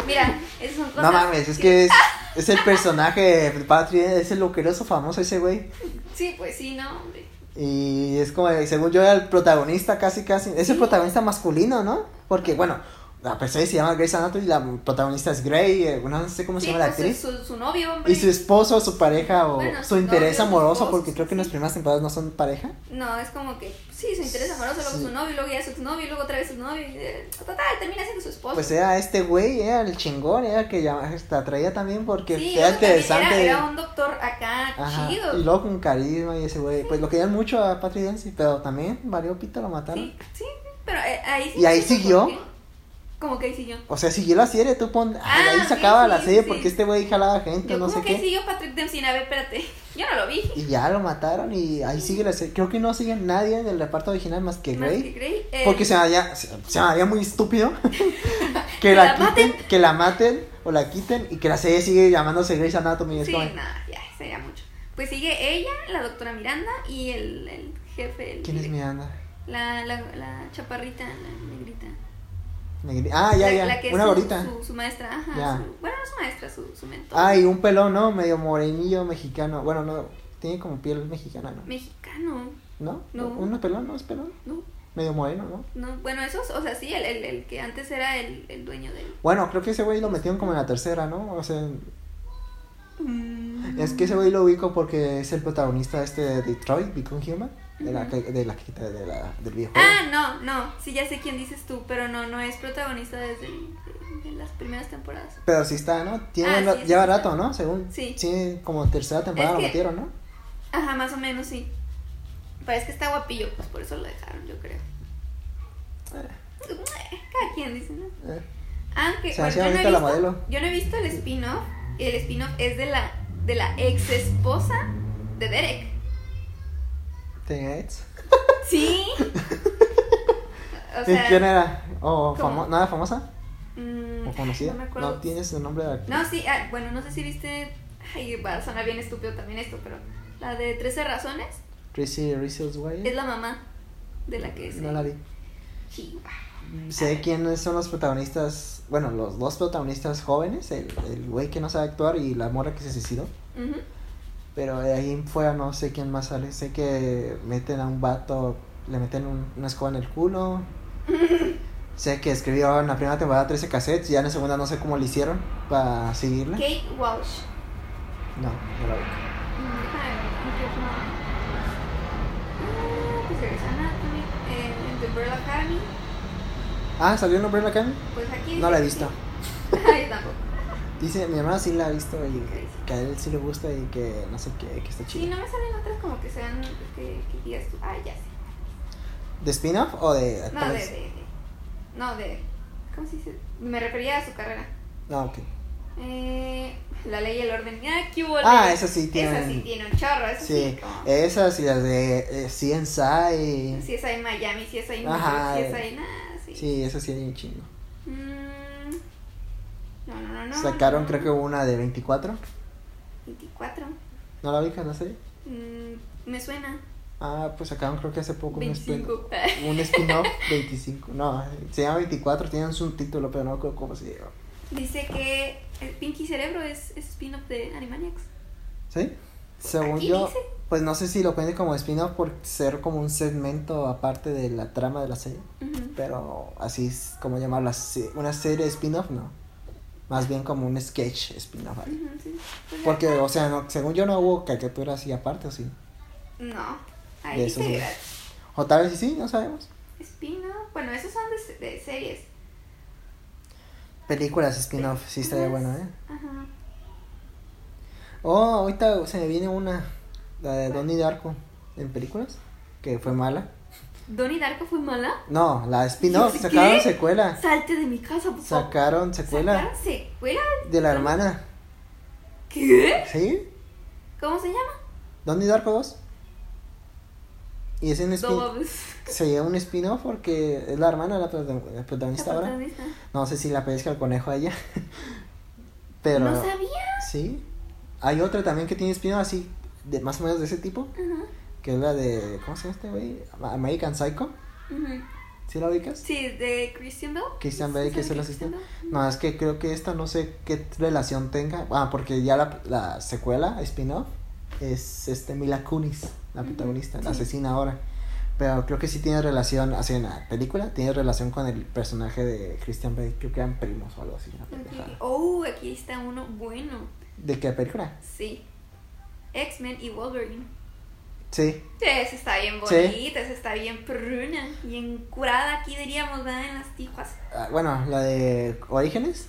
Speaker 2: Mira, esas son cosas.
Speaker 1: No mames, es que es, es el personaje de Patrick, es el loqueroso famoso ese güey.
Speaker 2: Sí, pues sí, no, hombre.
Speaker 1: Y es como, eh, según yo, era el protagonista casi, casi. Es el
Speaker 2: Sí.
Speaker 1: protagonista masculino, ¿no? Porque, bueno, la persona se llama Grace Anatomy y la protagonista es Grey, eh, no sé cómo se
Speaker 2: Sí,
Speaker 1: llama la
Speaker 2: pues,
Speaker 1: actriz.
Speaker 2: Su, su novio, hombre.
Speaker 1: Y su esposo, su pareja o
Speaker 2: Bueno,
Speaker 1: su
Speaker 2: su
Speaker 1: interés
Speaker 2: novio, su
Speaker 1: amoroso,
Speaker 2: esposo,
Speaker 1: porque creo que en las
Speaker 2: sí.
Speaker 1: primeras temporadas no son pareja.
Speaker 2: No, es como que sí, su interés amoroso, luego
Speaker 1: Sí.
Speaker 2: su novio, luego ya su exnovio, luego otra vez su novio. Y, eh, total, termina siendo su esposo.
Speaker 1: Pues era este güey, era el chingón, era el que llama- te atraía también porque
Speaker 2: sí,
Speaker 1: era
Speaker 2: luego también
Speaker 1: interesante.
Speaker 2: Era, era un doctor acá
Speaker 1: Ajá,
Speaker 2: chido.
Speaker 1: Y luego con carisma y ese güey. Pues lo querían mucho a Patrick Dempsey, pero también valió pito, lo mataron.
Speaker 2: Sí, sí, pero eh, ahí sí.
Speaker 1: ¿Y ahí
Speaker 2: no sé
Speaker 1: siguió?
Speaker 2: por qué. ¿Cómo que ahí siguió?
Speaker 1: O sea, siguió la serie, tú pon. ay, ahí
Speaker 2: Ah,
Speaker 1: se
Speaker 2: ok,
Speaker 1: acaba la
Speaker 2: sí,
Speaker 1: serie
Speaker 2: sí.
Speaker 1: porque este güey jalaba gente,
Speaker 2: Yo,
Speaker 1: no
Speaker 2: ¿cómo
Speaker 1: sé
Speaker 2: que
Speaker 1: qué.
Speaker 2: ahí siguió Patrick Dempsey? A ver, espérate. Yo no lo vi.
Speaker 1: Y ya lo mataron y ahí sigue la serie. Creo que no sigue nadie del reparto original más que
Speaker 2: Más
Speaker 1: Grey.
Speaker 2: que Grey, eh,
Speaker 1: Porque se me haría, se, se me haría muy estúpido que
Speaker 2: Que
Speaker 1: la,
Speaker 2: la
Speaker 1: quiten, que la maten o la quiten y que la serie sigue llamándose Grey's Anatomy. Es
Speaker 2: Sí,
Speaker 1: como,
Speaker 2: nada, ya, sería mucho. Pues sigue ella, la doctora Miranda y el, el jefe. El,
Speaker 1: ¿Quién es Miranda?
Speaker 2: La, la, la chaparrita, la negrita.
Speaker 1: Negri- Ah, ya,
Speaker 2: La-
Speaker 1: ya,
Speaker 2: la que es
Speaker 1: una
Speaker 2: su-
Speaker 1: gorita.
Speaker 2: Su, su maestra, ajá.
Speaker 1: Ya.
Speaker 2: su- bueno, no su maestra, su, su mentor.
Speaker 1: Ah, y un pelón, ¿no? Medio morenillo mexicano. Bueno, no, tiene como piel mexicana, ¿no?
Speaker 2: Mexicano,
Speaker 1: ¿No?
Speaker 2: No.
Speaker 1: ¿Uno pelón? ¿No es pelón?
Speaker 2: ¿no?
Speaker 1: Medio moreno, ¿no?
Speaker 2: no bueno, esos, o sea, sí, el, el, el que antes era el, el dueño del.
Speaker 1: Bueno, creo que ese güey lo metieron como en la tercera, ¿no? O sea,
Speaker 2: Mm,
Speaker 1: es que ese güey lo ubico porque es el protagonista este de Detroit, Become Human, de la, que- de la, que- de la- del videojuego.
Speaker 2: Ah, no, no, sí, ya sé quién dices tú, pero no, no es protagonista desde el- de- de las primeras temporadas.
Speaker 1: Pero sí está, ¿no? Tiene
Speaker 2: Ah,
Speaker 1: lo-
Speaker 2: sí, sí
Speaker 1: lleva
Speaker 2: está.
Speaker 1: rato, ¿no? Según.
Speaker 2: Sí.
Speaker 1: Sí, como tercera temporada
Speaker 2: Es
Speaker 1: lo
Speaker 2: que-
Speaker 1: metieron, ¿no?
Speaker 2: Ajá, más o menos, sí. Pero es que está guapillo, pues por eso lo dejaron, yo creo. Cada quien dice, ¿no?
Speaker 1: Eh,
Speaker 2: Aunque,
Speaker 1: Se
Speaker 2: bueno,
Speaker 1: hacía
Speaker 2: yo, no he
Speaker 1: bonita la
Speaker 2: visto,
Speaker 1: modelo.
Speaker 2: yo no he visto el spin-off. y El spin-off es de la, de la ex esposa de Derek.
Speaker 1: ¿Tenía ex?
Speaker 2: Sí. O
Speaker 1: ¿Y
Speaker 2: sea,
Speaker 1: quién era? ¿O
Speaker 2: ¿cómo?
Speaker 1: famo- nada famosa?
Speaker 2: mm,
Speaker 1: ¿O conocida?
Speaker 2: No me acuerdo.
Speaker 1: No, tienes el nombre de la actriz?
Speaker 2: No, sí, ah, bueno, no sé si viste. Ay, va a sonar bien estúpido también esto, pero la de 13 razones
Speaker 1: Tracy Reese Osweiler.
Speaker 2: es la mamá de la que Ah. es.
Speaker 1: ¿Eh? No la vi.
Speaker 2: Sí, va.
Speaker 1: Sé quiénes son los protagonistas, bueno, los dos protagonistas jóvenes, el, el güey que no sabe actuar y la morra que se suicidó.
Speaker 2: Ujú.
Speaker 1: Pero de ahí en fuera no sé quién más sale. Sé que meten a un vato, le meten un- una escoba en el culo. sé que escribió en la primera temporada 13 cassettes, ya en la segunda no sé cómo le hicieron para seguirla.
Speaker 2: Kate Walsh.
Speaker 1: No, no la vi.
Speaker 2: Mm, déjame ver, ¿en qué otro? Ah, pues Grey's Anatomy, eh, en The Umbrella Academy.
Speaker 1: Ah, ¿salió en Umbrella Academy?
Speaker 2: Pues aquí
Speaker 1: No la he
Speaker 2: dice
Speaker 1: visto.
Speaker 2: que sí. Yo tampoco.
Speaker 1: Dice, mi mamá sí la ha visto y
Speaker 2: Ok.
Speaker 1: que a él sí le gusta y que no sé qué, que está
Speaker 2: Sí,
Speaker 1: chido.
Speaker 2: no me salen otras como que sean. que, que digas tú, ah, ya sé.
Speaker 1: ¿De spin-off o de
Speaker 2: No, de,
Speaker 1: actores?
Speaker 2: de, de- No, de. ¿Cómo se dice? Me refería a su carrera.
Speaker 1: No, Ah, ok.
Speaker 2: Eh, la ley y el orden. Ah, qué hubo.
Speaker 1: Ah,
Speaker 2: de-
Speaker 1: esa sí
Speaker 2: Esa sí
Speaker 1: tiene.
Speaker 2: tiene un chorro, esa sí.
Speaker 1: Sí,
Speaker 2: como-
Speaker 1: esas y las de eh, CSI.
Speaker 2: Si es ahí en Miami, si es ahí en
Speaker 1: eh. Ajá,
Speaker 2: Miami, si es
Speaker 1: eh.
Speaker 2: ahí nada, sí.
Speaker 1: Sí, esas sí hay un chingo.
Speaker 2: Mm, no, no, no, no.
Speaker 1: Sacaron creo que una de 24.
Speaker 2: 24.
Speaker 1: ¿No la ubican la serie?
Speaker 2: Mm, me suena.
Speaker 1: Ah, pues sacaron creo que hace poco un spin-
Speaker 2: 25.
Speaker 1: un spin-off 25. No, se llama 24, tienen un título, pero no creo cómo se llama.
Speaker 2: Dice que el Pinky Cerebro es, es spin-off de Animaniacs.
Speaker 1: ¿Sí? Según
Speaker 2: Aquí
Speaker 1: yo,
Speaker 2: dice.
Speaker 1: pues no sé si lo cuente como spin-off por ser como un segmento aparte de la trama de la serie,
Speaker 2: Ujú.
Speaker 1: pero así es como llamarlo, así, una serie spin-off, no. Más bien como un sketch spin-off. ahí.
Speaker 2: Ujú, sí. Pues,
Speaker 1: Porque, o sea, no, según yo no hubo caricaturas así aparte, ¿o sí?
Speaker 2: No. Ahí
Speaker 1: De esos
Speaker 2: dice
Speaker 1: dos. O tal vez sí, sí, no sabemos.
Speaker 2: spin-off. Bueno, esos son de, se- de series.
Speaker 1: Películas spin-off, sí estaría
Speaker 2: Películas.
Speaker 1: bueno, ¿eh?
Speaker 2: Ajá.
Speaker 1: Oh, ahorita se me viene una, la de Donnie Darko, en películas, que fue mala.
Speaker 2: ¿Donnie Darko fue mala?
Speaker 1: No, la spin-off,
Speaker 2: ¿Qué?
Speaker 1: sacaron secuela.
Speaker 2: Salte de mi casa, por favor.
Speaker 1: Sacaron secuela
Speaker 2: ¿Sacaron secuela?
Speaker 1: de la hermana.
Speaker 2: ¿Qué?
Speaker 1: ¿Sí?
Speaker 2: ¿Cómo se llama?
Speaker 1: Donnie Darko 2. Y es un spin
Speaker 2: Dobbs.
Speaker 1: se llama un spin-off porque es la hermana la, protagon- la protagonista
Speaker 2: La
Speaker 1: ahora.
Speaker 2: protagonista.
Speaker 1: No sé si la pesca el conejo a ella. Pero
Speaker 2: No sabía.
Speaker 1: sí. Hay otra también que tiene spin-off así, de más o menos de ese tipo,
Speaker 2: Ajá.
Speaker 1: que es la de ¿cómo se llama este güey? Ama- American Psycho.
Speaker 2: Ujú.
Speaker 1: ¿Sí la ubicas?
Speaker 2: Sí, de Christian Bell.
Speaker 1: Christian Bale, que es el
Speaker 2: Christian
Speaker 1: asistente. No, es que creo que esta no sé qué relación tenga. Ah, porque ya la, la secuela, spin-off, es este Mila Kunis, la
Speaker 2: Ujú,
Speaker 1: protagonista, la
Speaker 2: sí.
Speaker 1: asesina ahora. Pero creo que sí tiene relación, así en la película, tiene relación con el personaje de Christian Bale. Creo que eran primos o algo así. una
Speaker 2: Bale.
Speaker 1: pendejada.
Speaker 2: Ok. Oh, aquí está uno bueno.
Speaker 1: ¿De qué película?
Speaker 2: Sí. X-Men y Wolverine.
Speaker 1: Sí,
Speaker 2: Esa está bien
Speaker 1: Sí.
Speaker 2: bonita, esa está bien pruna, bien curada aquí diríamos, ¿verdad? En las tijuas.
Speaker 1: ah, bueno, la de Orígenes,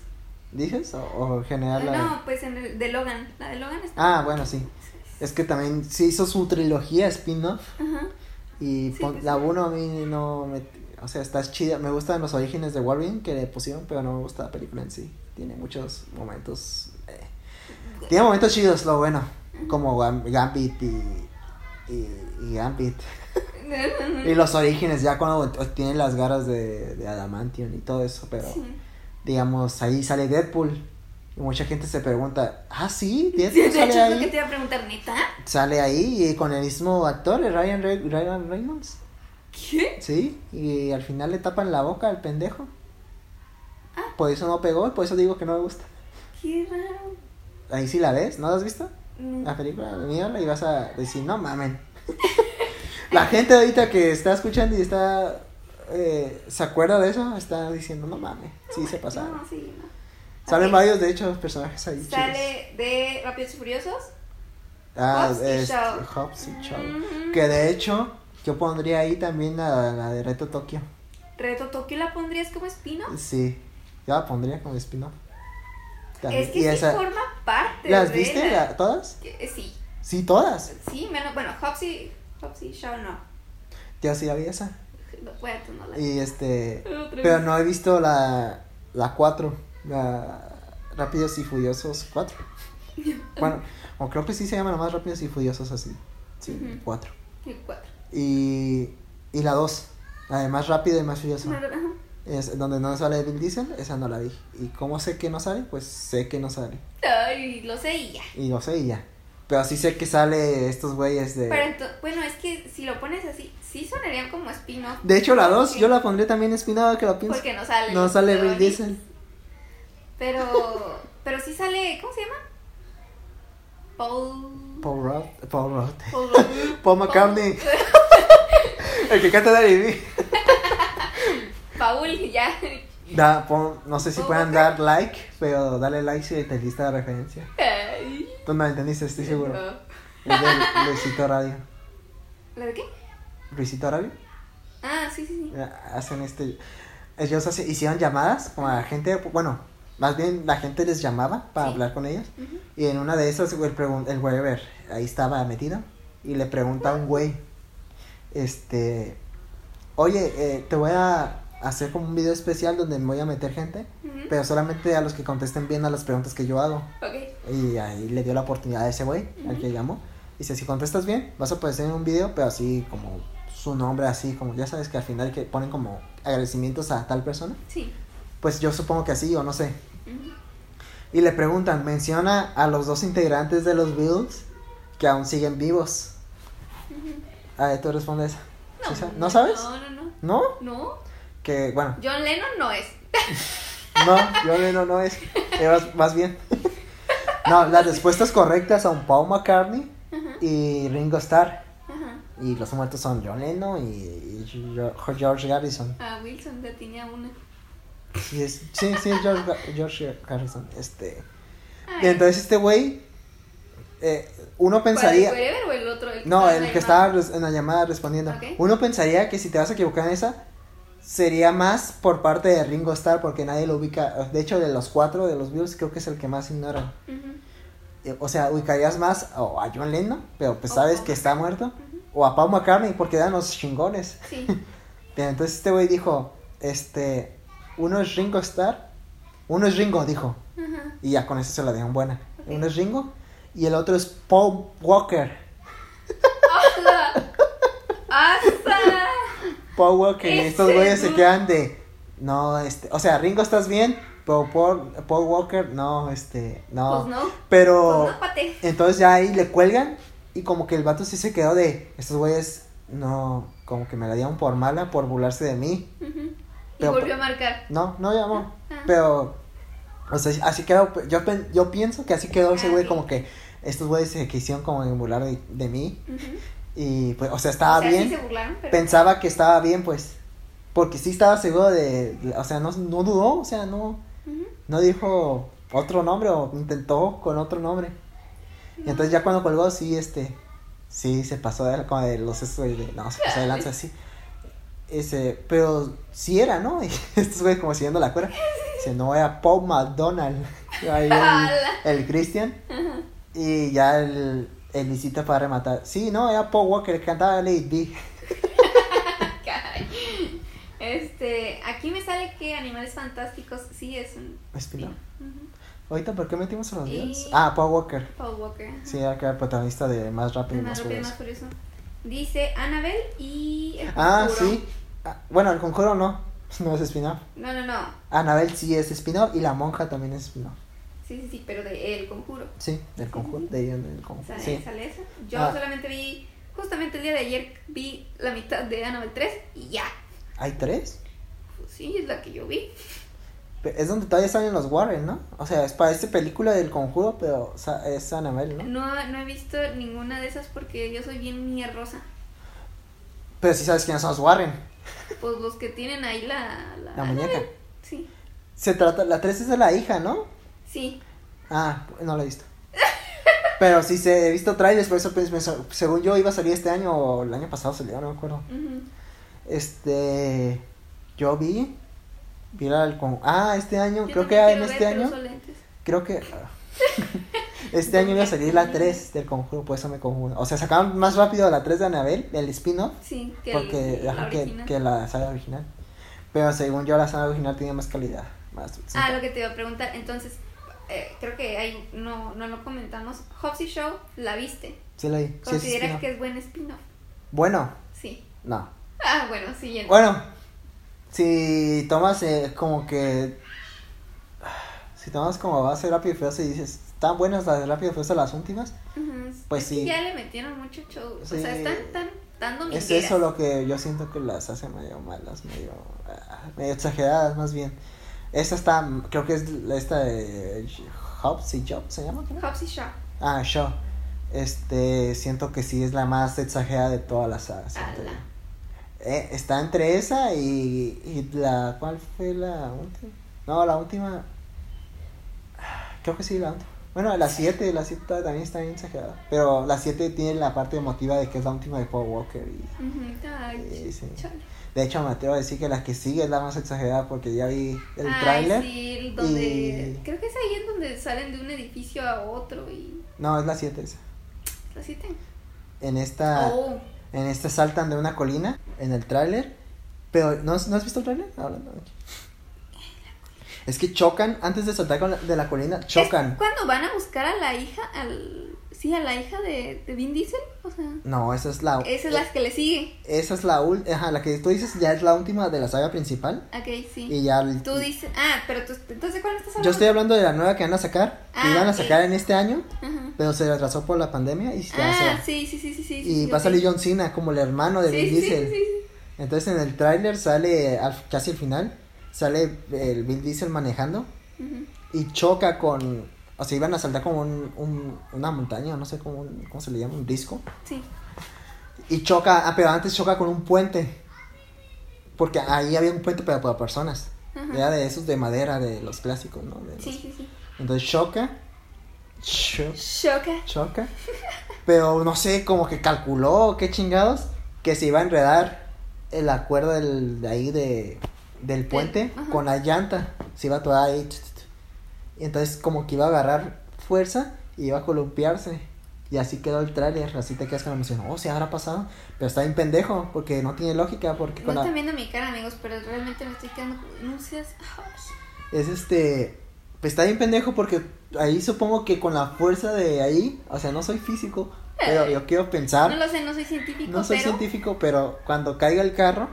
Speaker 1: dices, o, o general la de-
Speaker 2: No, pues en el de Logan. La de Logan está.
Speaker 1: Ah, bueno, sí. Es que también se hizo su trilogía spin-off.
Speaker 2: Ajá.
Speaker 1: Y
Speaker 2: Sí,
Speaker 1: pon-
Speaker 2: pues
Speaker 1: la
Speaker 2: sí.
Speaker 1: 1 a mí no me... O sea, está chida. Me gustan los orígenes de Wolverine que le pusieron, pero no me gusta la película en sí. Tiene muchos momentos... eh, Tiene momentos chidos, lo bueno. Como Gam- Gambit y... Y, y Gambit.
Speaker 2: Mm.
Speaker 1: Y los orígenes, ya cuando tienen las garras de, de Adamantium y todo eso, pero
Speaker 2: Sí.
Speaker 1: digamos, ahí sale Deadpool. Y mucha gente se pregunta, ah, sí,
Speaker 2: Sí,
Speaker 1: Deadpool
Speaker 2: de hecho,
Speaker 1: sale
Speaker 2: es lo que
Speaker 1: ahí.
Speaker 2: te iba a preguntar, ¿neta?
Speaker 1: Sale ahí y con el mismo actor, el Ryan, Re- Ryan Reynolds.
Speaker 2: ¿Qué?
Speaker 1: Sí, y al final le tapan la boca al pendejo.
Speaker 2: Ah.
Speaker 1: Por eso no pegó, por eso digo que no me gusta.
Speaker 2: Qué raro.
Speaker 1: Ahí sí la ves, ¿no la has visto?
Speaker 2: Mm.
Speaker 1: La película de mierda y vas a decir, no mamen. la gente ahorita que está escuchando y está. eh, ¿Se acuerda de eso? Está diciendo, no mames, sí se pasaron.
Speaker 2: No, sí, no.
Speaker 1: Salen
Speaker 2: Ok.
Speaker 1: varios, de hecho, personajes ahí chidos.
Speaker 2: Sale de Rápidos y Furiosos.
Speaker 1: Ah,
Speaker 2: Hobbs y
Speaker 1: este,
Speaker 2: Shaw. Mm-hmm.
Speaker 1: Hobbs y Shaw.
Speaker 2: Ujú.
Speaker 1: Que de hecho, yo pondría ahí también la, la de Reto Tokio.
Speaker 2: Reto Tokio la pondrías como espino.
Speaker 1: Sí, yo la pondría como spin-off. También.
Speaker 2: Es que
Speaker 1: Y
Speaker 2: sí
Speaker 1: esa-
Speaker 2: forma parte
Speaker 1: ¿Las
Speaker 2: de
Speaker 1: viste
Speaker 2: la-
Speaker 1: la- todas?
Speaker 2: que- Sí,
Speaker 1: Sí, todas.
Speaker 2: sí, menos, bueno, Hobbs y, Hobbs y Shaw no.
Speaker 1: Yo sí la vi esa.
Speaker 2: Bueno, tú no la
Speaker 1: Y este.
Speaker 2: Otra
Speaker 1: Pero
Speaker 2: vez.
Speaker 1: no he visto la. La 4. La. Rápidos y Furiosos 4. Bueno, o creo que sí se llama nomás Rápidos y Furiosos así. Sí,
Speaker 2: Ujú.
Speaker 1: 4.
Speaker 2: Y cuatro.
Speaker 1: Y. Y la 2. La de más rápido y más furioso.
Speaker 2: No, ajá.
Speaker 1: Es donde no sale Bill Diesel, esa no la vi. ¿Y cómo sé que no sale? Pues sé que no sale.
Speaker 2: Ay, lo sé y ya.
Speaker 1: Y no sé y ya. Pero sí sé que sale estos güeyes de.
Speaker 2: Pero ento- bueno, es que si lo pones así, sí sonarían como spin-off.
Speaker 1: De hecho, la 2 yo la pondré también espinada que la pienso.
Speaker 2: Porque no sale.
Speaker 1: No
Speaker 2: los
Speaker 1: sale Bill
Speaker 2: protagonistas.
Speaker 1: Diesel.
Speaker 2: Pero, pero sí sale, ¿cómo se llama? Paul.
Speaker 1: Paul Rudd. Paul Rudd.
Speaker 2: Paul,
Speaker 1: Paul McCartney. El que canta Daddy B.
Speaker 2: Paul, ya.
Speaker 1: Da, pon- no sé si
Speaker 2: Paul
Speaker 1: puedan
Speaker 2: McCartney.
Speaker 1: dar like, pero dale like si te lista de referencia.
Speaker 2: Ay.
Speaker 1: Tú no la entendiste, estoy seguro.
Speaker 2: No.
Speaker 1: Es de Luisito Radio.
Speaker 2: ¿La de qué?
Speaker 1: Luisito Radio.
Speaker 2: Ah, sí, sí, sí.
Speaker 1: Hacen este. ellos hace- hicieron llamadas como a la gente, bueno, más bien la gente les llamaba para
Speaker 2: Sí.
Speaker 1: hablar con ellos.
Speaker 2: Ujú.
Speaker 1: Y en una de esas, güey, el, pregun- el güey, a ver, ahí estaba metido. Y le pregunta a un güey, este, oye, eh, te voy a hacer como un video especial donde me voy a meter gente,
Speaker 2: Ujú.
Speaker 1: pero solamente a los que contesten bien a las preguntas que yo hago.
Speaker 2: Ok.
Speaker 1: Y ahí le dio la oportunidad a ese güey, al que llamó. Dice, si contestas bien, vas a aparecer en un video, pero así como su nombre, así como ya sabes que al final que ponen como agradecimientos a tal persona.
Speaker 2: Sí.
Speaker 1: Pues yo supongo que así, o no sé.
Speaker 2: Ujú.
Speaker 1: Y le preguntan, menciona a los dos integrantes de los Beatles que aún siguen vivos. A ver, tú respondes. ¿Sí sa- ¿No sabes?
Speaker 2: No, no, no.
Speaker 1: ¿No?
Speaker 2: No.
Speaker 1: Que bueno,
Speaker 2: John Lennon no es.
Speaker 1: no, yo no, no, no es. eh, vas, vas bien. No, las respuestas correctas son Paul McCartney
Speaker 2: Ajá.
Speaker 1: y Ringo Starr.
Speaker 2: Ajá.
Speaker 1: Y los muertos son John Lennon y, y Gio- George Garrison.
Speaker 2: Ah, Wilson ya tenía una.
Speaker 1: Sí, es- sí, sí, es George, Ga- George Garrison. Este.
Speaker 2: Ay.
Speaker 1: Y entonces este güey, eh, uno
Speaker 2: ¿Cuál,
Speaker 1: pensaría...
Speaker 2: el Wherever o el otro? El
Speaker 1: No,
Speaker 2: estaba Ah, en
Speaker 1: el
Speaker 2: la
Speaker 1: que
Speaker 2: llamada?
Speaker 1: estaba res- en la llamada respondiendo.
Speaker 2: Ok.
Speaker 1: Uno pensaría que si te vas a equivocar en esa, sería más por parte de Ringo Starr, porque nadie lo ubica. De hecho, de los cuatro de los Beatles, creo que es el que más ignoran.
Speaker 2: Ujú.
Speaker 1: Eh, O sea, ubicarías más o a John Lennon, pero pues
Speaker 2: O
Speaker 1: sabes
Speaker 2: Paul
Speaker 1: que está muerto,
Speaker 2: Ujú.
Speaker 1: o a Paul McCartney, porque eran los chingones.
Speaker 2: Sí.
Speaker 1: Pero Entonces este güey dijo, este, uno es Ringo Starr, uno es Ringo, dijo.
Speaker 2: Ajá.
Speaker 1: Y ya con eso se la dieron buena.
Speaker 2: Ok.
Speaker 1: Uno es Ringo y el otro es Paul Walker.
Speaker 2: ¡Hola! ¡Hasta!
Speaker 1: Paul Walker, y
Speaker 2: Ese
Speaker 1: estos güeyes se
Speaker 2: dude.
Speaker 1: quedan de. No, este. O sea, Ringo, estás bien, pero Paul, Paul Walker, no, este. No.
Speaker 2: Pues no.
Speaker 1: Pero.
Speaker 2: Pues no, pate.
Speaker 1: entonces ya ahí le cuelgan y como que el vato sí se quedó de. Estos güeyes, no. Como que me la dieron por mala, por burlarse de mí.
Speaker 2: Ujú. Y
Speaker 1: Pero-
Speaker 2: volvió a marcar.
Speaker 1: No, no llamó.
Speaker 2: Ah.
Speaker 1: Pero. O sea, así quedó. Yo, pen- yo pienso que así quedó ese
Speaker 2: Ah,
Speaker 1: güey,
Speaker 2: ok.
Speaker 1: como que. Estos güeyes se quisieron como burlar de, de mí.
Speaker 2: Ujú.
Speaker 1: Y pues, o sea, estaba
Speaker 2: o sea,
Speaker 1: bien.
Speaker 2: sí se burlaron, pero.
Speaker 1: pensaba que estaba bien, pues. Porque sí estaba seguro de. O sea, no, no dudó, o sea, no,
Speaker 2: Ujú.
Speaker 1: no dijo otro nombre o intentó con otro nombre. Y
Speaker 2: No.
Speaker 1: entonces ya cuando colgó, sí, este. Sí, se pasó de, como de los estos güeyes de. No, se pasó de lanza así. Ese, pero sí era, ¿no? Y estos güeyes como siguiendo la cuerda. Dice, no, era Paul McDonald. Ahí el, el Christian. Y ya el, el visita para rematar. Sí, no, era Paul Walker, el que cantaba Lady.
Speaker 2: Caray. Este, aquí me sale que Animales Fantásticos sí es un.
Speaker 1: Espino.
Speaker 2: Ujú.
Speaker 1: Pues, Ahorita, ¿por qué metimos a los
Speaker 2: Y-
Speaker 1: Beatles? Ah, Paul Walker.
Speaker 2: Paul Walker. ajá.
Speaker 1: Sí, era que era el protagonista de Más Rápido y
Speaker 2: Es más
Speaker 1: Más
Speaker 2: rápido,
Speaker 1: Furioso.
Speaker 2: más curioso. Dice Annabelle y. El
Speaker 1: Ah,
Speaker 2: Conjuro.
Speaker 1: sí. Ah, bueno, el conjuro no. No es spin-off.
Speaker 2: No, no, no.
Speaker 1: Anabel sí es spin-off y la monja también es spin-off.
Speaker 2: Sí, sí, sí, pero de El Conjuro.
Speaker 1: Sí, del conjuro. De ahí en el conjuro.
Speaker 2: ¿Sale,
Speaker 1: Sí.
Speaker 2: sale eso? Yo
Speaker 1: Ah.
Speaker 2: solamente vi. Justamente el día de ayer vi la mitad de Annabelle 3 y ya.
Speaker 1: ¿Hay tres?
Speaker 2: Pues sí, es la que yo vi.
Speaker 1: Pe- Es donde todavía salen los Warren, ¿no? O sea, es para esta película del conjuro, pero o sea, es Anabel, ¿no?
Speaker 2: No, no he visto ninguna de esas porque yo soy bien mierrosa.
Speaker 1: Pero sí sabes quiénes son los Warren.
Speaker 2: Pues los que tienen ahí la. La,
Speaker 1: La muñeca.
Speaker 2: Annabelle. Sí,
Speaker 1: Se trata, la tres es de la hija, ¿no?
Speaker 2: sí.
Speaker 1: Ah, no lo he visto. Pero sí se he visto trailers, por eso pues, me sor- según yo iba a salir este año o el año pasado salió, no me acuerdo.
Speaker 2: Ujú.
Speaker 1: Este yo vi vi la del con Ah, este año,
Speaker 2: Yo
Speaker 1: creo
Speaker 2: también
Speaker 1: que en
Speaker 2: quiero
Speaker 1: este
Speaker 2: ver, pero
Speaker 1: año,
Speaker 2: uso lentes.
Speaker 1: creo que ah, Este año iba a salir la 3 del conjuro, por eso me conjuro. O sea, sacaron más rápido la 3 de Anabel, el spin-off,
Speaker 2: Sí, que
Speaker 1: porque
Speaker 2: el, la
Speaker 1: ajá, que,
Speaker 2: original.
Speaker 1: que la saga original. Pero según yo la saga original tiene más calidad, más
Speaker 2: Ah, lo que te iba a preguntar. Entonces, eh, creo que ahí no, no lo comentamos. Hobbsy Show, ¿la viste?
Speaker 1: Sí la vi, sí es
Speaker 2: ¿Consideras
Speaker 1: spin-off.
Speaker 2: que es buen spin-off?
Speaker 1: Bueno,
Speaker 2: Sí.
Speaker 1: no.
Speaker 2: Ah, bueno, siguiente.
Speaker 1: Bueno, si tomas eh, como que. ah, Si tomas como base Rápido y Furioso y dices, ¿están buenas las de Rápido y Furioso las últimas?
Speaker 2: Ujú.
Speaker 1: pues
Speaker 2: Es que
Speaker 1: sí.
Speaker 2: Ya le metieron mucho show.
Speaker 1: Sí.
Speaker 2: O sea, están tan, tan domingueras.
Speaker 1: Es eso lo que yo siento que las hace medio malas, medio, ah, medio exageradas más bien. Esta está, creo que es la- esta de Hobbs y Job, ¿se llama? creo?
Speaker 2: Hobbsy Show.
Speaker 1: Ah, Shaw. Este, siento que sí es la más exagerada de todas las sagas. siento
Speaker 2: Ala.
Speaker 1: yo. Eh, está entre esa y, y la. ¿Cuál fue la última? No, la última. Creo que sí, la última. Bueno, la 7, la 7 también está bien exagerada. Pero la 7 tiene la parte emotiva de que es la última de Paul Walker. Y,
Speaker 2: Ujú, ay,
Speaker 1: Sí, sí.
Speaker 2: chale.
Speaker 1: de hecho, me atrevo a decir que la que sigue es la más exagerada porque ya vi el
Speaker 2: Ay,
Speaker 1: tráiler.
Speaker 2: sí, el donde-
Speaker 1: y-
Speaker 2: Creo que es ahí en donde salen de un edificio a otro y...
Speaker 1: No, es la 7 esa.
Speaker 2: ¿La siete?
Speaker 1: En esta,
Speaker 2: Oh,
Speaker 1: en esta saltan de una colina en el tráiler. Pero, ¿no, has- ¿no has visto el tráiler? Hablando de- Es que chocan, antes de saltar con la- de la colina,
Speaker 2: ¿Es
Speaker 1: chocan.
Speaker 2: cuando van a buscar a la hija, al... Sí, a la hija de, de Vin Diesel, o sea...
Speaker 1: No, esa es la... eh,
Speaker 2: Esa es la que le sigue.
Speaker 1: Esa es la ul- ajá, la que tú dices ya es la última de la saga principal.
Speaker 2: Ok, sí.
Speaker 1: Y ya. el-
Speaker 2: Tú dices... Ah, pero tú... Entonces, ¿de ¿cuál estás hablando?
Speaker 1: Yo estoy hablando de la nueva que van a sacar. que
Speaker 2: Ah,
Speaker 1: iban a
Speaker 2: ok.
Speaker 1: sacar en este año,
Speaker 2: Ajá.
Speaker 1: pero se retrasó por la pandemia y ya se
Speaker 2: Ah,
Speaker 1: va.
Speaker 2: sí, sí, sí, sí, sí.
Speaker 1: Y va a salir John Cena como el hermano de Vin Diesel. Entonces en el tráiler sale al- casi al final, sale el Vin Diesel manejando y choca con. O sea, iban a saltar como un, un- una montaña, no sé cómo, un- cómo se le llama, un disco.
Speaker 2: Sí.
Speaker 1: Y choca, ah, pero antes choca con un puente. Porque ahí había un puente para, para personas.
Speaker 2: Ajá.
Speaker 1: Era de esos de madera, de los clásicos, ¿no? De los-
Speaker 2: Sí, sí, sí.
Speaker 1: Entonces choca. cho-
Speaker 2: Shoka.
Speaker 1: choca. pero no sé, como que calculó, qué chingados, que se iba a enredar el acuerdo del, de ahí de, del puente
Speaker 2: ajá.
Speaker 1: con la llanta. Se iba a atorar ahí. tut, tut, tut. Y entonces como que iba a agarrar fuerza y iba a columpiarse. Y así quedó el tráiler, así te quedas con la emoción, oh, se habrá pasado, pero está bien pendejo, porque no tiene lógica, porque
Speaker 2: No
Speaker 1: con la-
Speaker 2: están viendo mi cara, amigos, pero realmente me estoy quedando... como- No seas...
Speaker 1: es este, pues está bien pendejo porque ahí supongo que con la fuerza de ahí, o sea, no soy físico, pero
Speaker 2: Eh.
Speaker 1: yo quiero pensar
Speaker 2: No lo sé, no soy científico,
Speaker 1: Ah. No soy
Speaker 2: pero...
Speaker 1: científico, pero cuando caiga el carro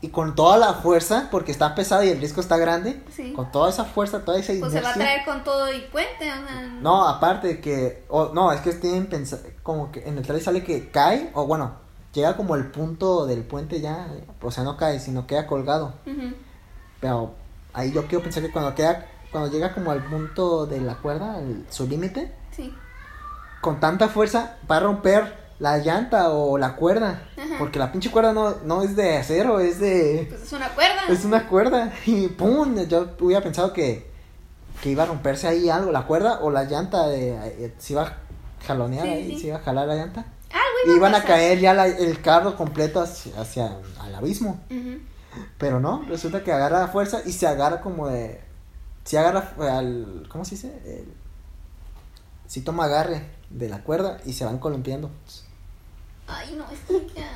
Speaker 1: y con toda la fuerza, porque está pesado y el disco está grande,
Speaker 2: Sí.
Speaker 1: con toda esa fuerza, toda esa
Speaker 2: Pues
Speaker 1: inercia.
Speaker 2: se va a traer con todo y puente, o sea...
Speaker 1: No, aparte de que, o- no, es que tienen pensar, como que en el trailer sale que cae, o bueno, llega como el punto del puente ya, o sea, no cae, sino queda colgado.
Speaker 2: Ujú.
Speaker 1: Pero ahí yo quiero pensar que cuando queda, cuando llega como al punto de la cuerda, al- su límite,
Speaker 2: Sí.
Speaker 1: con tanta fuerza va a romper la llanta o la cuerda.
Speaker 2: Ajá.
Speaker 1: Porque la pinche cuerda no, no es de acero, es de.
Speaker 2: Pues es una cuerda.
Speaker 1: Es una cuerda. Y pum, yo hubiera pensado que, que iba a romperse ahí algo, la cuerda o la llanta. De, eh, se iba a jalonear
Speaker 2: Sí,
Speaker 1: ahí,
Speaker 2: sí. pues, eh.
Speaker 1: se iba a jalar la llanta.
Speaker 2: Algo
Speaker 1: Y
Speaker 2: iba
Speaker 1: iban a
Speaker 2: pasar.
Speaker 1: caer ya la- el carro completo hacia, hacia al abismo.
Speaker 2: Ujú.
Speaker 1: Pero no, resulta que agarra fuerza y se agarra como de. Se agarra al. ¿Cómo se dice? El- si toma agarre de la cuerda y se van columpiando.
Speaker 2: Ay, no, es que ya...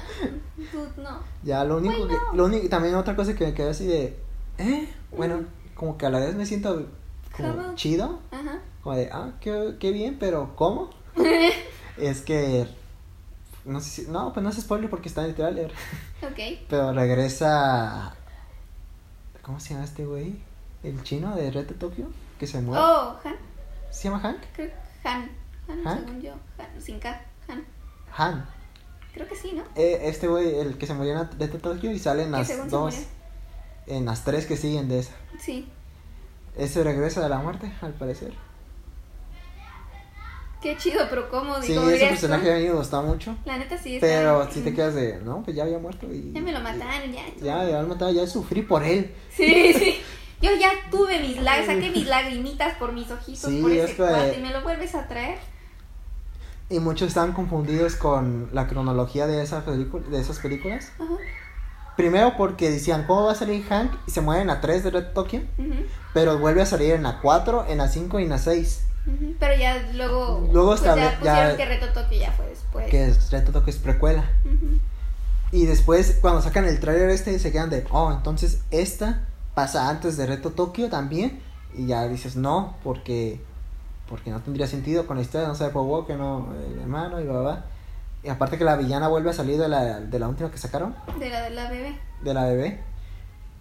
Speaker 2: Dude, no.
Speaker 1: Ya lo único
Speaker 2: Bueno.
Speaker 1: que. Lo único, también otra cosa que me quedó así de. ¿Eh? Bueno, como que a la vez me siento como
Speaker 2: ¿Cómo?
Speaker 1: chido.
Speaker 2: Ajá.
Speaker 1: Como de, ah, qué, qué bien, pero ¿cómo? es que. No sé si. No, pues no es spoiler porque está eh. en el trailer.
Speaker 2: Ok.
Speaker 1: Pero regresa. ¿Cómo se llama este güey? El chino de Red de Tokio que se muere.
Speaker 2: Oh, Han.
Speaker 1: ¿Se llama Hank?
Speaker 2: Creo Han. Han,
Speaker 1: ¿Han?
Speaker 2: según yo. Han, sin K. Han.
Speaker 1: Han.
Speaker 2: Creo que sí, ¿no?
Speaker 1: Eh, este güey, el que se murió en Red de Tokio y sale en
Speaker 2: Que
Speaker 1: las
Speaker 2: según se
Speaker 1: dos.
Speaker 2: murió.
Speaker 1: En las tres que siguen de esa.
Speaker 2: Sí.
Speaker 1: Ese regresa de la muerte, al parecer.
Speaker 2: Qué chido, pero cómo
Speaker 1: Sí,
Speaker 2: digo.
Speaker 1: ese
Speaker 2: dirías,
Speaker 1: personaje a mí me gustó mucho.
Speaker 2: La neta sí está-
Speaker 1: Pero si te quedas de, no, pues ya había muerto y.
Speaker 2: Ya me lo mataron, ya.
Speaker 1: Ya, ya lo mataron, ya sufrí por él.
Speaker 2: Sí, sí. Yo ya tuve mis lágrimas, saqué mis lagrimitas por mis ojitos,
Speaker 1: Sí,
Speaker 2: por
Speaker 1: es
Speaker 2: ese
Speaker 1: que-
Speaker 2: cuate. ¿Me lo vuelves a traer?
Speaker 1: Y muchos estaban confundidos con la cronología de, esa película, de esas películas.
Speaker 2: Ajá.
Speaker 1: Primero porque decían, ¿cómo va a salir Hank? Y se muere en la 3 de Red Tokyo,
Speaker 2: Ujú,
Speaker 1: pero vuelve a salir en la 4, en la 5 y en la 6.
Speaker 2: ujú. Pero ya luego.
Speaker 1: Luego
Speaker 2: pues ya
Speaker 1: estable-
Speaker 2: pusieron
Speaker 1: ya-
Speaker 2: que Reto Tokio ya fue después.
Speaker 1: Que es Red Tokyo es precuela.
Speaker 2: Ujú.
Speaker 1: Y después, cuando sacan el trailer este, se quedan de, oh, entonces esta pasa antes de Reto Tokio también. Y ya dices, no, porque porque no tendría sentido con la historia, no sabe por que no, el hermano y bla, bla, bla. Y aparte que la villana vuelve a salir de la, de la última que sacaron,
Speaker 2: De la de la bebé.
Speaker 1: de la bebé.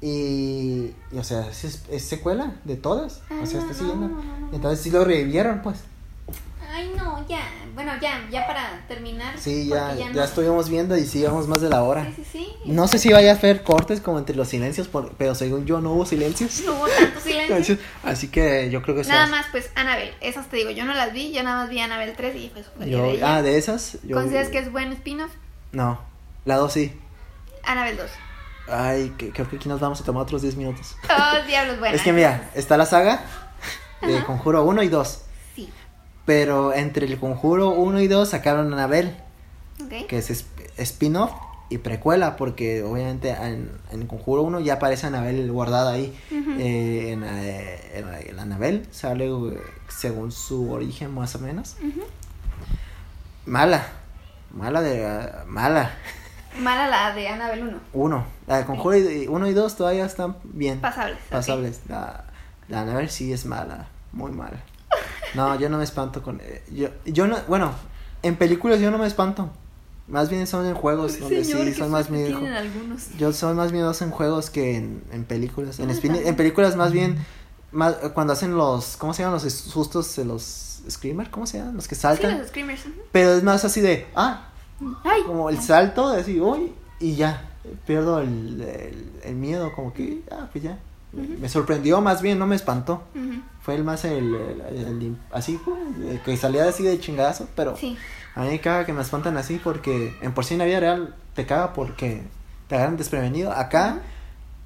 Speaker 1: Y, y, o sea, es, es secuela de todas. O sea, está
Speaker 2: Ah, no,
Speaker 1: siguiendo.
Speaker 2: no, no, no.
Speaker 1: Entonces sí lo revivieron, pues.
Speaker 2: Ay, no, ya. Bueno, ya, ya para terminar.
Speaker 1: Sí,
Speaker 2: porque
Speaker 1: ya, ya,
Speaker 2: no-
Speaker 1: estuvimos viendo y sí, llevamos más de la hora.
Speaker 2: Sí, sí, sí.
Speaker 1: No sé si vaya a haber cortes como entre los silencios, por- pero según yo no hubo silencios.
Speaker 2: No hubo tanto silencio.
Speaker 1: Así que yo creo que
Speaker 2: Nada
Speaker 1: esas-
Speaker 2: más, pues, Anabel. Esas te digo, yo no las vi, yo nada más vi Anabel 3 y pues. fue
Speaker 1: yo-
Speaker 2: de ella.
Speaker 1: ah, de esas. Yo,
Speaker 2: ¿Consideras que es buen spin-off?
Speaker 1: No, la dos sí.
Speaker 2: Anabel 2.
Speaker 1: Ay, que- creo que aquí nos vamos a tomar otros 10 minutos.
Speaker 2: Oh, diablos, bueno.
Speaker 1: Es que mira, está la saga de Conjuro 1 y 2.
Speaker 2: Sí.
Speaker 1: Pero entre El Conjuro 1 y 2 sacaron Anabel,
Speaker 2: Ok.
Speaker 1: que es sp- spin-off y precuela, porque obviamente en, en El Conjuro 1 ya aparece Anabel guardada ahí.
Speaker 2: Ujú.
Speaker 1: Eh, en, eh, en, eh, en Anabel sale eh, según su origen más o menos.
Speaker 2: Ujú.
Speaker 1: Mala, mala de... ah, mala.
Speaker 2: Mala la de Anabel 1.
Speaker 1: Uno. La de Conjuro 1 y 2 todavía están bien.
Speaker 2: Pasables. ok.
Speaker 1: pasables. La, la Anabel sí es mala, muy mala. No, yo no me espanto con... eh, Yo, yo no, bueno, en películas yo no me espanto. Más bien son en juegos donde
Speaker 2: Señor,
Speaker 1: sí,
Speaker 2: qué
Speaker 1: son más
Speaker 2: suerte
Speaker 1: miedo.
Speaker 2: tienen algunos.
Speaker 1: Yo soy más miedoso en juegos que en, en películas. En,
Speaker 2: Ah,
Speaker 1: spin-
Speaker 2: también.
Speaker 1: en películas más bien, más, cuando hacen los, ¿cómo se llaman los sustos? de Los screamer, ¿cómo se llaman? Los que
Speaker 2: Sí,
Speaker 1: saltan.
Speaker 2: los screamers. ujú.
Speaker 1: Pero es más así de, ah,
Speaker 2: Ay.
Speaker 1: como el salto, de así, uy, y ya, pierdo el, el- el miedo, como que, ah, pues ya.
Speaker 2: Ujú.
Speaker 1: Me sorprendió más bien, no me espantó.
Speaker 2: Ujú.
Speaker 1: Fue el más el, el- el- así, uy, que salía así de chingadazo, pero
Speaker 2: Sí.
Speaker 1: a mí me caga que me espantan así porque en por sí en la vida real te caga porque te agarran desprevenido. Acá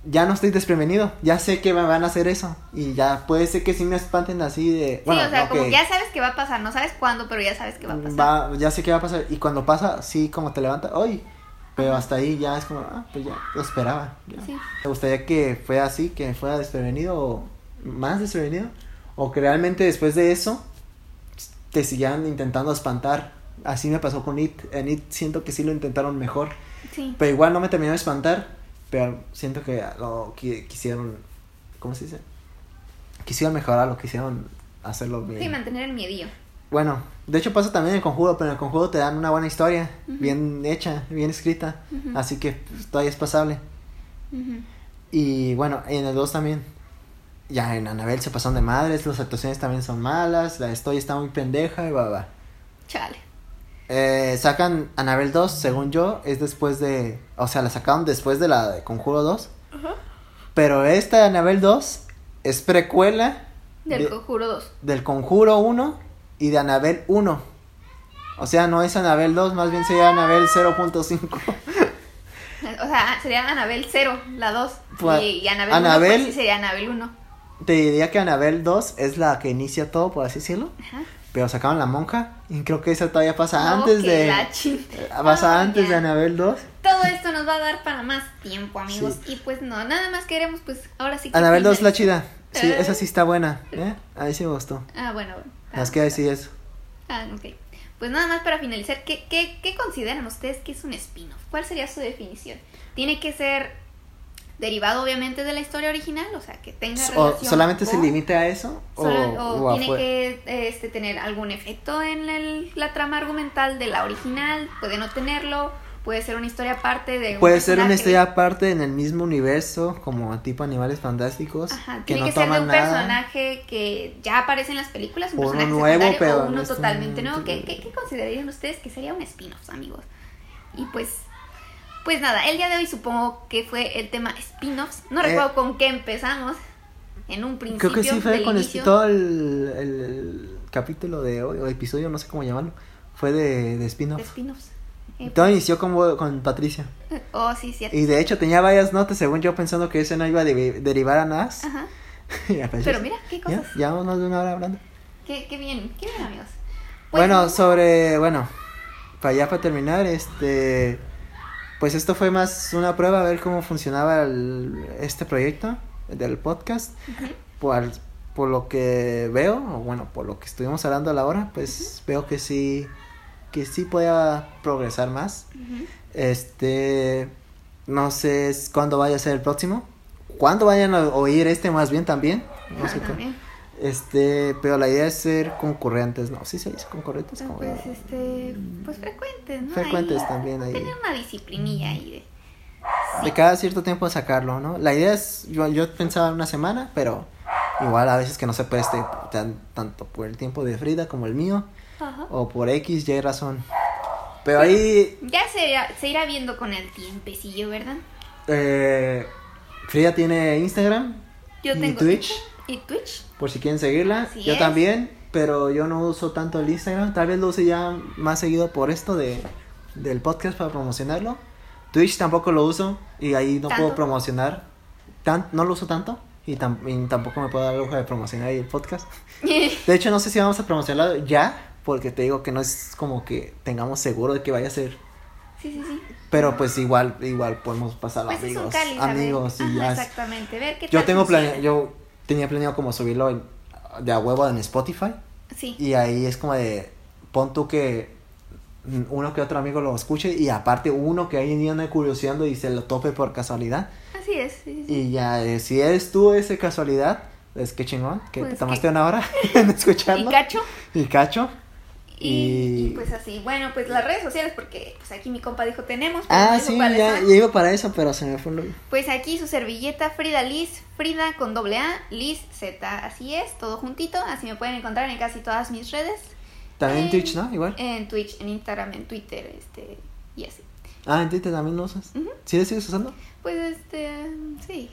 Speaker 1: ya no estoy desprevenido, ya sé que me van a hacer eso y ya puede ser que sí me espanten así de...
Speaker 2: sí, o sea,
Speaker 1: no
Speaker 2: como
Speaker 1: que
Speaker 2: ya sabes que va a pasar. No sabes cuándo, pero ya sabes que va a pasar.
Speaker 1: Mm, va- ya sé que va a pasar y cuando pasa, sí, como te levanta, ¡ay! Pero hasta ahí ya es como, ah, pues ya, lo esperaba. ya.
Speaker 2: Sí.
Speaker 1: ¿Te gustaría que fuera así, que fuera desprevenido o más desprevenido? ¿O que realmente después de eso te sigan intentando espantar? Así me pasó con It. En It siento que sí lo intentaron mejor.
Speaker 2: Sí.
Speaker 1: Pero igual no me terminó de espantar. Pero siento que lo qui- quisieron. ¿Cómo se dice? Quisieron mejorarlo, quisieron hacerlo bien.
Speaker 2: Sí, mantener el miedillo.
Speaker 1: Bueno, de hecho pasa también en el conjuro, pero en el conjuro te dan una buena historia, bien hecha, bien escrita,
Speaker 2: Ujú.
Speaker 1: así que pues, todavía es pasable.
Speaker 2: Ujú.
Speaker 1: Y bueno, en el 2 también. Ya en Anabel se pasaron de madres, las actuaciones también son malas, la historia está muy pendeja y va, va.
Speaker 2: Chale.
Speaker 1: Eh, sacan Anabel 2, según yo, es después de. O sea, la sacaron después de la de Conjuro 2. Pero esta de Anabel 2 es precuela
Speaker 2: Del
Speaker 1: de-
Speaker 2: conjuro 2.
Speaker 1: del Conjuro 1 y de Anabel 1. O sea, no es Anabel 2, más bien sería Anabel 0.5.
Speaker 2: O sea, sería Anabel 0, la 2.
Speaker 1: Pues,
Speaker 2: y, y Anabel 1
Speaker 1: Anabel-
Speaker 2: pues, sí sería Anabel 1.
Speaker 1: Te diría que Anabel 2 es la que inicia todo, por así decirlo.
Speaker 2: Ajá.
Speaker 1: Pero sacaron la monja y creo que esa todavía pasa
Speaker 2: No,
Speaker 1: antes
Speaker 2: que
Speaker 1: de... eh,
Speaker 2: la chin-
Speaker 1: Pasa
Speaker 2: Ah,
Speaker 1: antes
Speaker 2: ya.
Speaker 1: de Anabel 2.
Speaker 2: Todo esto nos va a dar para más tiempo, amigos.
Speaker 1: Sí.
Speaker 2: Y pues no, nada más queremos, pues ahora sí que.
Speaker 1: Anabel 2 la
Speaker 2: finalice.
Speaker 1: chida. Sí,
Speaker 2: Eh.
Speaker 1: esa sí está buena. ¿eh? Ahí sí me gustó.
Speaker 2: Ah, bueno. bueno. Ah,
Speaker 1: Las que decir eso.
Speaker 2: Ah, ok. Pues nada más para finalizar, ¿qué, qué, qué consideran ustedes que es un spin-off? ¿Cuál sería su definición? ¿Tiene que ser derivado obviamente de la historia original? O sea, que tenga
Speaker 1: O,
Speaker 2: relación
Speaker 1: ¿Solamente se
Speaker 2: con-
Speaker 1: limita a eso? O,
Speaker 2: solo- o,
Speaker 1: o
Speaker 2: tiene
Speaker 1: afue-
Speaker 2: que este, tener algún efecto en el- la trama argumental de la original? ¿Puede no tenerlo? ¿Puede ser una historia aparte de un
Speaker 1: Puede ser una
Speaker 2: personaje?
Speaker 1: historia aparte en el mismo universo, como tipo animales fantásticos,
Speaker 2: Ajá,
Speaker 1: pues, que
Speaker 2: tiene
Speaker 1: no
Speaker 2: que ser de
Speaker 1: toman
Speaker 2: un
Speaker 1: nada.
Speaker 2: personaje que ya aparece en las películas, un
Speaker 1: O uno
Speaker 2: personaje
Speaker 1: nuevo,
Speaker 2: secundario
Speaker 1: pero
Speaker 2: o
Speaker 1: no
Speaker 2: uno
Speaker 1: es un-
Speaker 2: totalmente nuevo. ¿Qué, qué, qué considerarían ustedes que sería un spin-off, amigos? Y pues, pues nada, el día de hoy supongo que fue el tema spin-offs. No
Speaker 1: Eh,
Speaker 2: recuerdo con qué empezamos en un principio.
Speaker 1: Creo que sí fue
Speaker 2: del
Speaker 1: con el-
Speaker 2: inicio.
Speaker 1: todo el, el capítulo de hoy, o episodio, no sé cómo llamarlo, fue de, de
Speaker 2: de
Speaker 1: spin-off.
Speaker 2: spin-offs. Eh,
Speaker 1: Todo inició con, con Patricia.
Speaker 2: oh, sí, cierto.
Speaker 1: Y de hecho tenía varias notas, según yo, pensando que eso no iba a de- derivar a nada.
Speaker 2: Ajá.
Speaker 1: Y apenas-
Speaker 2: Pero mira, qué cosas.
Speaker 1: eh, Ya, llevamos más de una hora hablando.
Speaker 2: Qué, qué bien, qué bien, amigos. Pues,
Speaker 1: Bueno, sobre, bueno, para ya para terminar, este, pues esto fue más una prueba a ver cómo funcionaba el- este proyecto del podcast.
Speaker 2: Ujú.
Speaker 1: por, por lo que veo, o bueno, por lo que estuvimos hablando a la hora, pues veo que sí, que sí pueda progresar más.
Speaker 2: ujú.
Speaker 1: Este, no sé es- cuándo vaya a ser el próximo, cuándo vayan a oír este más bien también. No
Speaker 2: Ah,
Speaker 1: sé cu-
Speaker 2: también.
Speaker 1: este, pero la idea es ser concurrentes, ¿no? Sí se dice concurrentes,
Speaker 2: Ah,
Speaker 1: como
Speaker 2: Pues, este, pues frecuentes, ¿no?
Speaker 1: frecuentes
Speaker 2: Ahí,
Speaker 1: también ahí.
Speaker 2: Tener una disciplinilla ahí de...
Speaker 1: De cada cierto tiempo sacarlo, ¿no? La idea es, yo, yo pensaba en una semana, pero igual a veces que no se preste tan- tanto por el tiempo de Frida como el mío,
Speaker 2: Ajá.
Speaker 1: o por X, Y razón. Pero ahí
Speaker 2: Ya se, irá- se irá viendo con el tiempecillo, ¿verdad?
Speaker 1: eh, Frida tiene Instagram
Speaker 2: Yo
Speaker 1: y
Speaker 2: tengo
Speaker 1: Twitch,
Speaker 2: ¿Y Twitch?
Speaker 1: por si quieren seguirla.
Speaker 2: Así
Speaker 1: yo
Speaker 2: es.
Speaker 1: también, pero yo no uso tanto el Instagram. Tal vez lo use ya más seguido por esto de, del podcast para promocionarlo. Twitch tampoco lo uso y ahí no puedo
Speaker 2: Tanto.
Speaker 1: promocionar. Tan, no lo uso tanto. Y, tam- y tampoco me puedo dar el lujo de promocionar el podcast. De hecho, no sé si vamos a promocionarlo ya, porque te digo que no es como que tengamos seguro de que vaya a ser.
Speaker 2: Sí, sí, sí.
Speaker 1: Pero pues igual, igual podemos pasar
Speaker 2: Pues
Speaker 1: amigos.
Speaker 2: es un cáliz. a ver.
Speaker 1: amigos y
Speaker 2: Ajá,
Speaker 1: ya. es-
Speaker 2: Exactamente. Ver qué
Speaker 1: Yo
Speaker 2: tal
Speaker 1: tengo
Speaker 2: funciona.
Speaker 1: plane- yo tenía planeado como subirlo en- de a huevo en Spotify.
Speaker 2: Sí.
Speaker 1: Y ahí es como de, pon tú que mm, uno que otro amigo lo escuche y aparte uno que ahí ni anda curioseando y se lo tope por casualidad.
Speaker 2: Así es. sí, sí, sí.
Speaker 1: Y ya, eh, si eres tú ese casualidad, es que chingón, que te
Speaker 2: Pues
Speaker 1: tomaste
Speaker 2: que-
Speaker 1: una hora en
Speaker 2: y
Speaker 1: escucharlo.
Speaker 2: cacho.
Speaker 1: Y cacho.
Speaker 2: Y,
Speaker 1: Y-
Speaker 2: y pues así, bueno, pues las redes sociales, porque pues aquí mi compa dijo tenemos. pero no
Speaker 1: Ah,
Speaker 2: dijo
Speaker 1: sí,
Speaker 2: cuáles
Speaker 1: ya,
Speaker 2: son.
Speaker 1: ya iba para eso, pero se me fue el...
Speaker 2: Pues aquí su servilleta Frida Liz, Frida con doble A, Liz Z, así es, todo juntito, así me pueden encontrar en casi todas mis redes,
Speaker 1: También
Speaker 2: Eh,
Speaker 1: Twitch, ¿no? Igual.
Speaker 2: en Twitch, en Instagram, en Twitter, este, y así.
Speaker 1: Ah, en Twitter también lo usas.
Speaker 2: Ujú.
Speaker 1: ¿Sí lo sigues usando?
Speaker 2: Pues este, sí,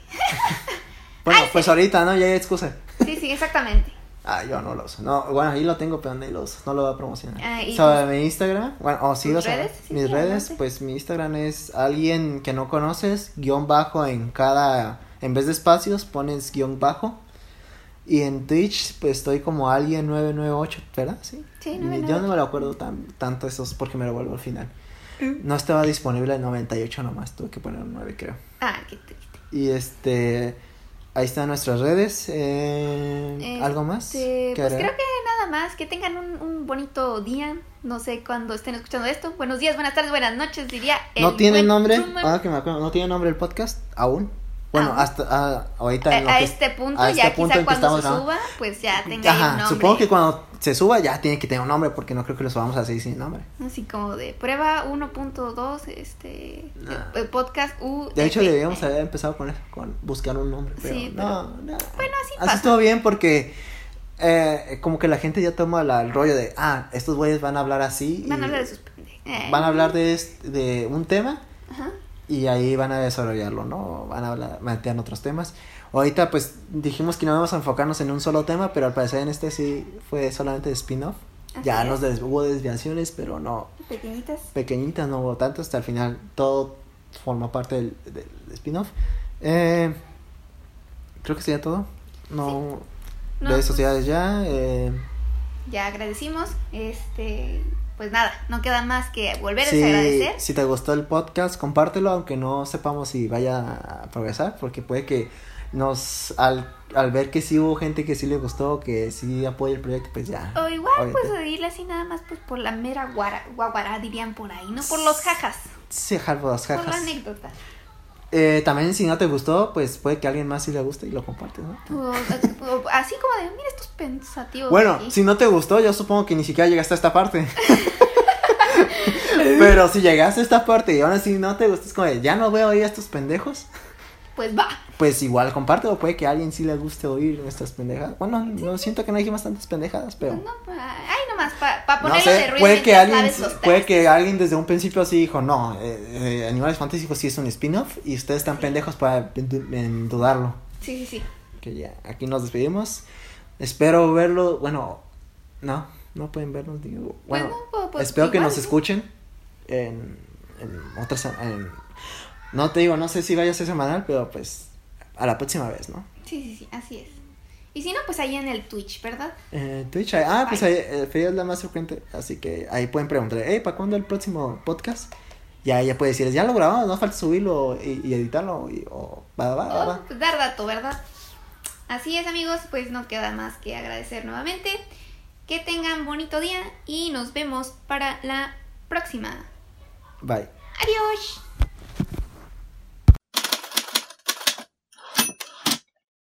Speaker 1: Bueno, pues ahorita, ¿no? Ya hay excusa.
Speaker 2: sí, sí, exactamente.
Speaker 1: Ah, yo no lo uso. No, bueno, ahí lo tengo, pero no lo uso. No lo voy a promocionar.
Speaker 2: Ah, ¿y
Speaker 1: Sobre mi Instagram, bueno, oh, sí,
Speaker 2: ¿Tus
Speaker 1: o sea,
Speaker 2: redes? Sí,
Speaker 1: mis
Speaker 2: sí,
Speaker 1: redes,
Speaker 2: adelante.
Speaker 1: pues mi Instagram es alguien que no conoces, guión bajo en cada, en vez de espacios, pones guión bajo. Y en Twitch, pues estoy como alguien 998, ¿verdad? Sí.
Speaker 2: Sí,
Speaker 1: Ni-
Speaker 2: 998.
Speaker 1: Yo no me lo acuerdo tan, tanto esos porque me lo vuelvo al final.
Speaker 2: Mm.
Speaker 1: No estaba disponible el 98 nomás, tuve que poner un 9, creo.
Speaker 2: Ah, qué triste.
Speaker 1: Y este. Ahí están nuestras redes. eh, ¿Algo más?
Speaker 2: Este,
Speaker 1: que
Speaker 2: pues
Speaker 1: agregar?
Speaker 2: creo que nada más, que tengan un, un bonito día, no sé cuándo estén escuchando esto, buenos días, buenas tardes, buenas noches, diría.
Speaker 1: ¿No
Speaker 2: el
Speaker 1: tiene
Speaker 2: buen
Speaker 1: nombre? Ah,
Speaker 2: Truman.
Speaker 1: Ahora que me acuerdo, ¿no tiene nombre el podcast? ¿Aún? Bueno,
Speaker 2: Aún.
Speaker 1: hasta ah, ahorita.
Speaker 2: a,
Speaker 1: en lo
Speaker 2: a
Speaker 1: que-
Speaker 2: este punto,
Speaker 1: a
Speaker 2: ya
Speaker 1: este punto en
Speaker 2: quizá
Speaker 1: que
Speaker 2: cuando se
Speaker 1: estamos grabando.
Speaker 2: suba, pues ya tenga el
Speaker 1: Ajá,
Speaker 2: nombre.
Speaker 1: supongo que cuando se suba ya tiene que tener un nombre porque no creo que lo subamos así sin nombre.
Speaker 2: Así como de prueba 1.2, este,
Speaker 1: Nah.
Speaker 2: el podcast U. Eh,
Speaker 1: De hecho, debíamos haber empezado con eso, con buscar un nombre. Pero
Speaker 2: Sí,
Speaker 1: no, no.
Speaker 2: Bueno, así
Speaker 1: Así
Speaker 2: pasa.
Speaker 1: estuvo bien porque eh, como que la gente ya toma la- el rollo de, ah, estos güeyes van a hablar así.
Speaker 2: Van
Speaker 1: y
Speaker 2: a hablar de sus pendejas. Eh,
Speaker 1: Van a hablar de, est- de un tema
Speaker 2: Ajá.
Speaker 1: y ahí van a desarrollarlo, ¿no? Van a hablar, plantear otros temas. Ahorita pues dijimos que no íbamos a enfocarnos en un solo tema, pero al parecer en este sí fue solamente de spin-off.
Speaker 2: Así
Speaker 1: Ya
Speaker 2: es.
Speaker 1: nos des- hubo desviaciones, pero no
Speaker 2: Pequeñitas.
Speaker 1: pequeñitas, no hubo tanto, hasta el final todo forma parte del, del spin-off. Eh, creo que sería todo. No,
Speaker 2: No,
Speaker 1: redes
Speaker 2: pues,
Speaker 1: sociales ya. eh,
Speaker 2: Ya agradecimos. Este, pues nada, no queda más que volver
Speaker 1: si-
Speaker 2: a agradecer.
Speaker 1: Si te gustó el podcast, compártelo, aunque no sepamos si vaya a progresar, porque puede que nos, al, al ver que sí hubo gente que sí le gustó, que sí apoya el proyecto, pues ya.
Speaker 2: O igual, pues
Speaker 1: obviamente.
Speaker 2: oírle así nada más pues por la mera guara, guaguara, dirían por ahí, ¿no? Por los jajas,
Speaker 1: Sí, dejar por las
Speaker 2: por la
Speaker 1: jajas.
Speaker 2: anécdota.
Speaker 1: Eh, también si no te gustó, pues puede que a alguien más sí le guste y lo compartes, ¿no?
Speaker 2: O- o- o Pues, así como de, mira estos pensativos.
Speaker 1: Bueno,
Speaker 2: aquí".
Speaker 1: si no te gustó, yo supongo que ni siquiera llegaste a esta parte. Pero si llegaste a esta parte y aún así no te gustó, es como de, ya no voy a oír a estos pendejos.
Speaker 2: Pues va.
Speaker 1: Pues igual compártelo, puede que a alguien sí le guste oír nuestras pendejadas. Bueno, no siento que no dijimos tantas pendejadas, pero.
Speaker 2: No, ay, nomás, para
Speaker 1: No
Speaker 2: ponerlo Pues de
Speaker 1: sé,
Speaker 2: ruido.
Speaker 1: puede que
Speaker 2: mientras
Speaker 1: alguien
Speaker 2: laves los
Speaker 1: puede
Speaker 2: trastes.
Speaker 1: que alguien desde un principio así dijo, no, eh, eh, Animales Fantásticos sí es un spin-off y ustedes están pendejos para du- en dudarlo.
Speaker 2: Sí, sí, sí.
Speaker 1: Que ya, aquí nos despedimos. Espero verlo, bueno, no, no pueden vernos, digo. Bueno,
Speaker 2: Bueno, pues, pues,
Speaker 1: espero que
Speaker 2: igual,
Speaker 1: nos
Speaker 2: ¿no?
Speaker 1: escuchen en, en otras, en- no te digo, no sé si vaya a ser semanal, pero pues a la próxima vez, ¿no?
Speaker 2: Sí, sí, sí, así es. Y si no, pues ahí en el Twitch, ¿verdad?
Speaker 1: Eh, Twitch, ahí- ah, pues
Speaker 2: Bye.
Speaker 1: ahí, eh, Feria es la más frecuente, así que ahí pueden preguntar, hey, ¿para cuándo el próximo podcast? Ya ella puede decirles, ya lo grabamos, no falta subirlo y, y editarlo, y- o va, va, va, Ah, va.
Speaker 2: O, pues, dar dato, ¿verdad? Así es, amigos, pues no queda más que agradecer nuevamente. Que tengan bonito día y nos vemos para la próxima.
Speaker 1: Bye.
Speaker 2: Adiós.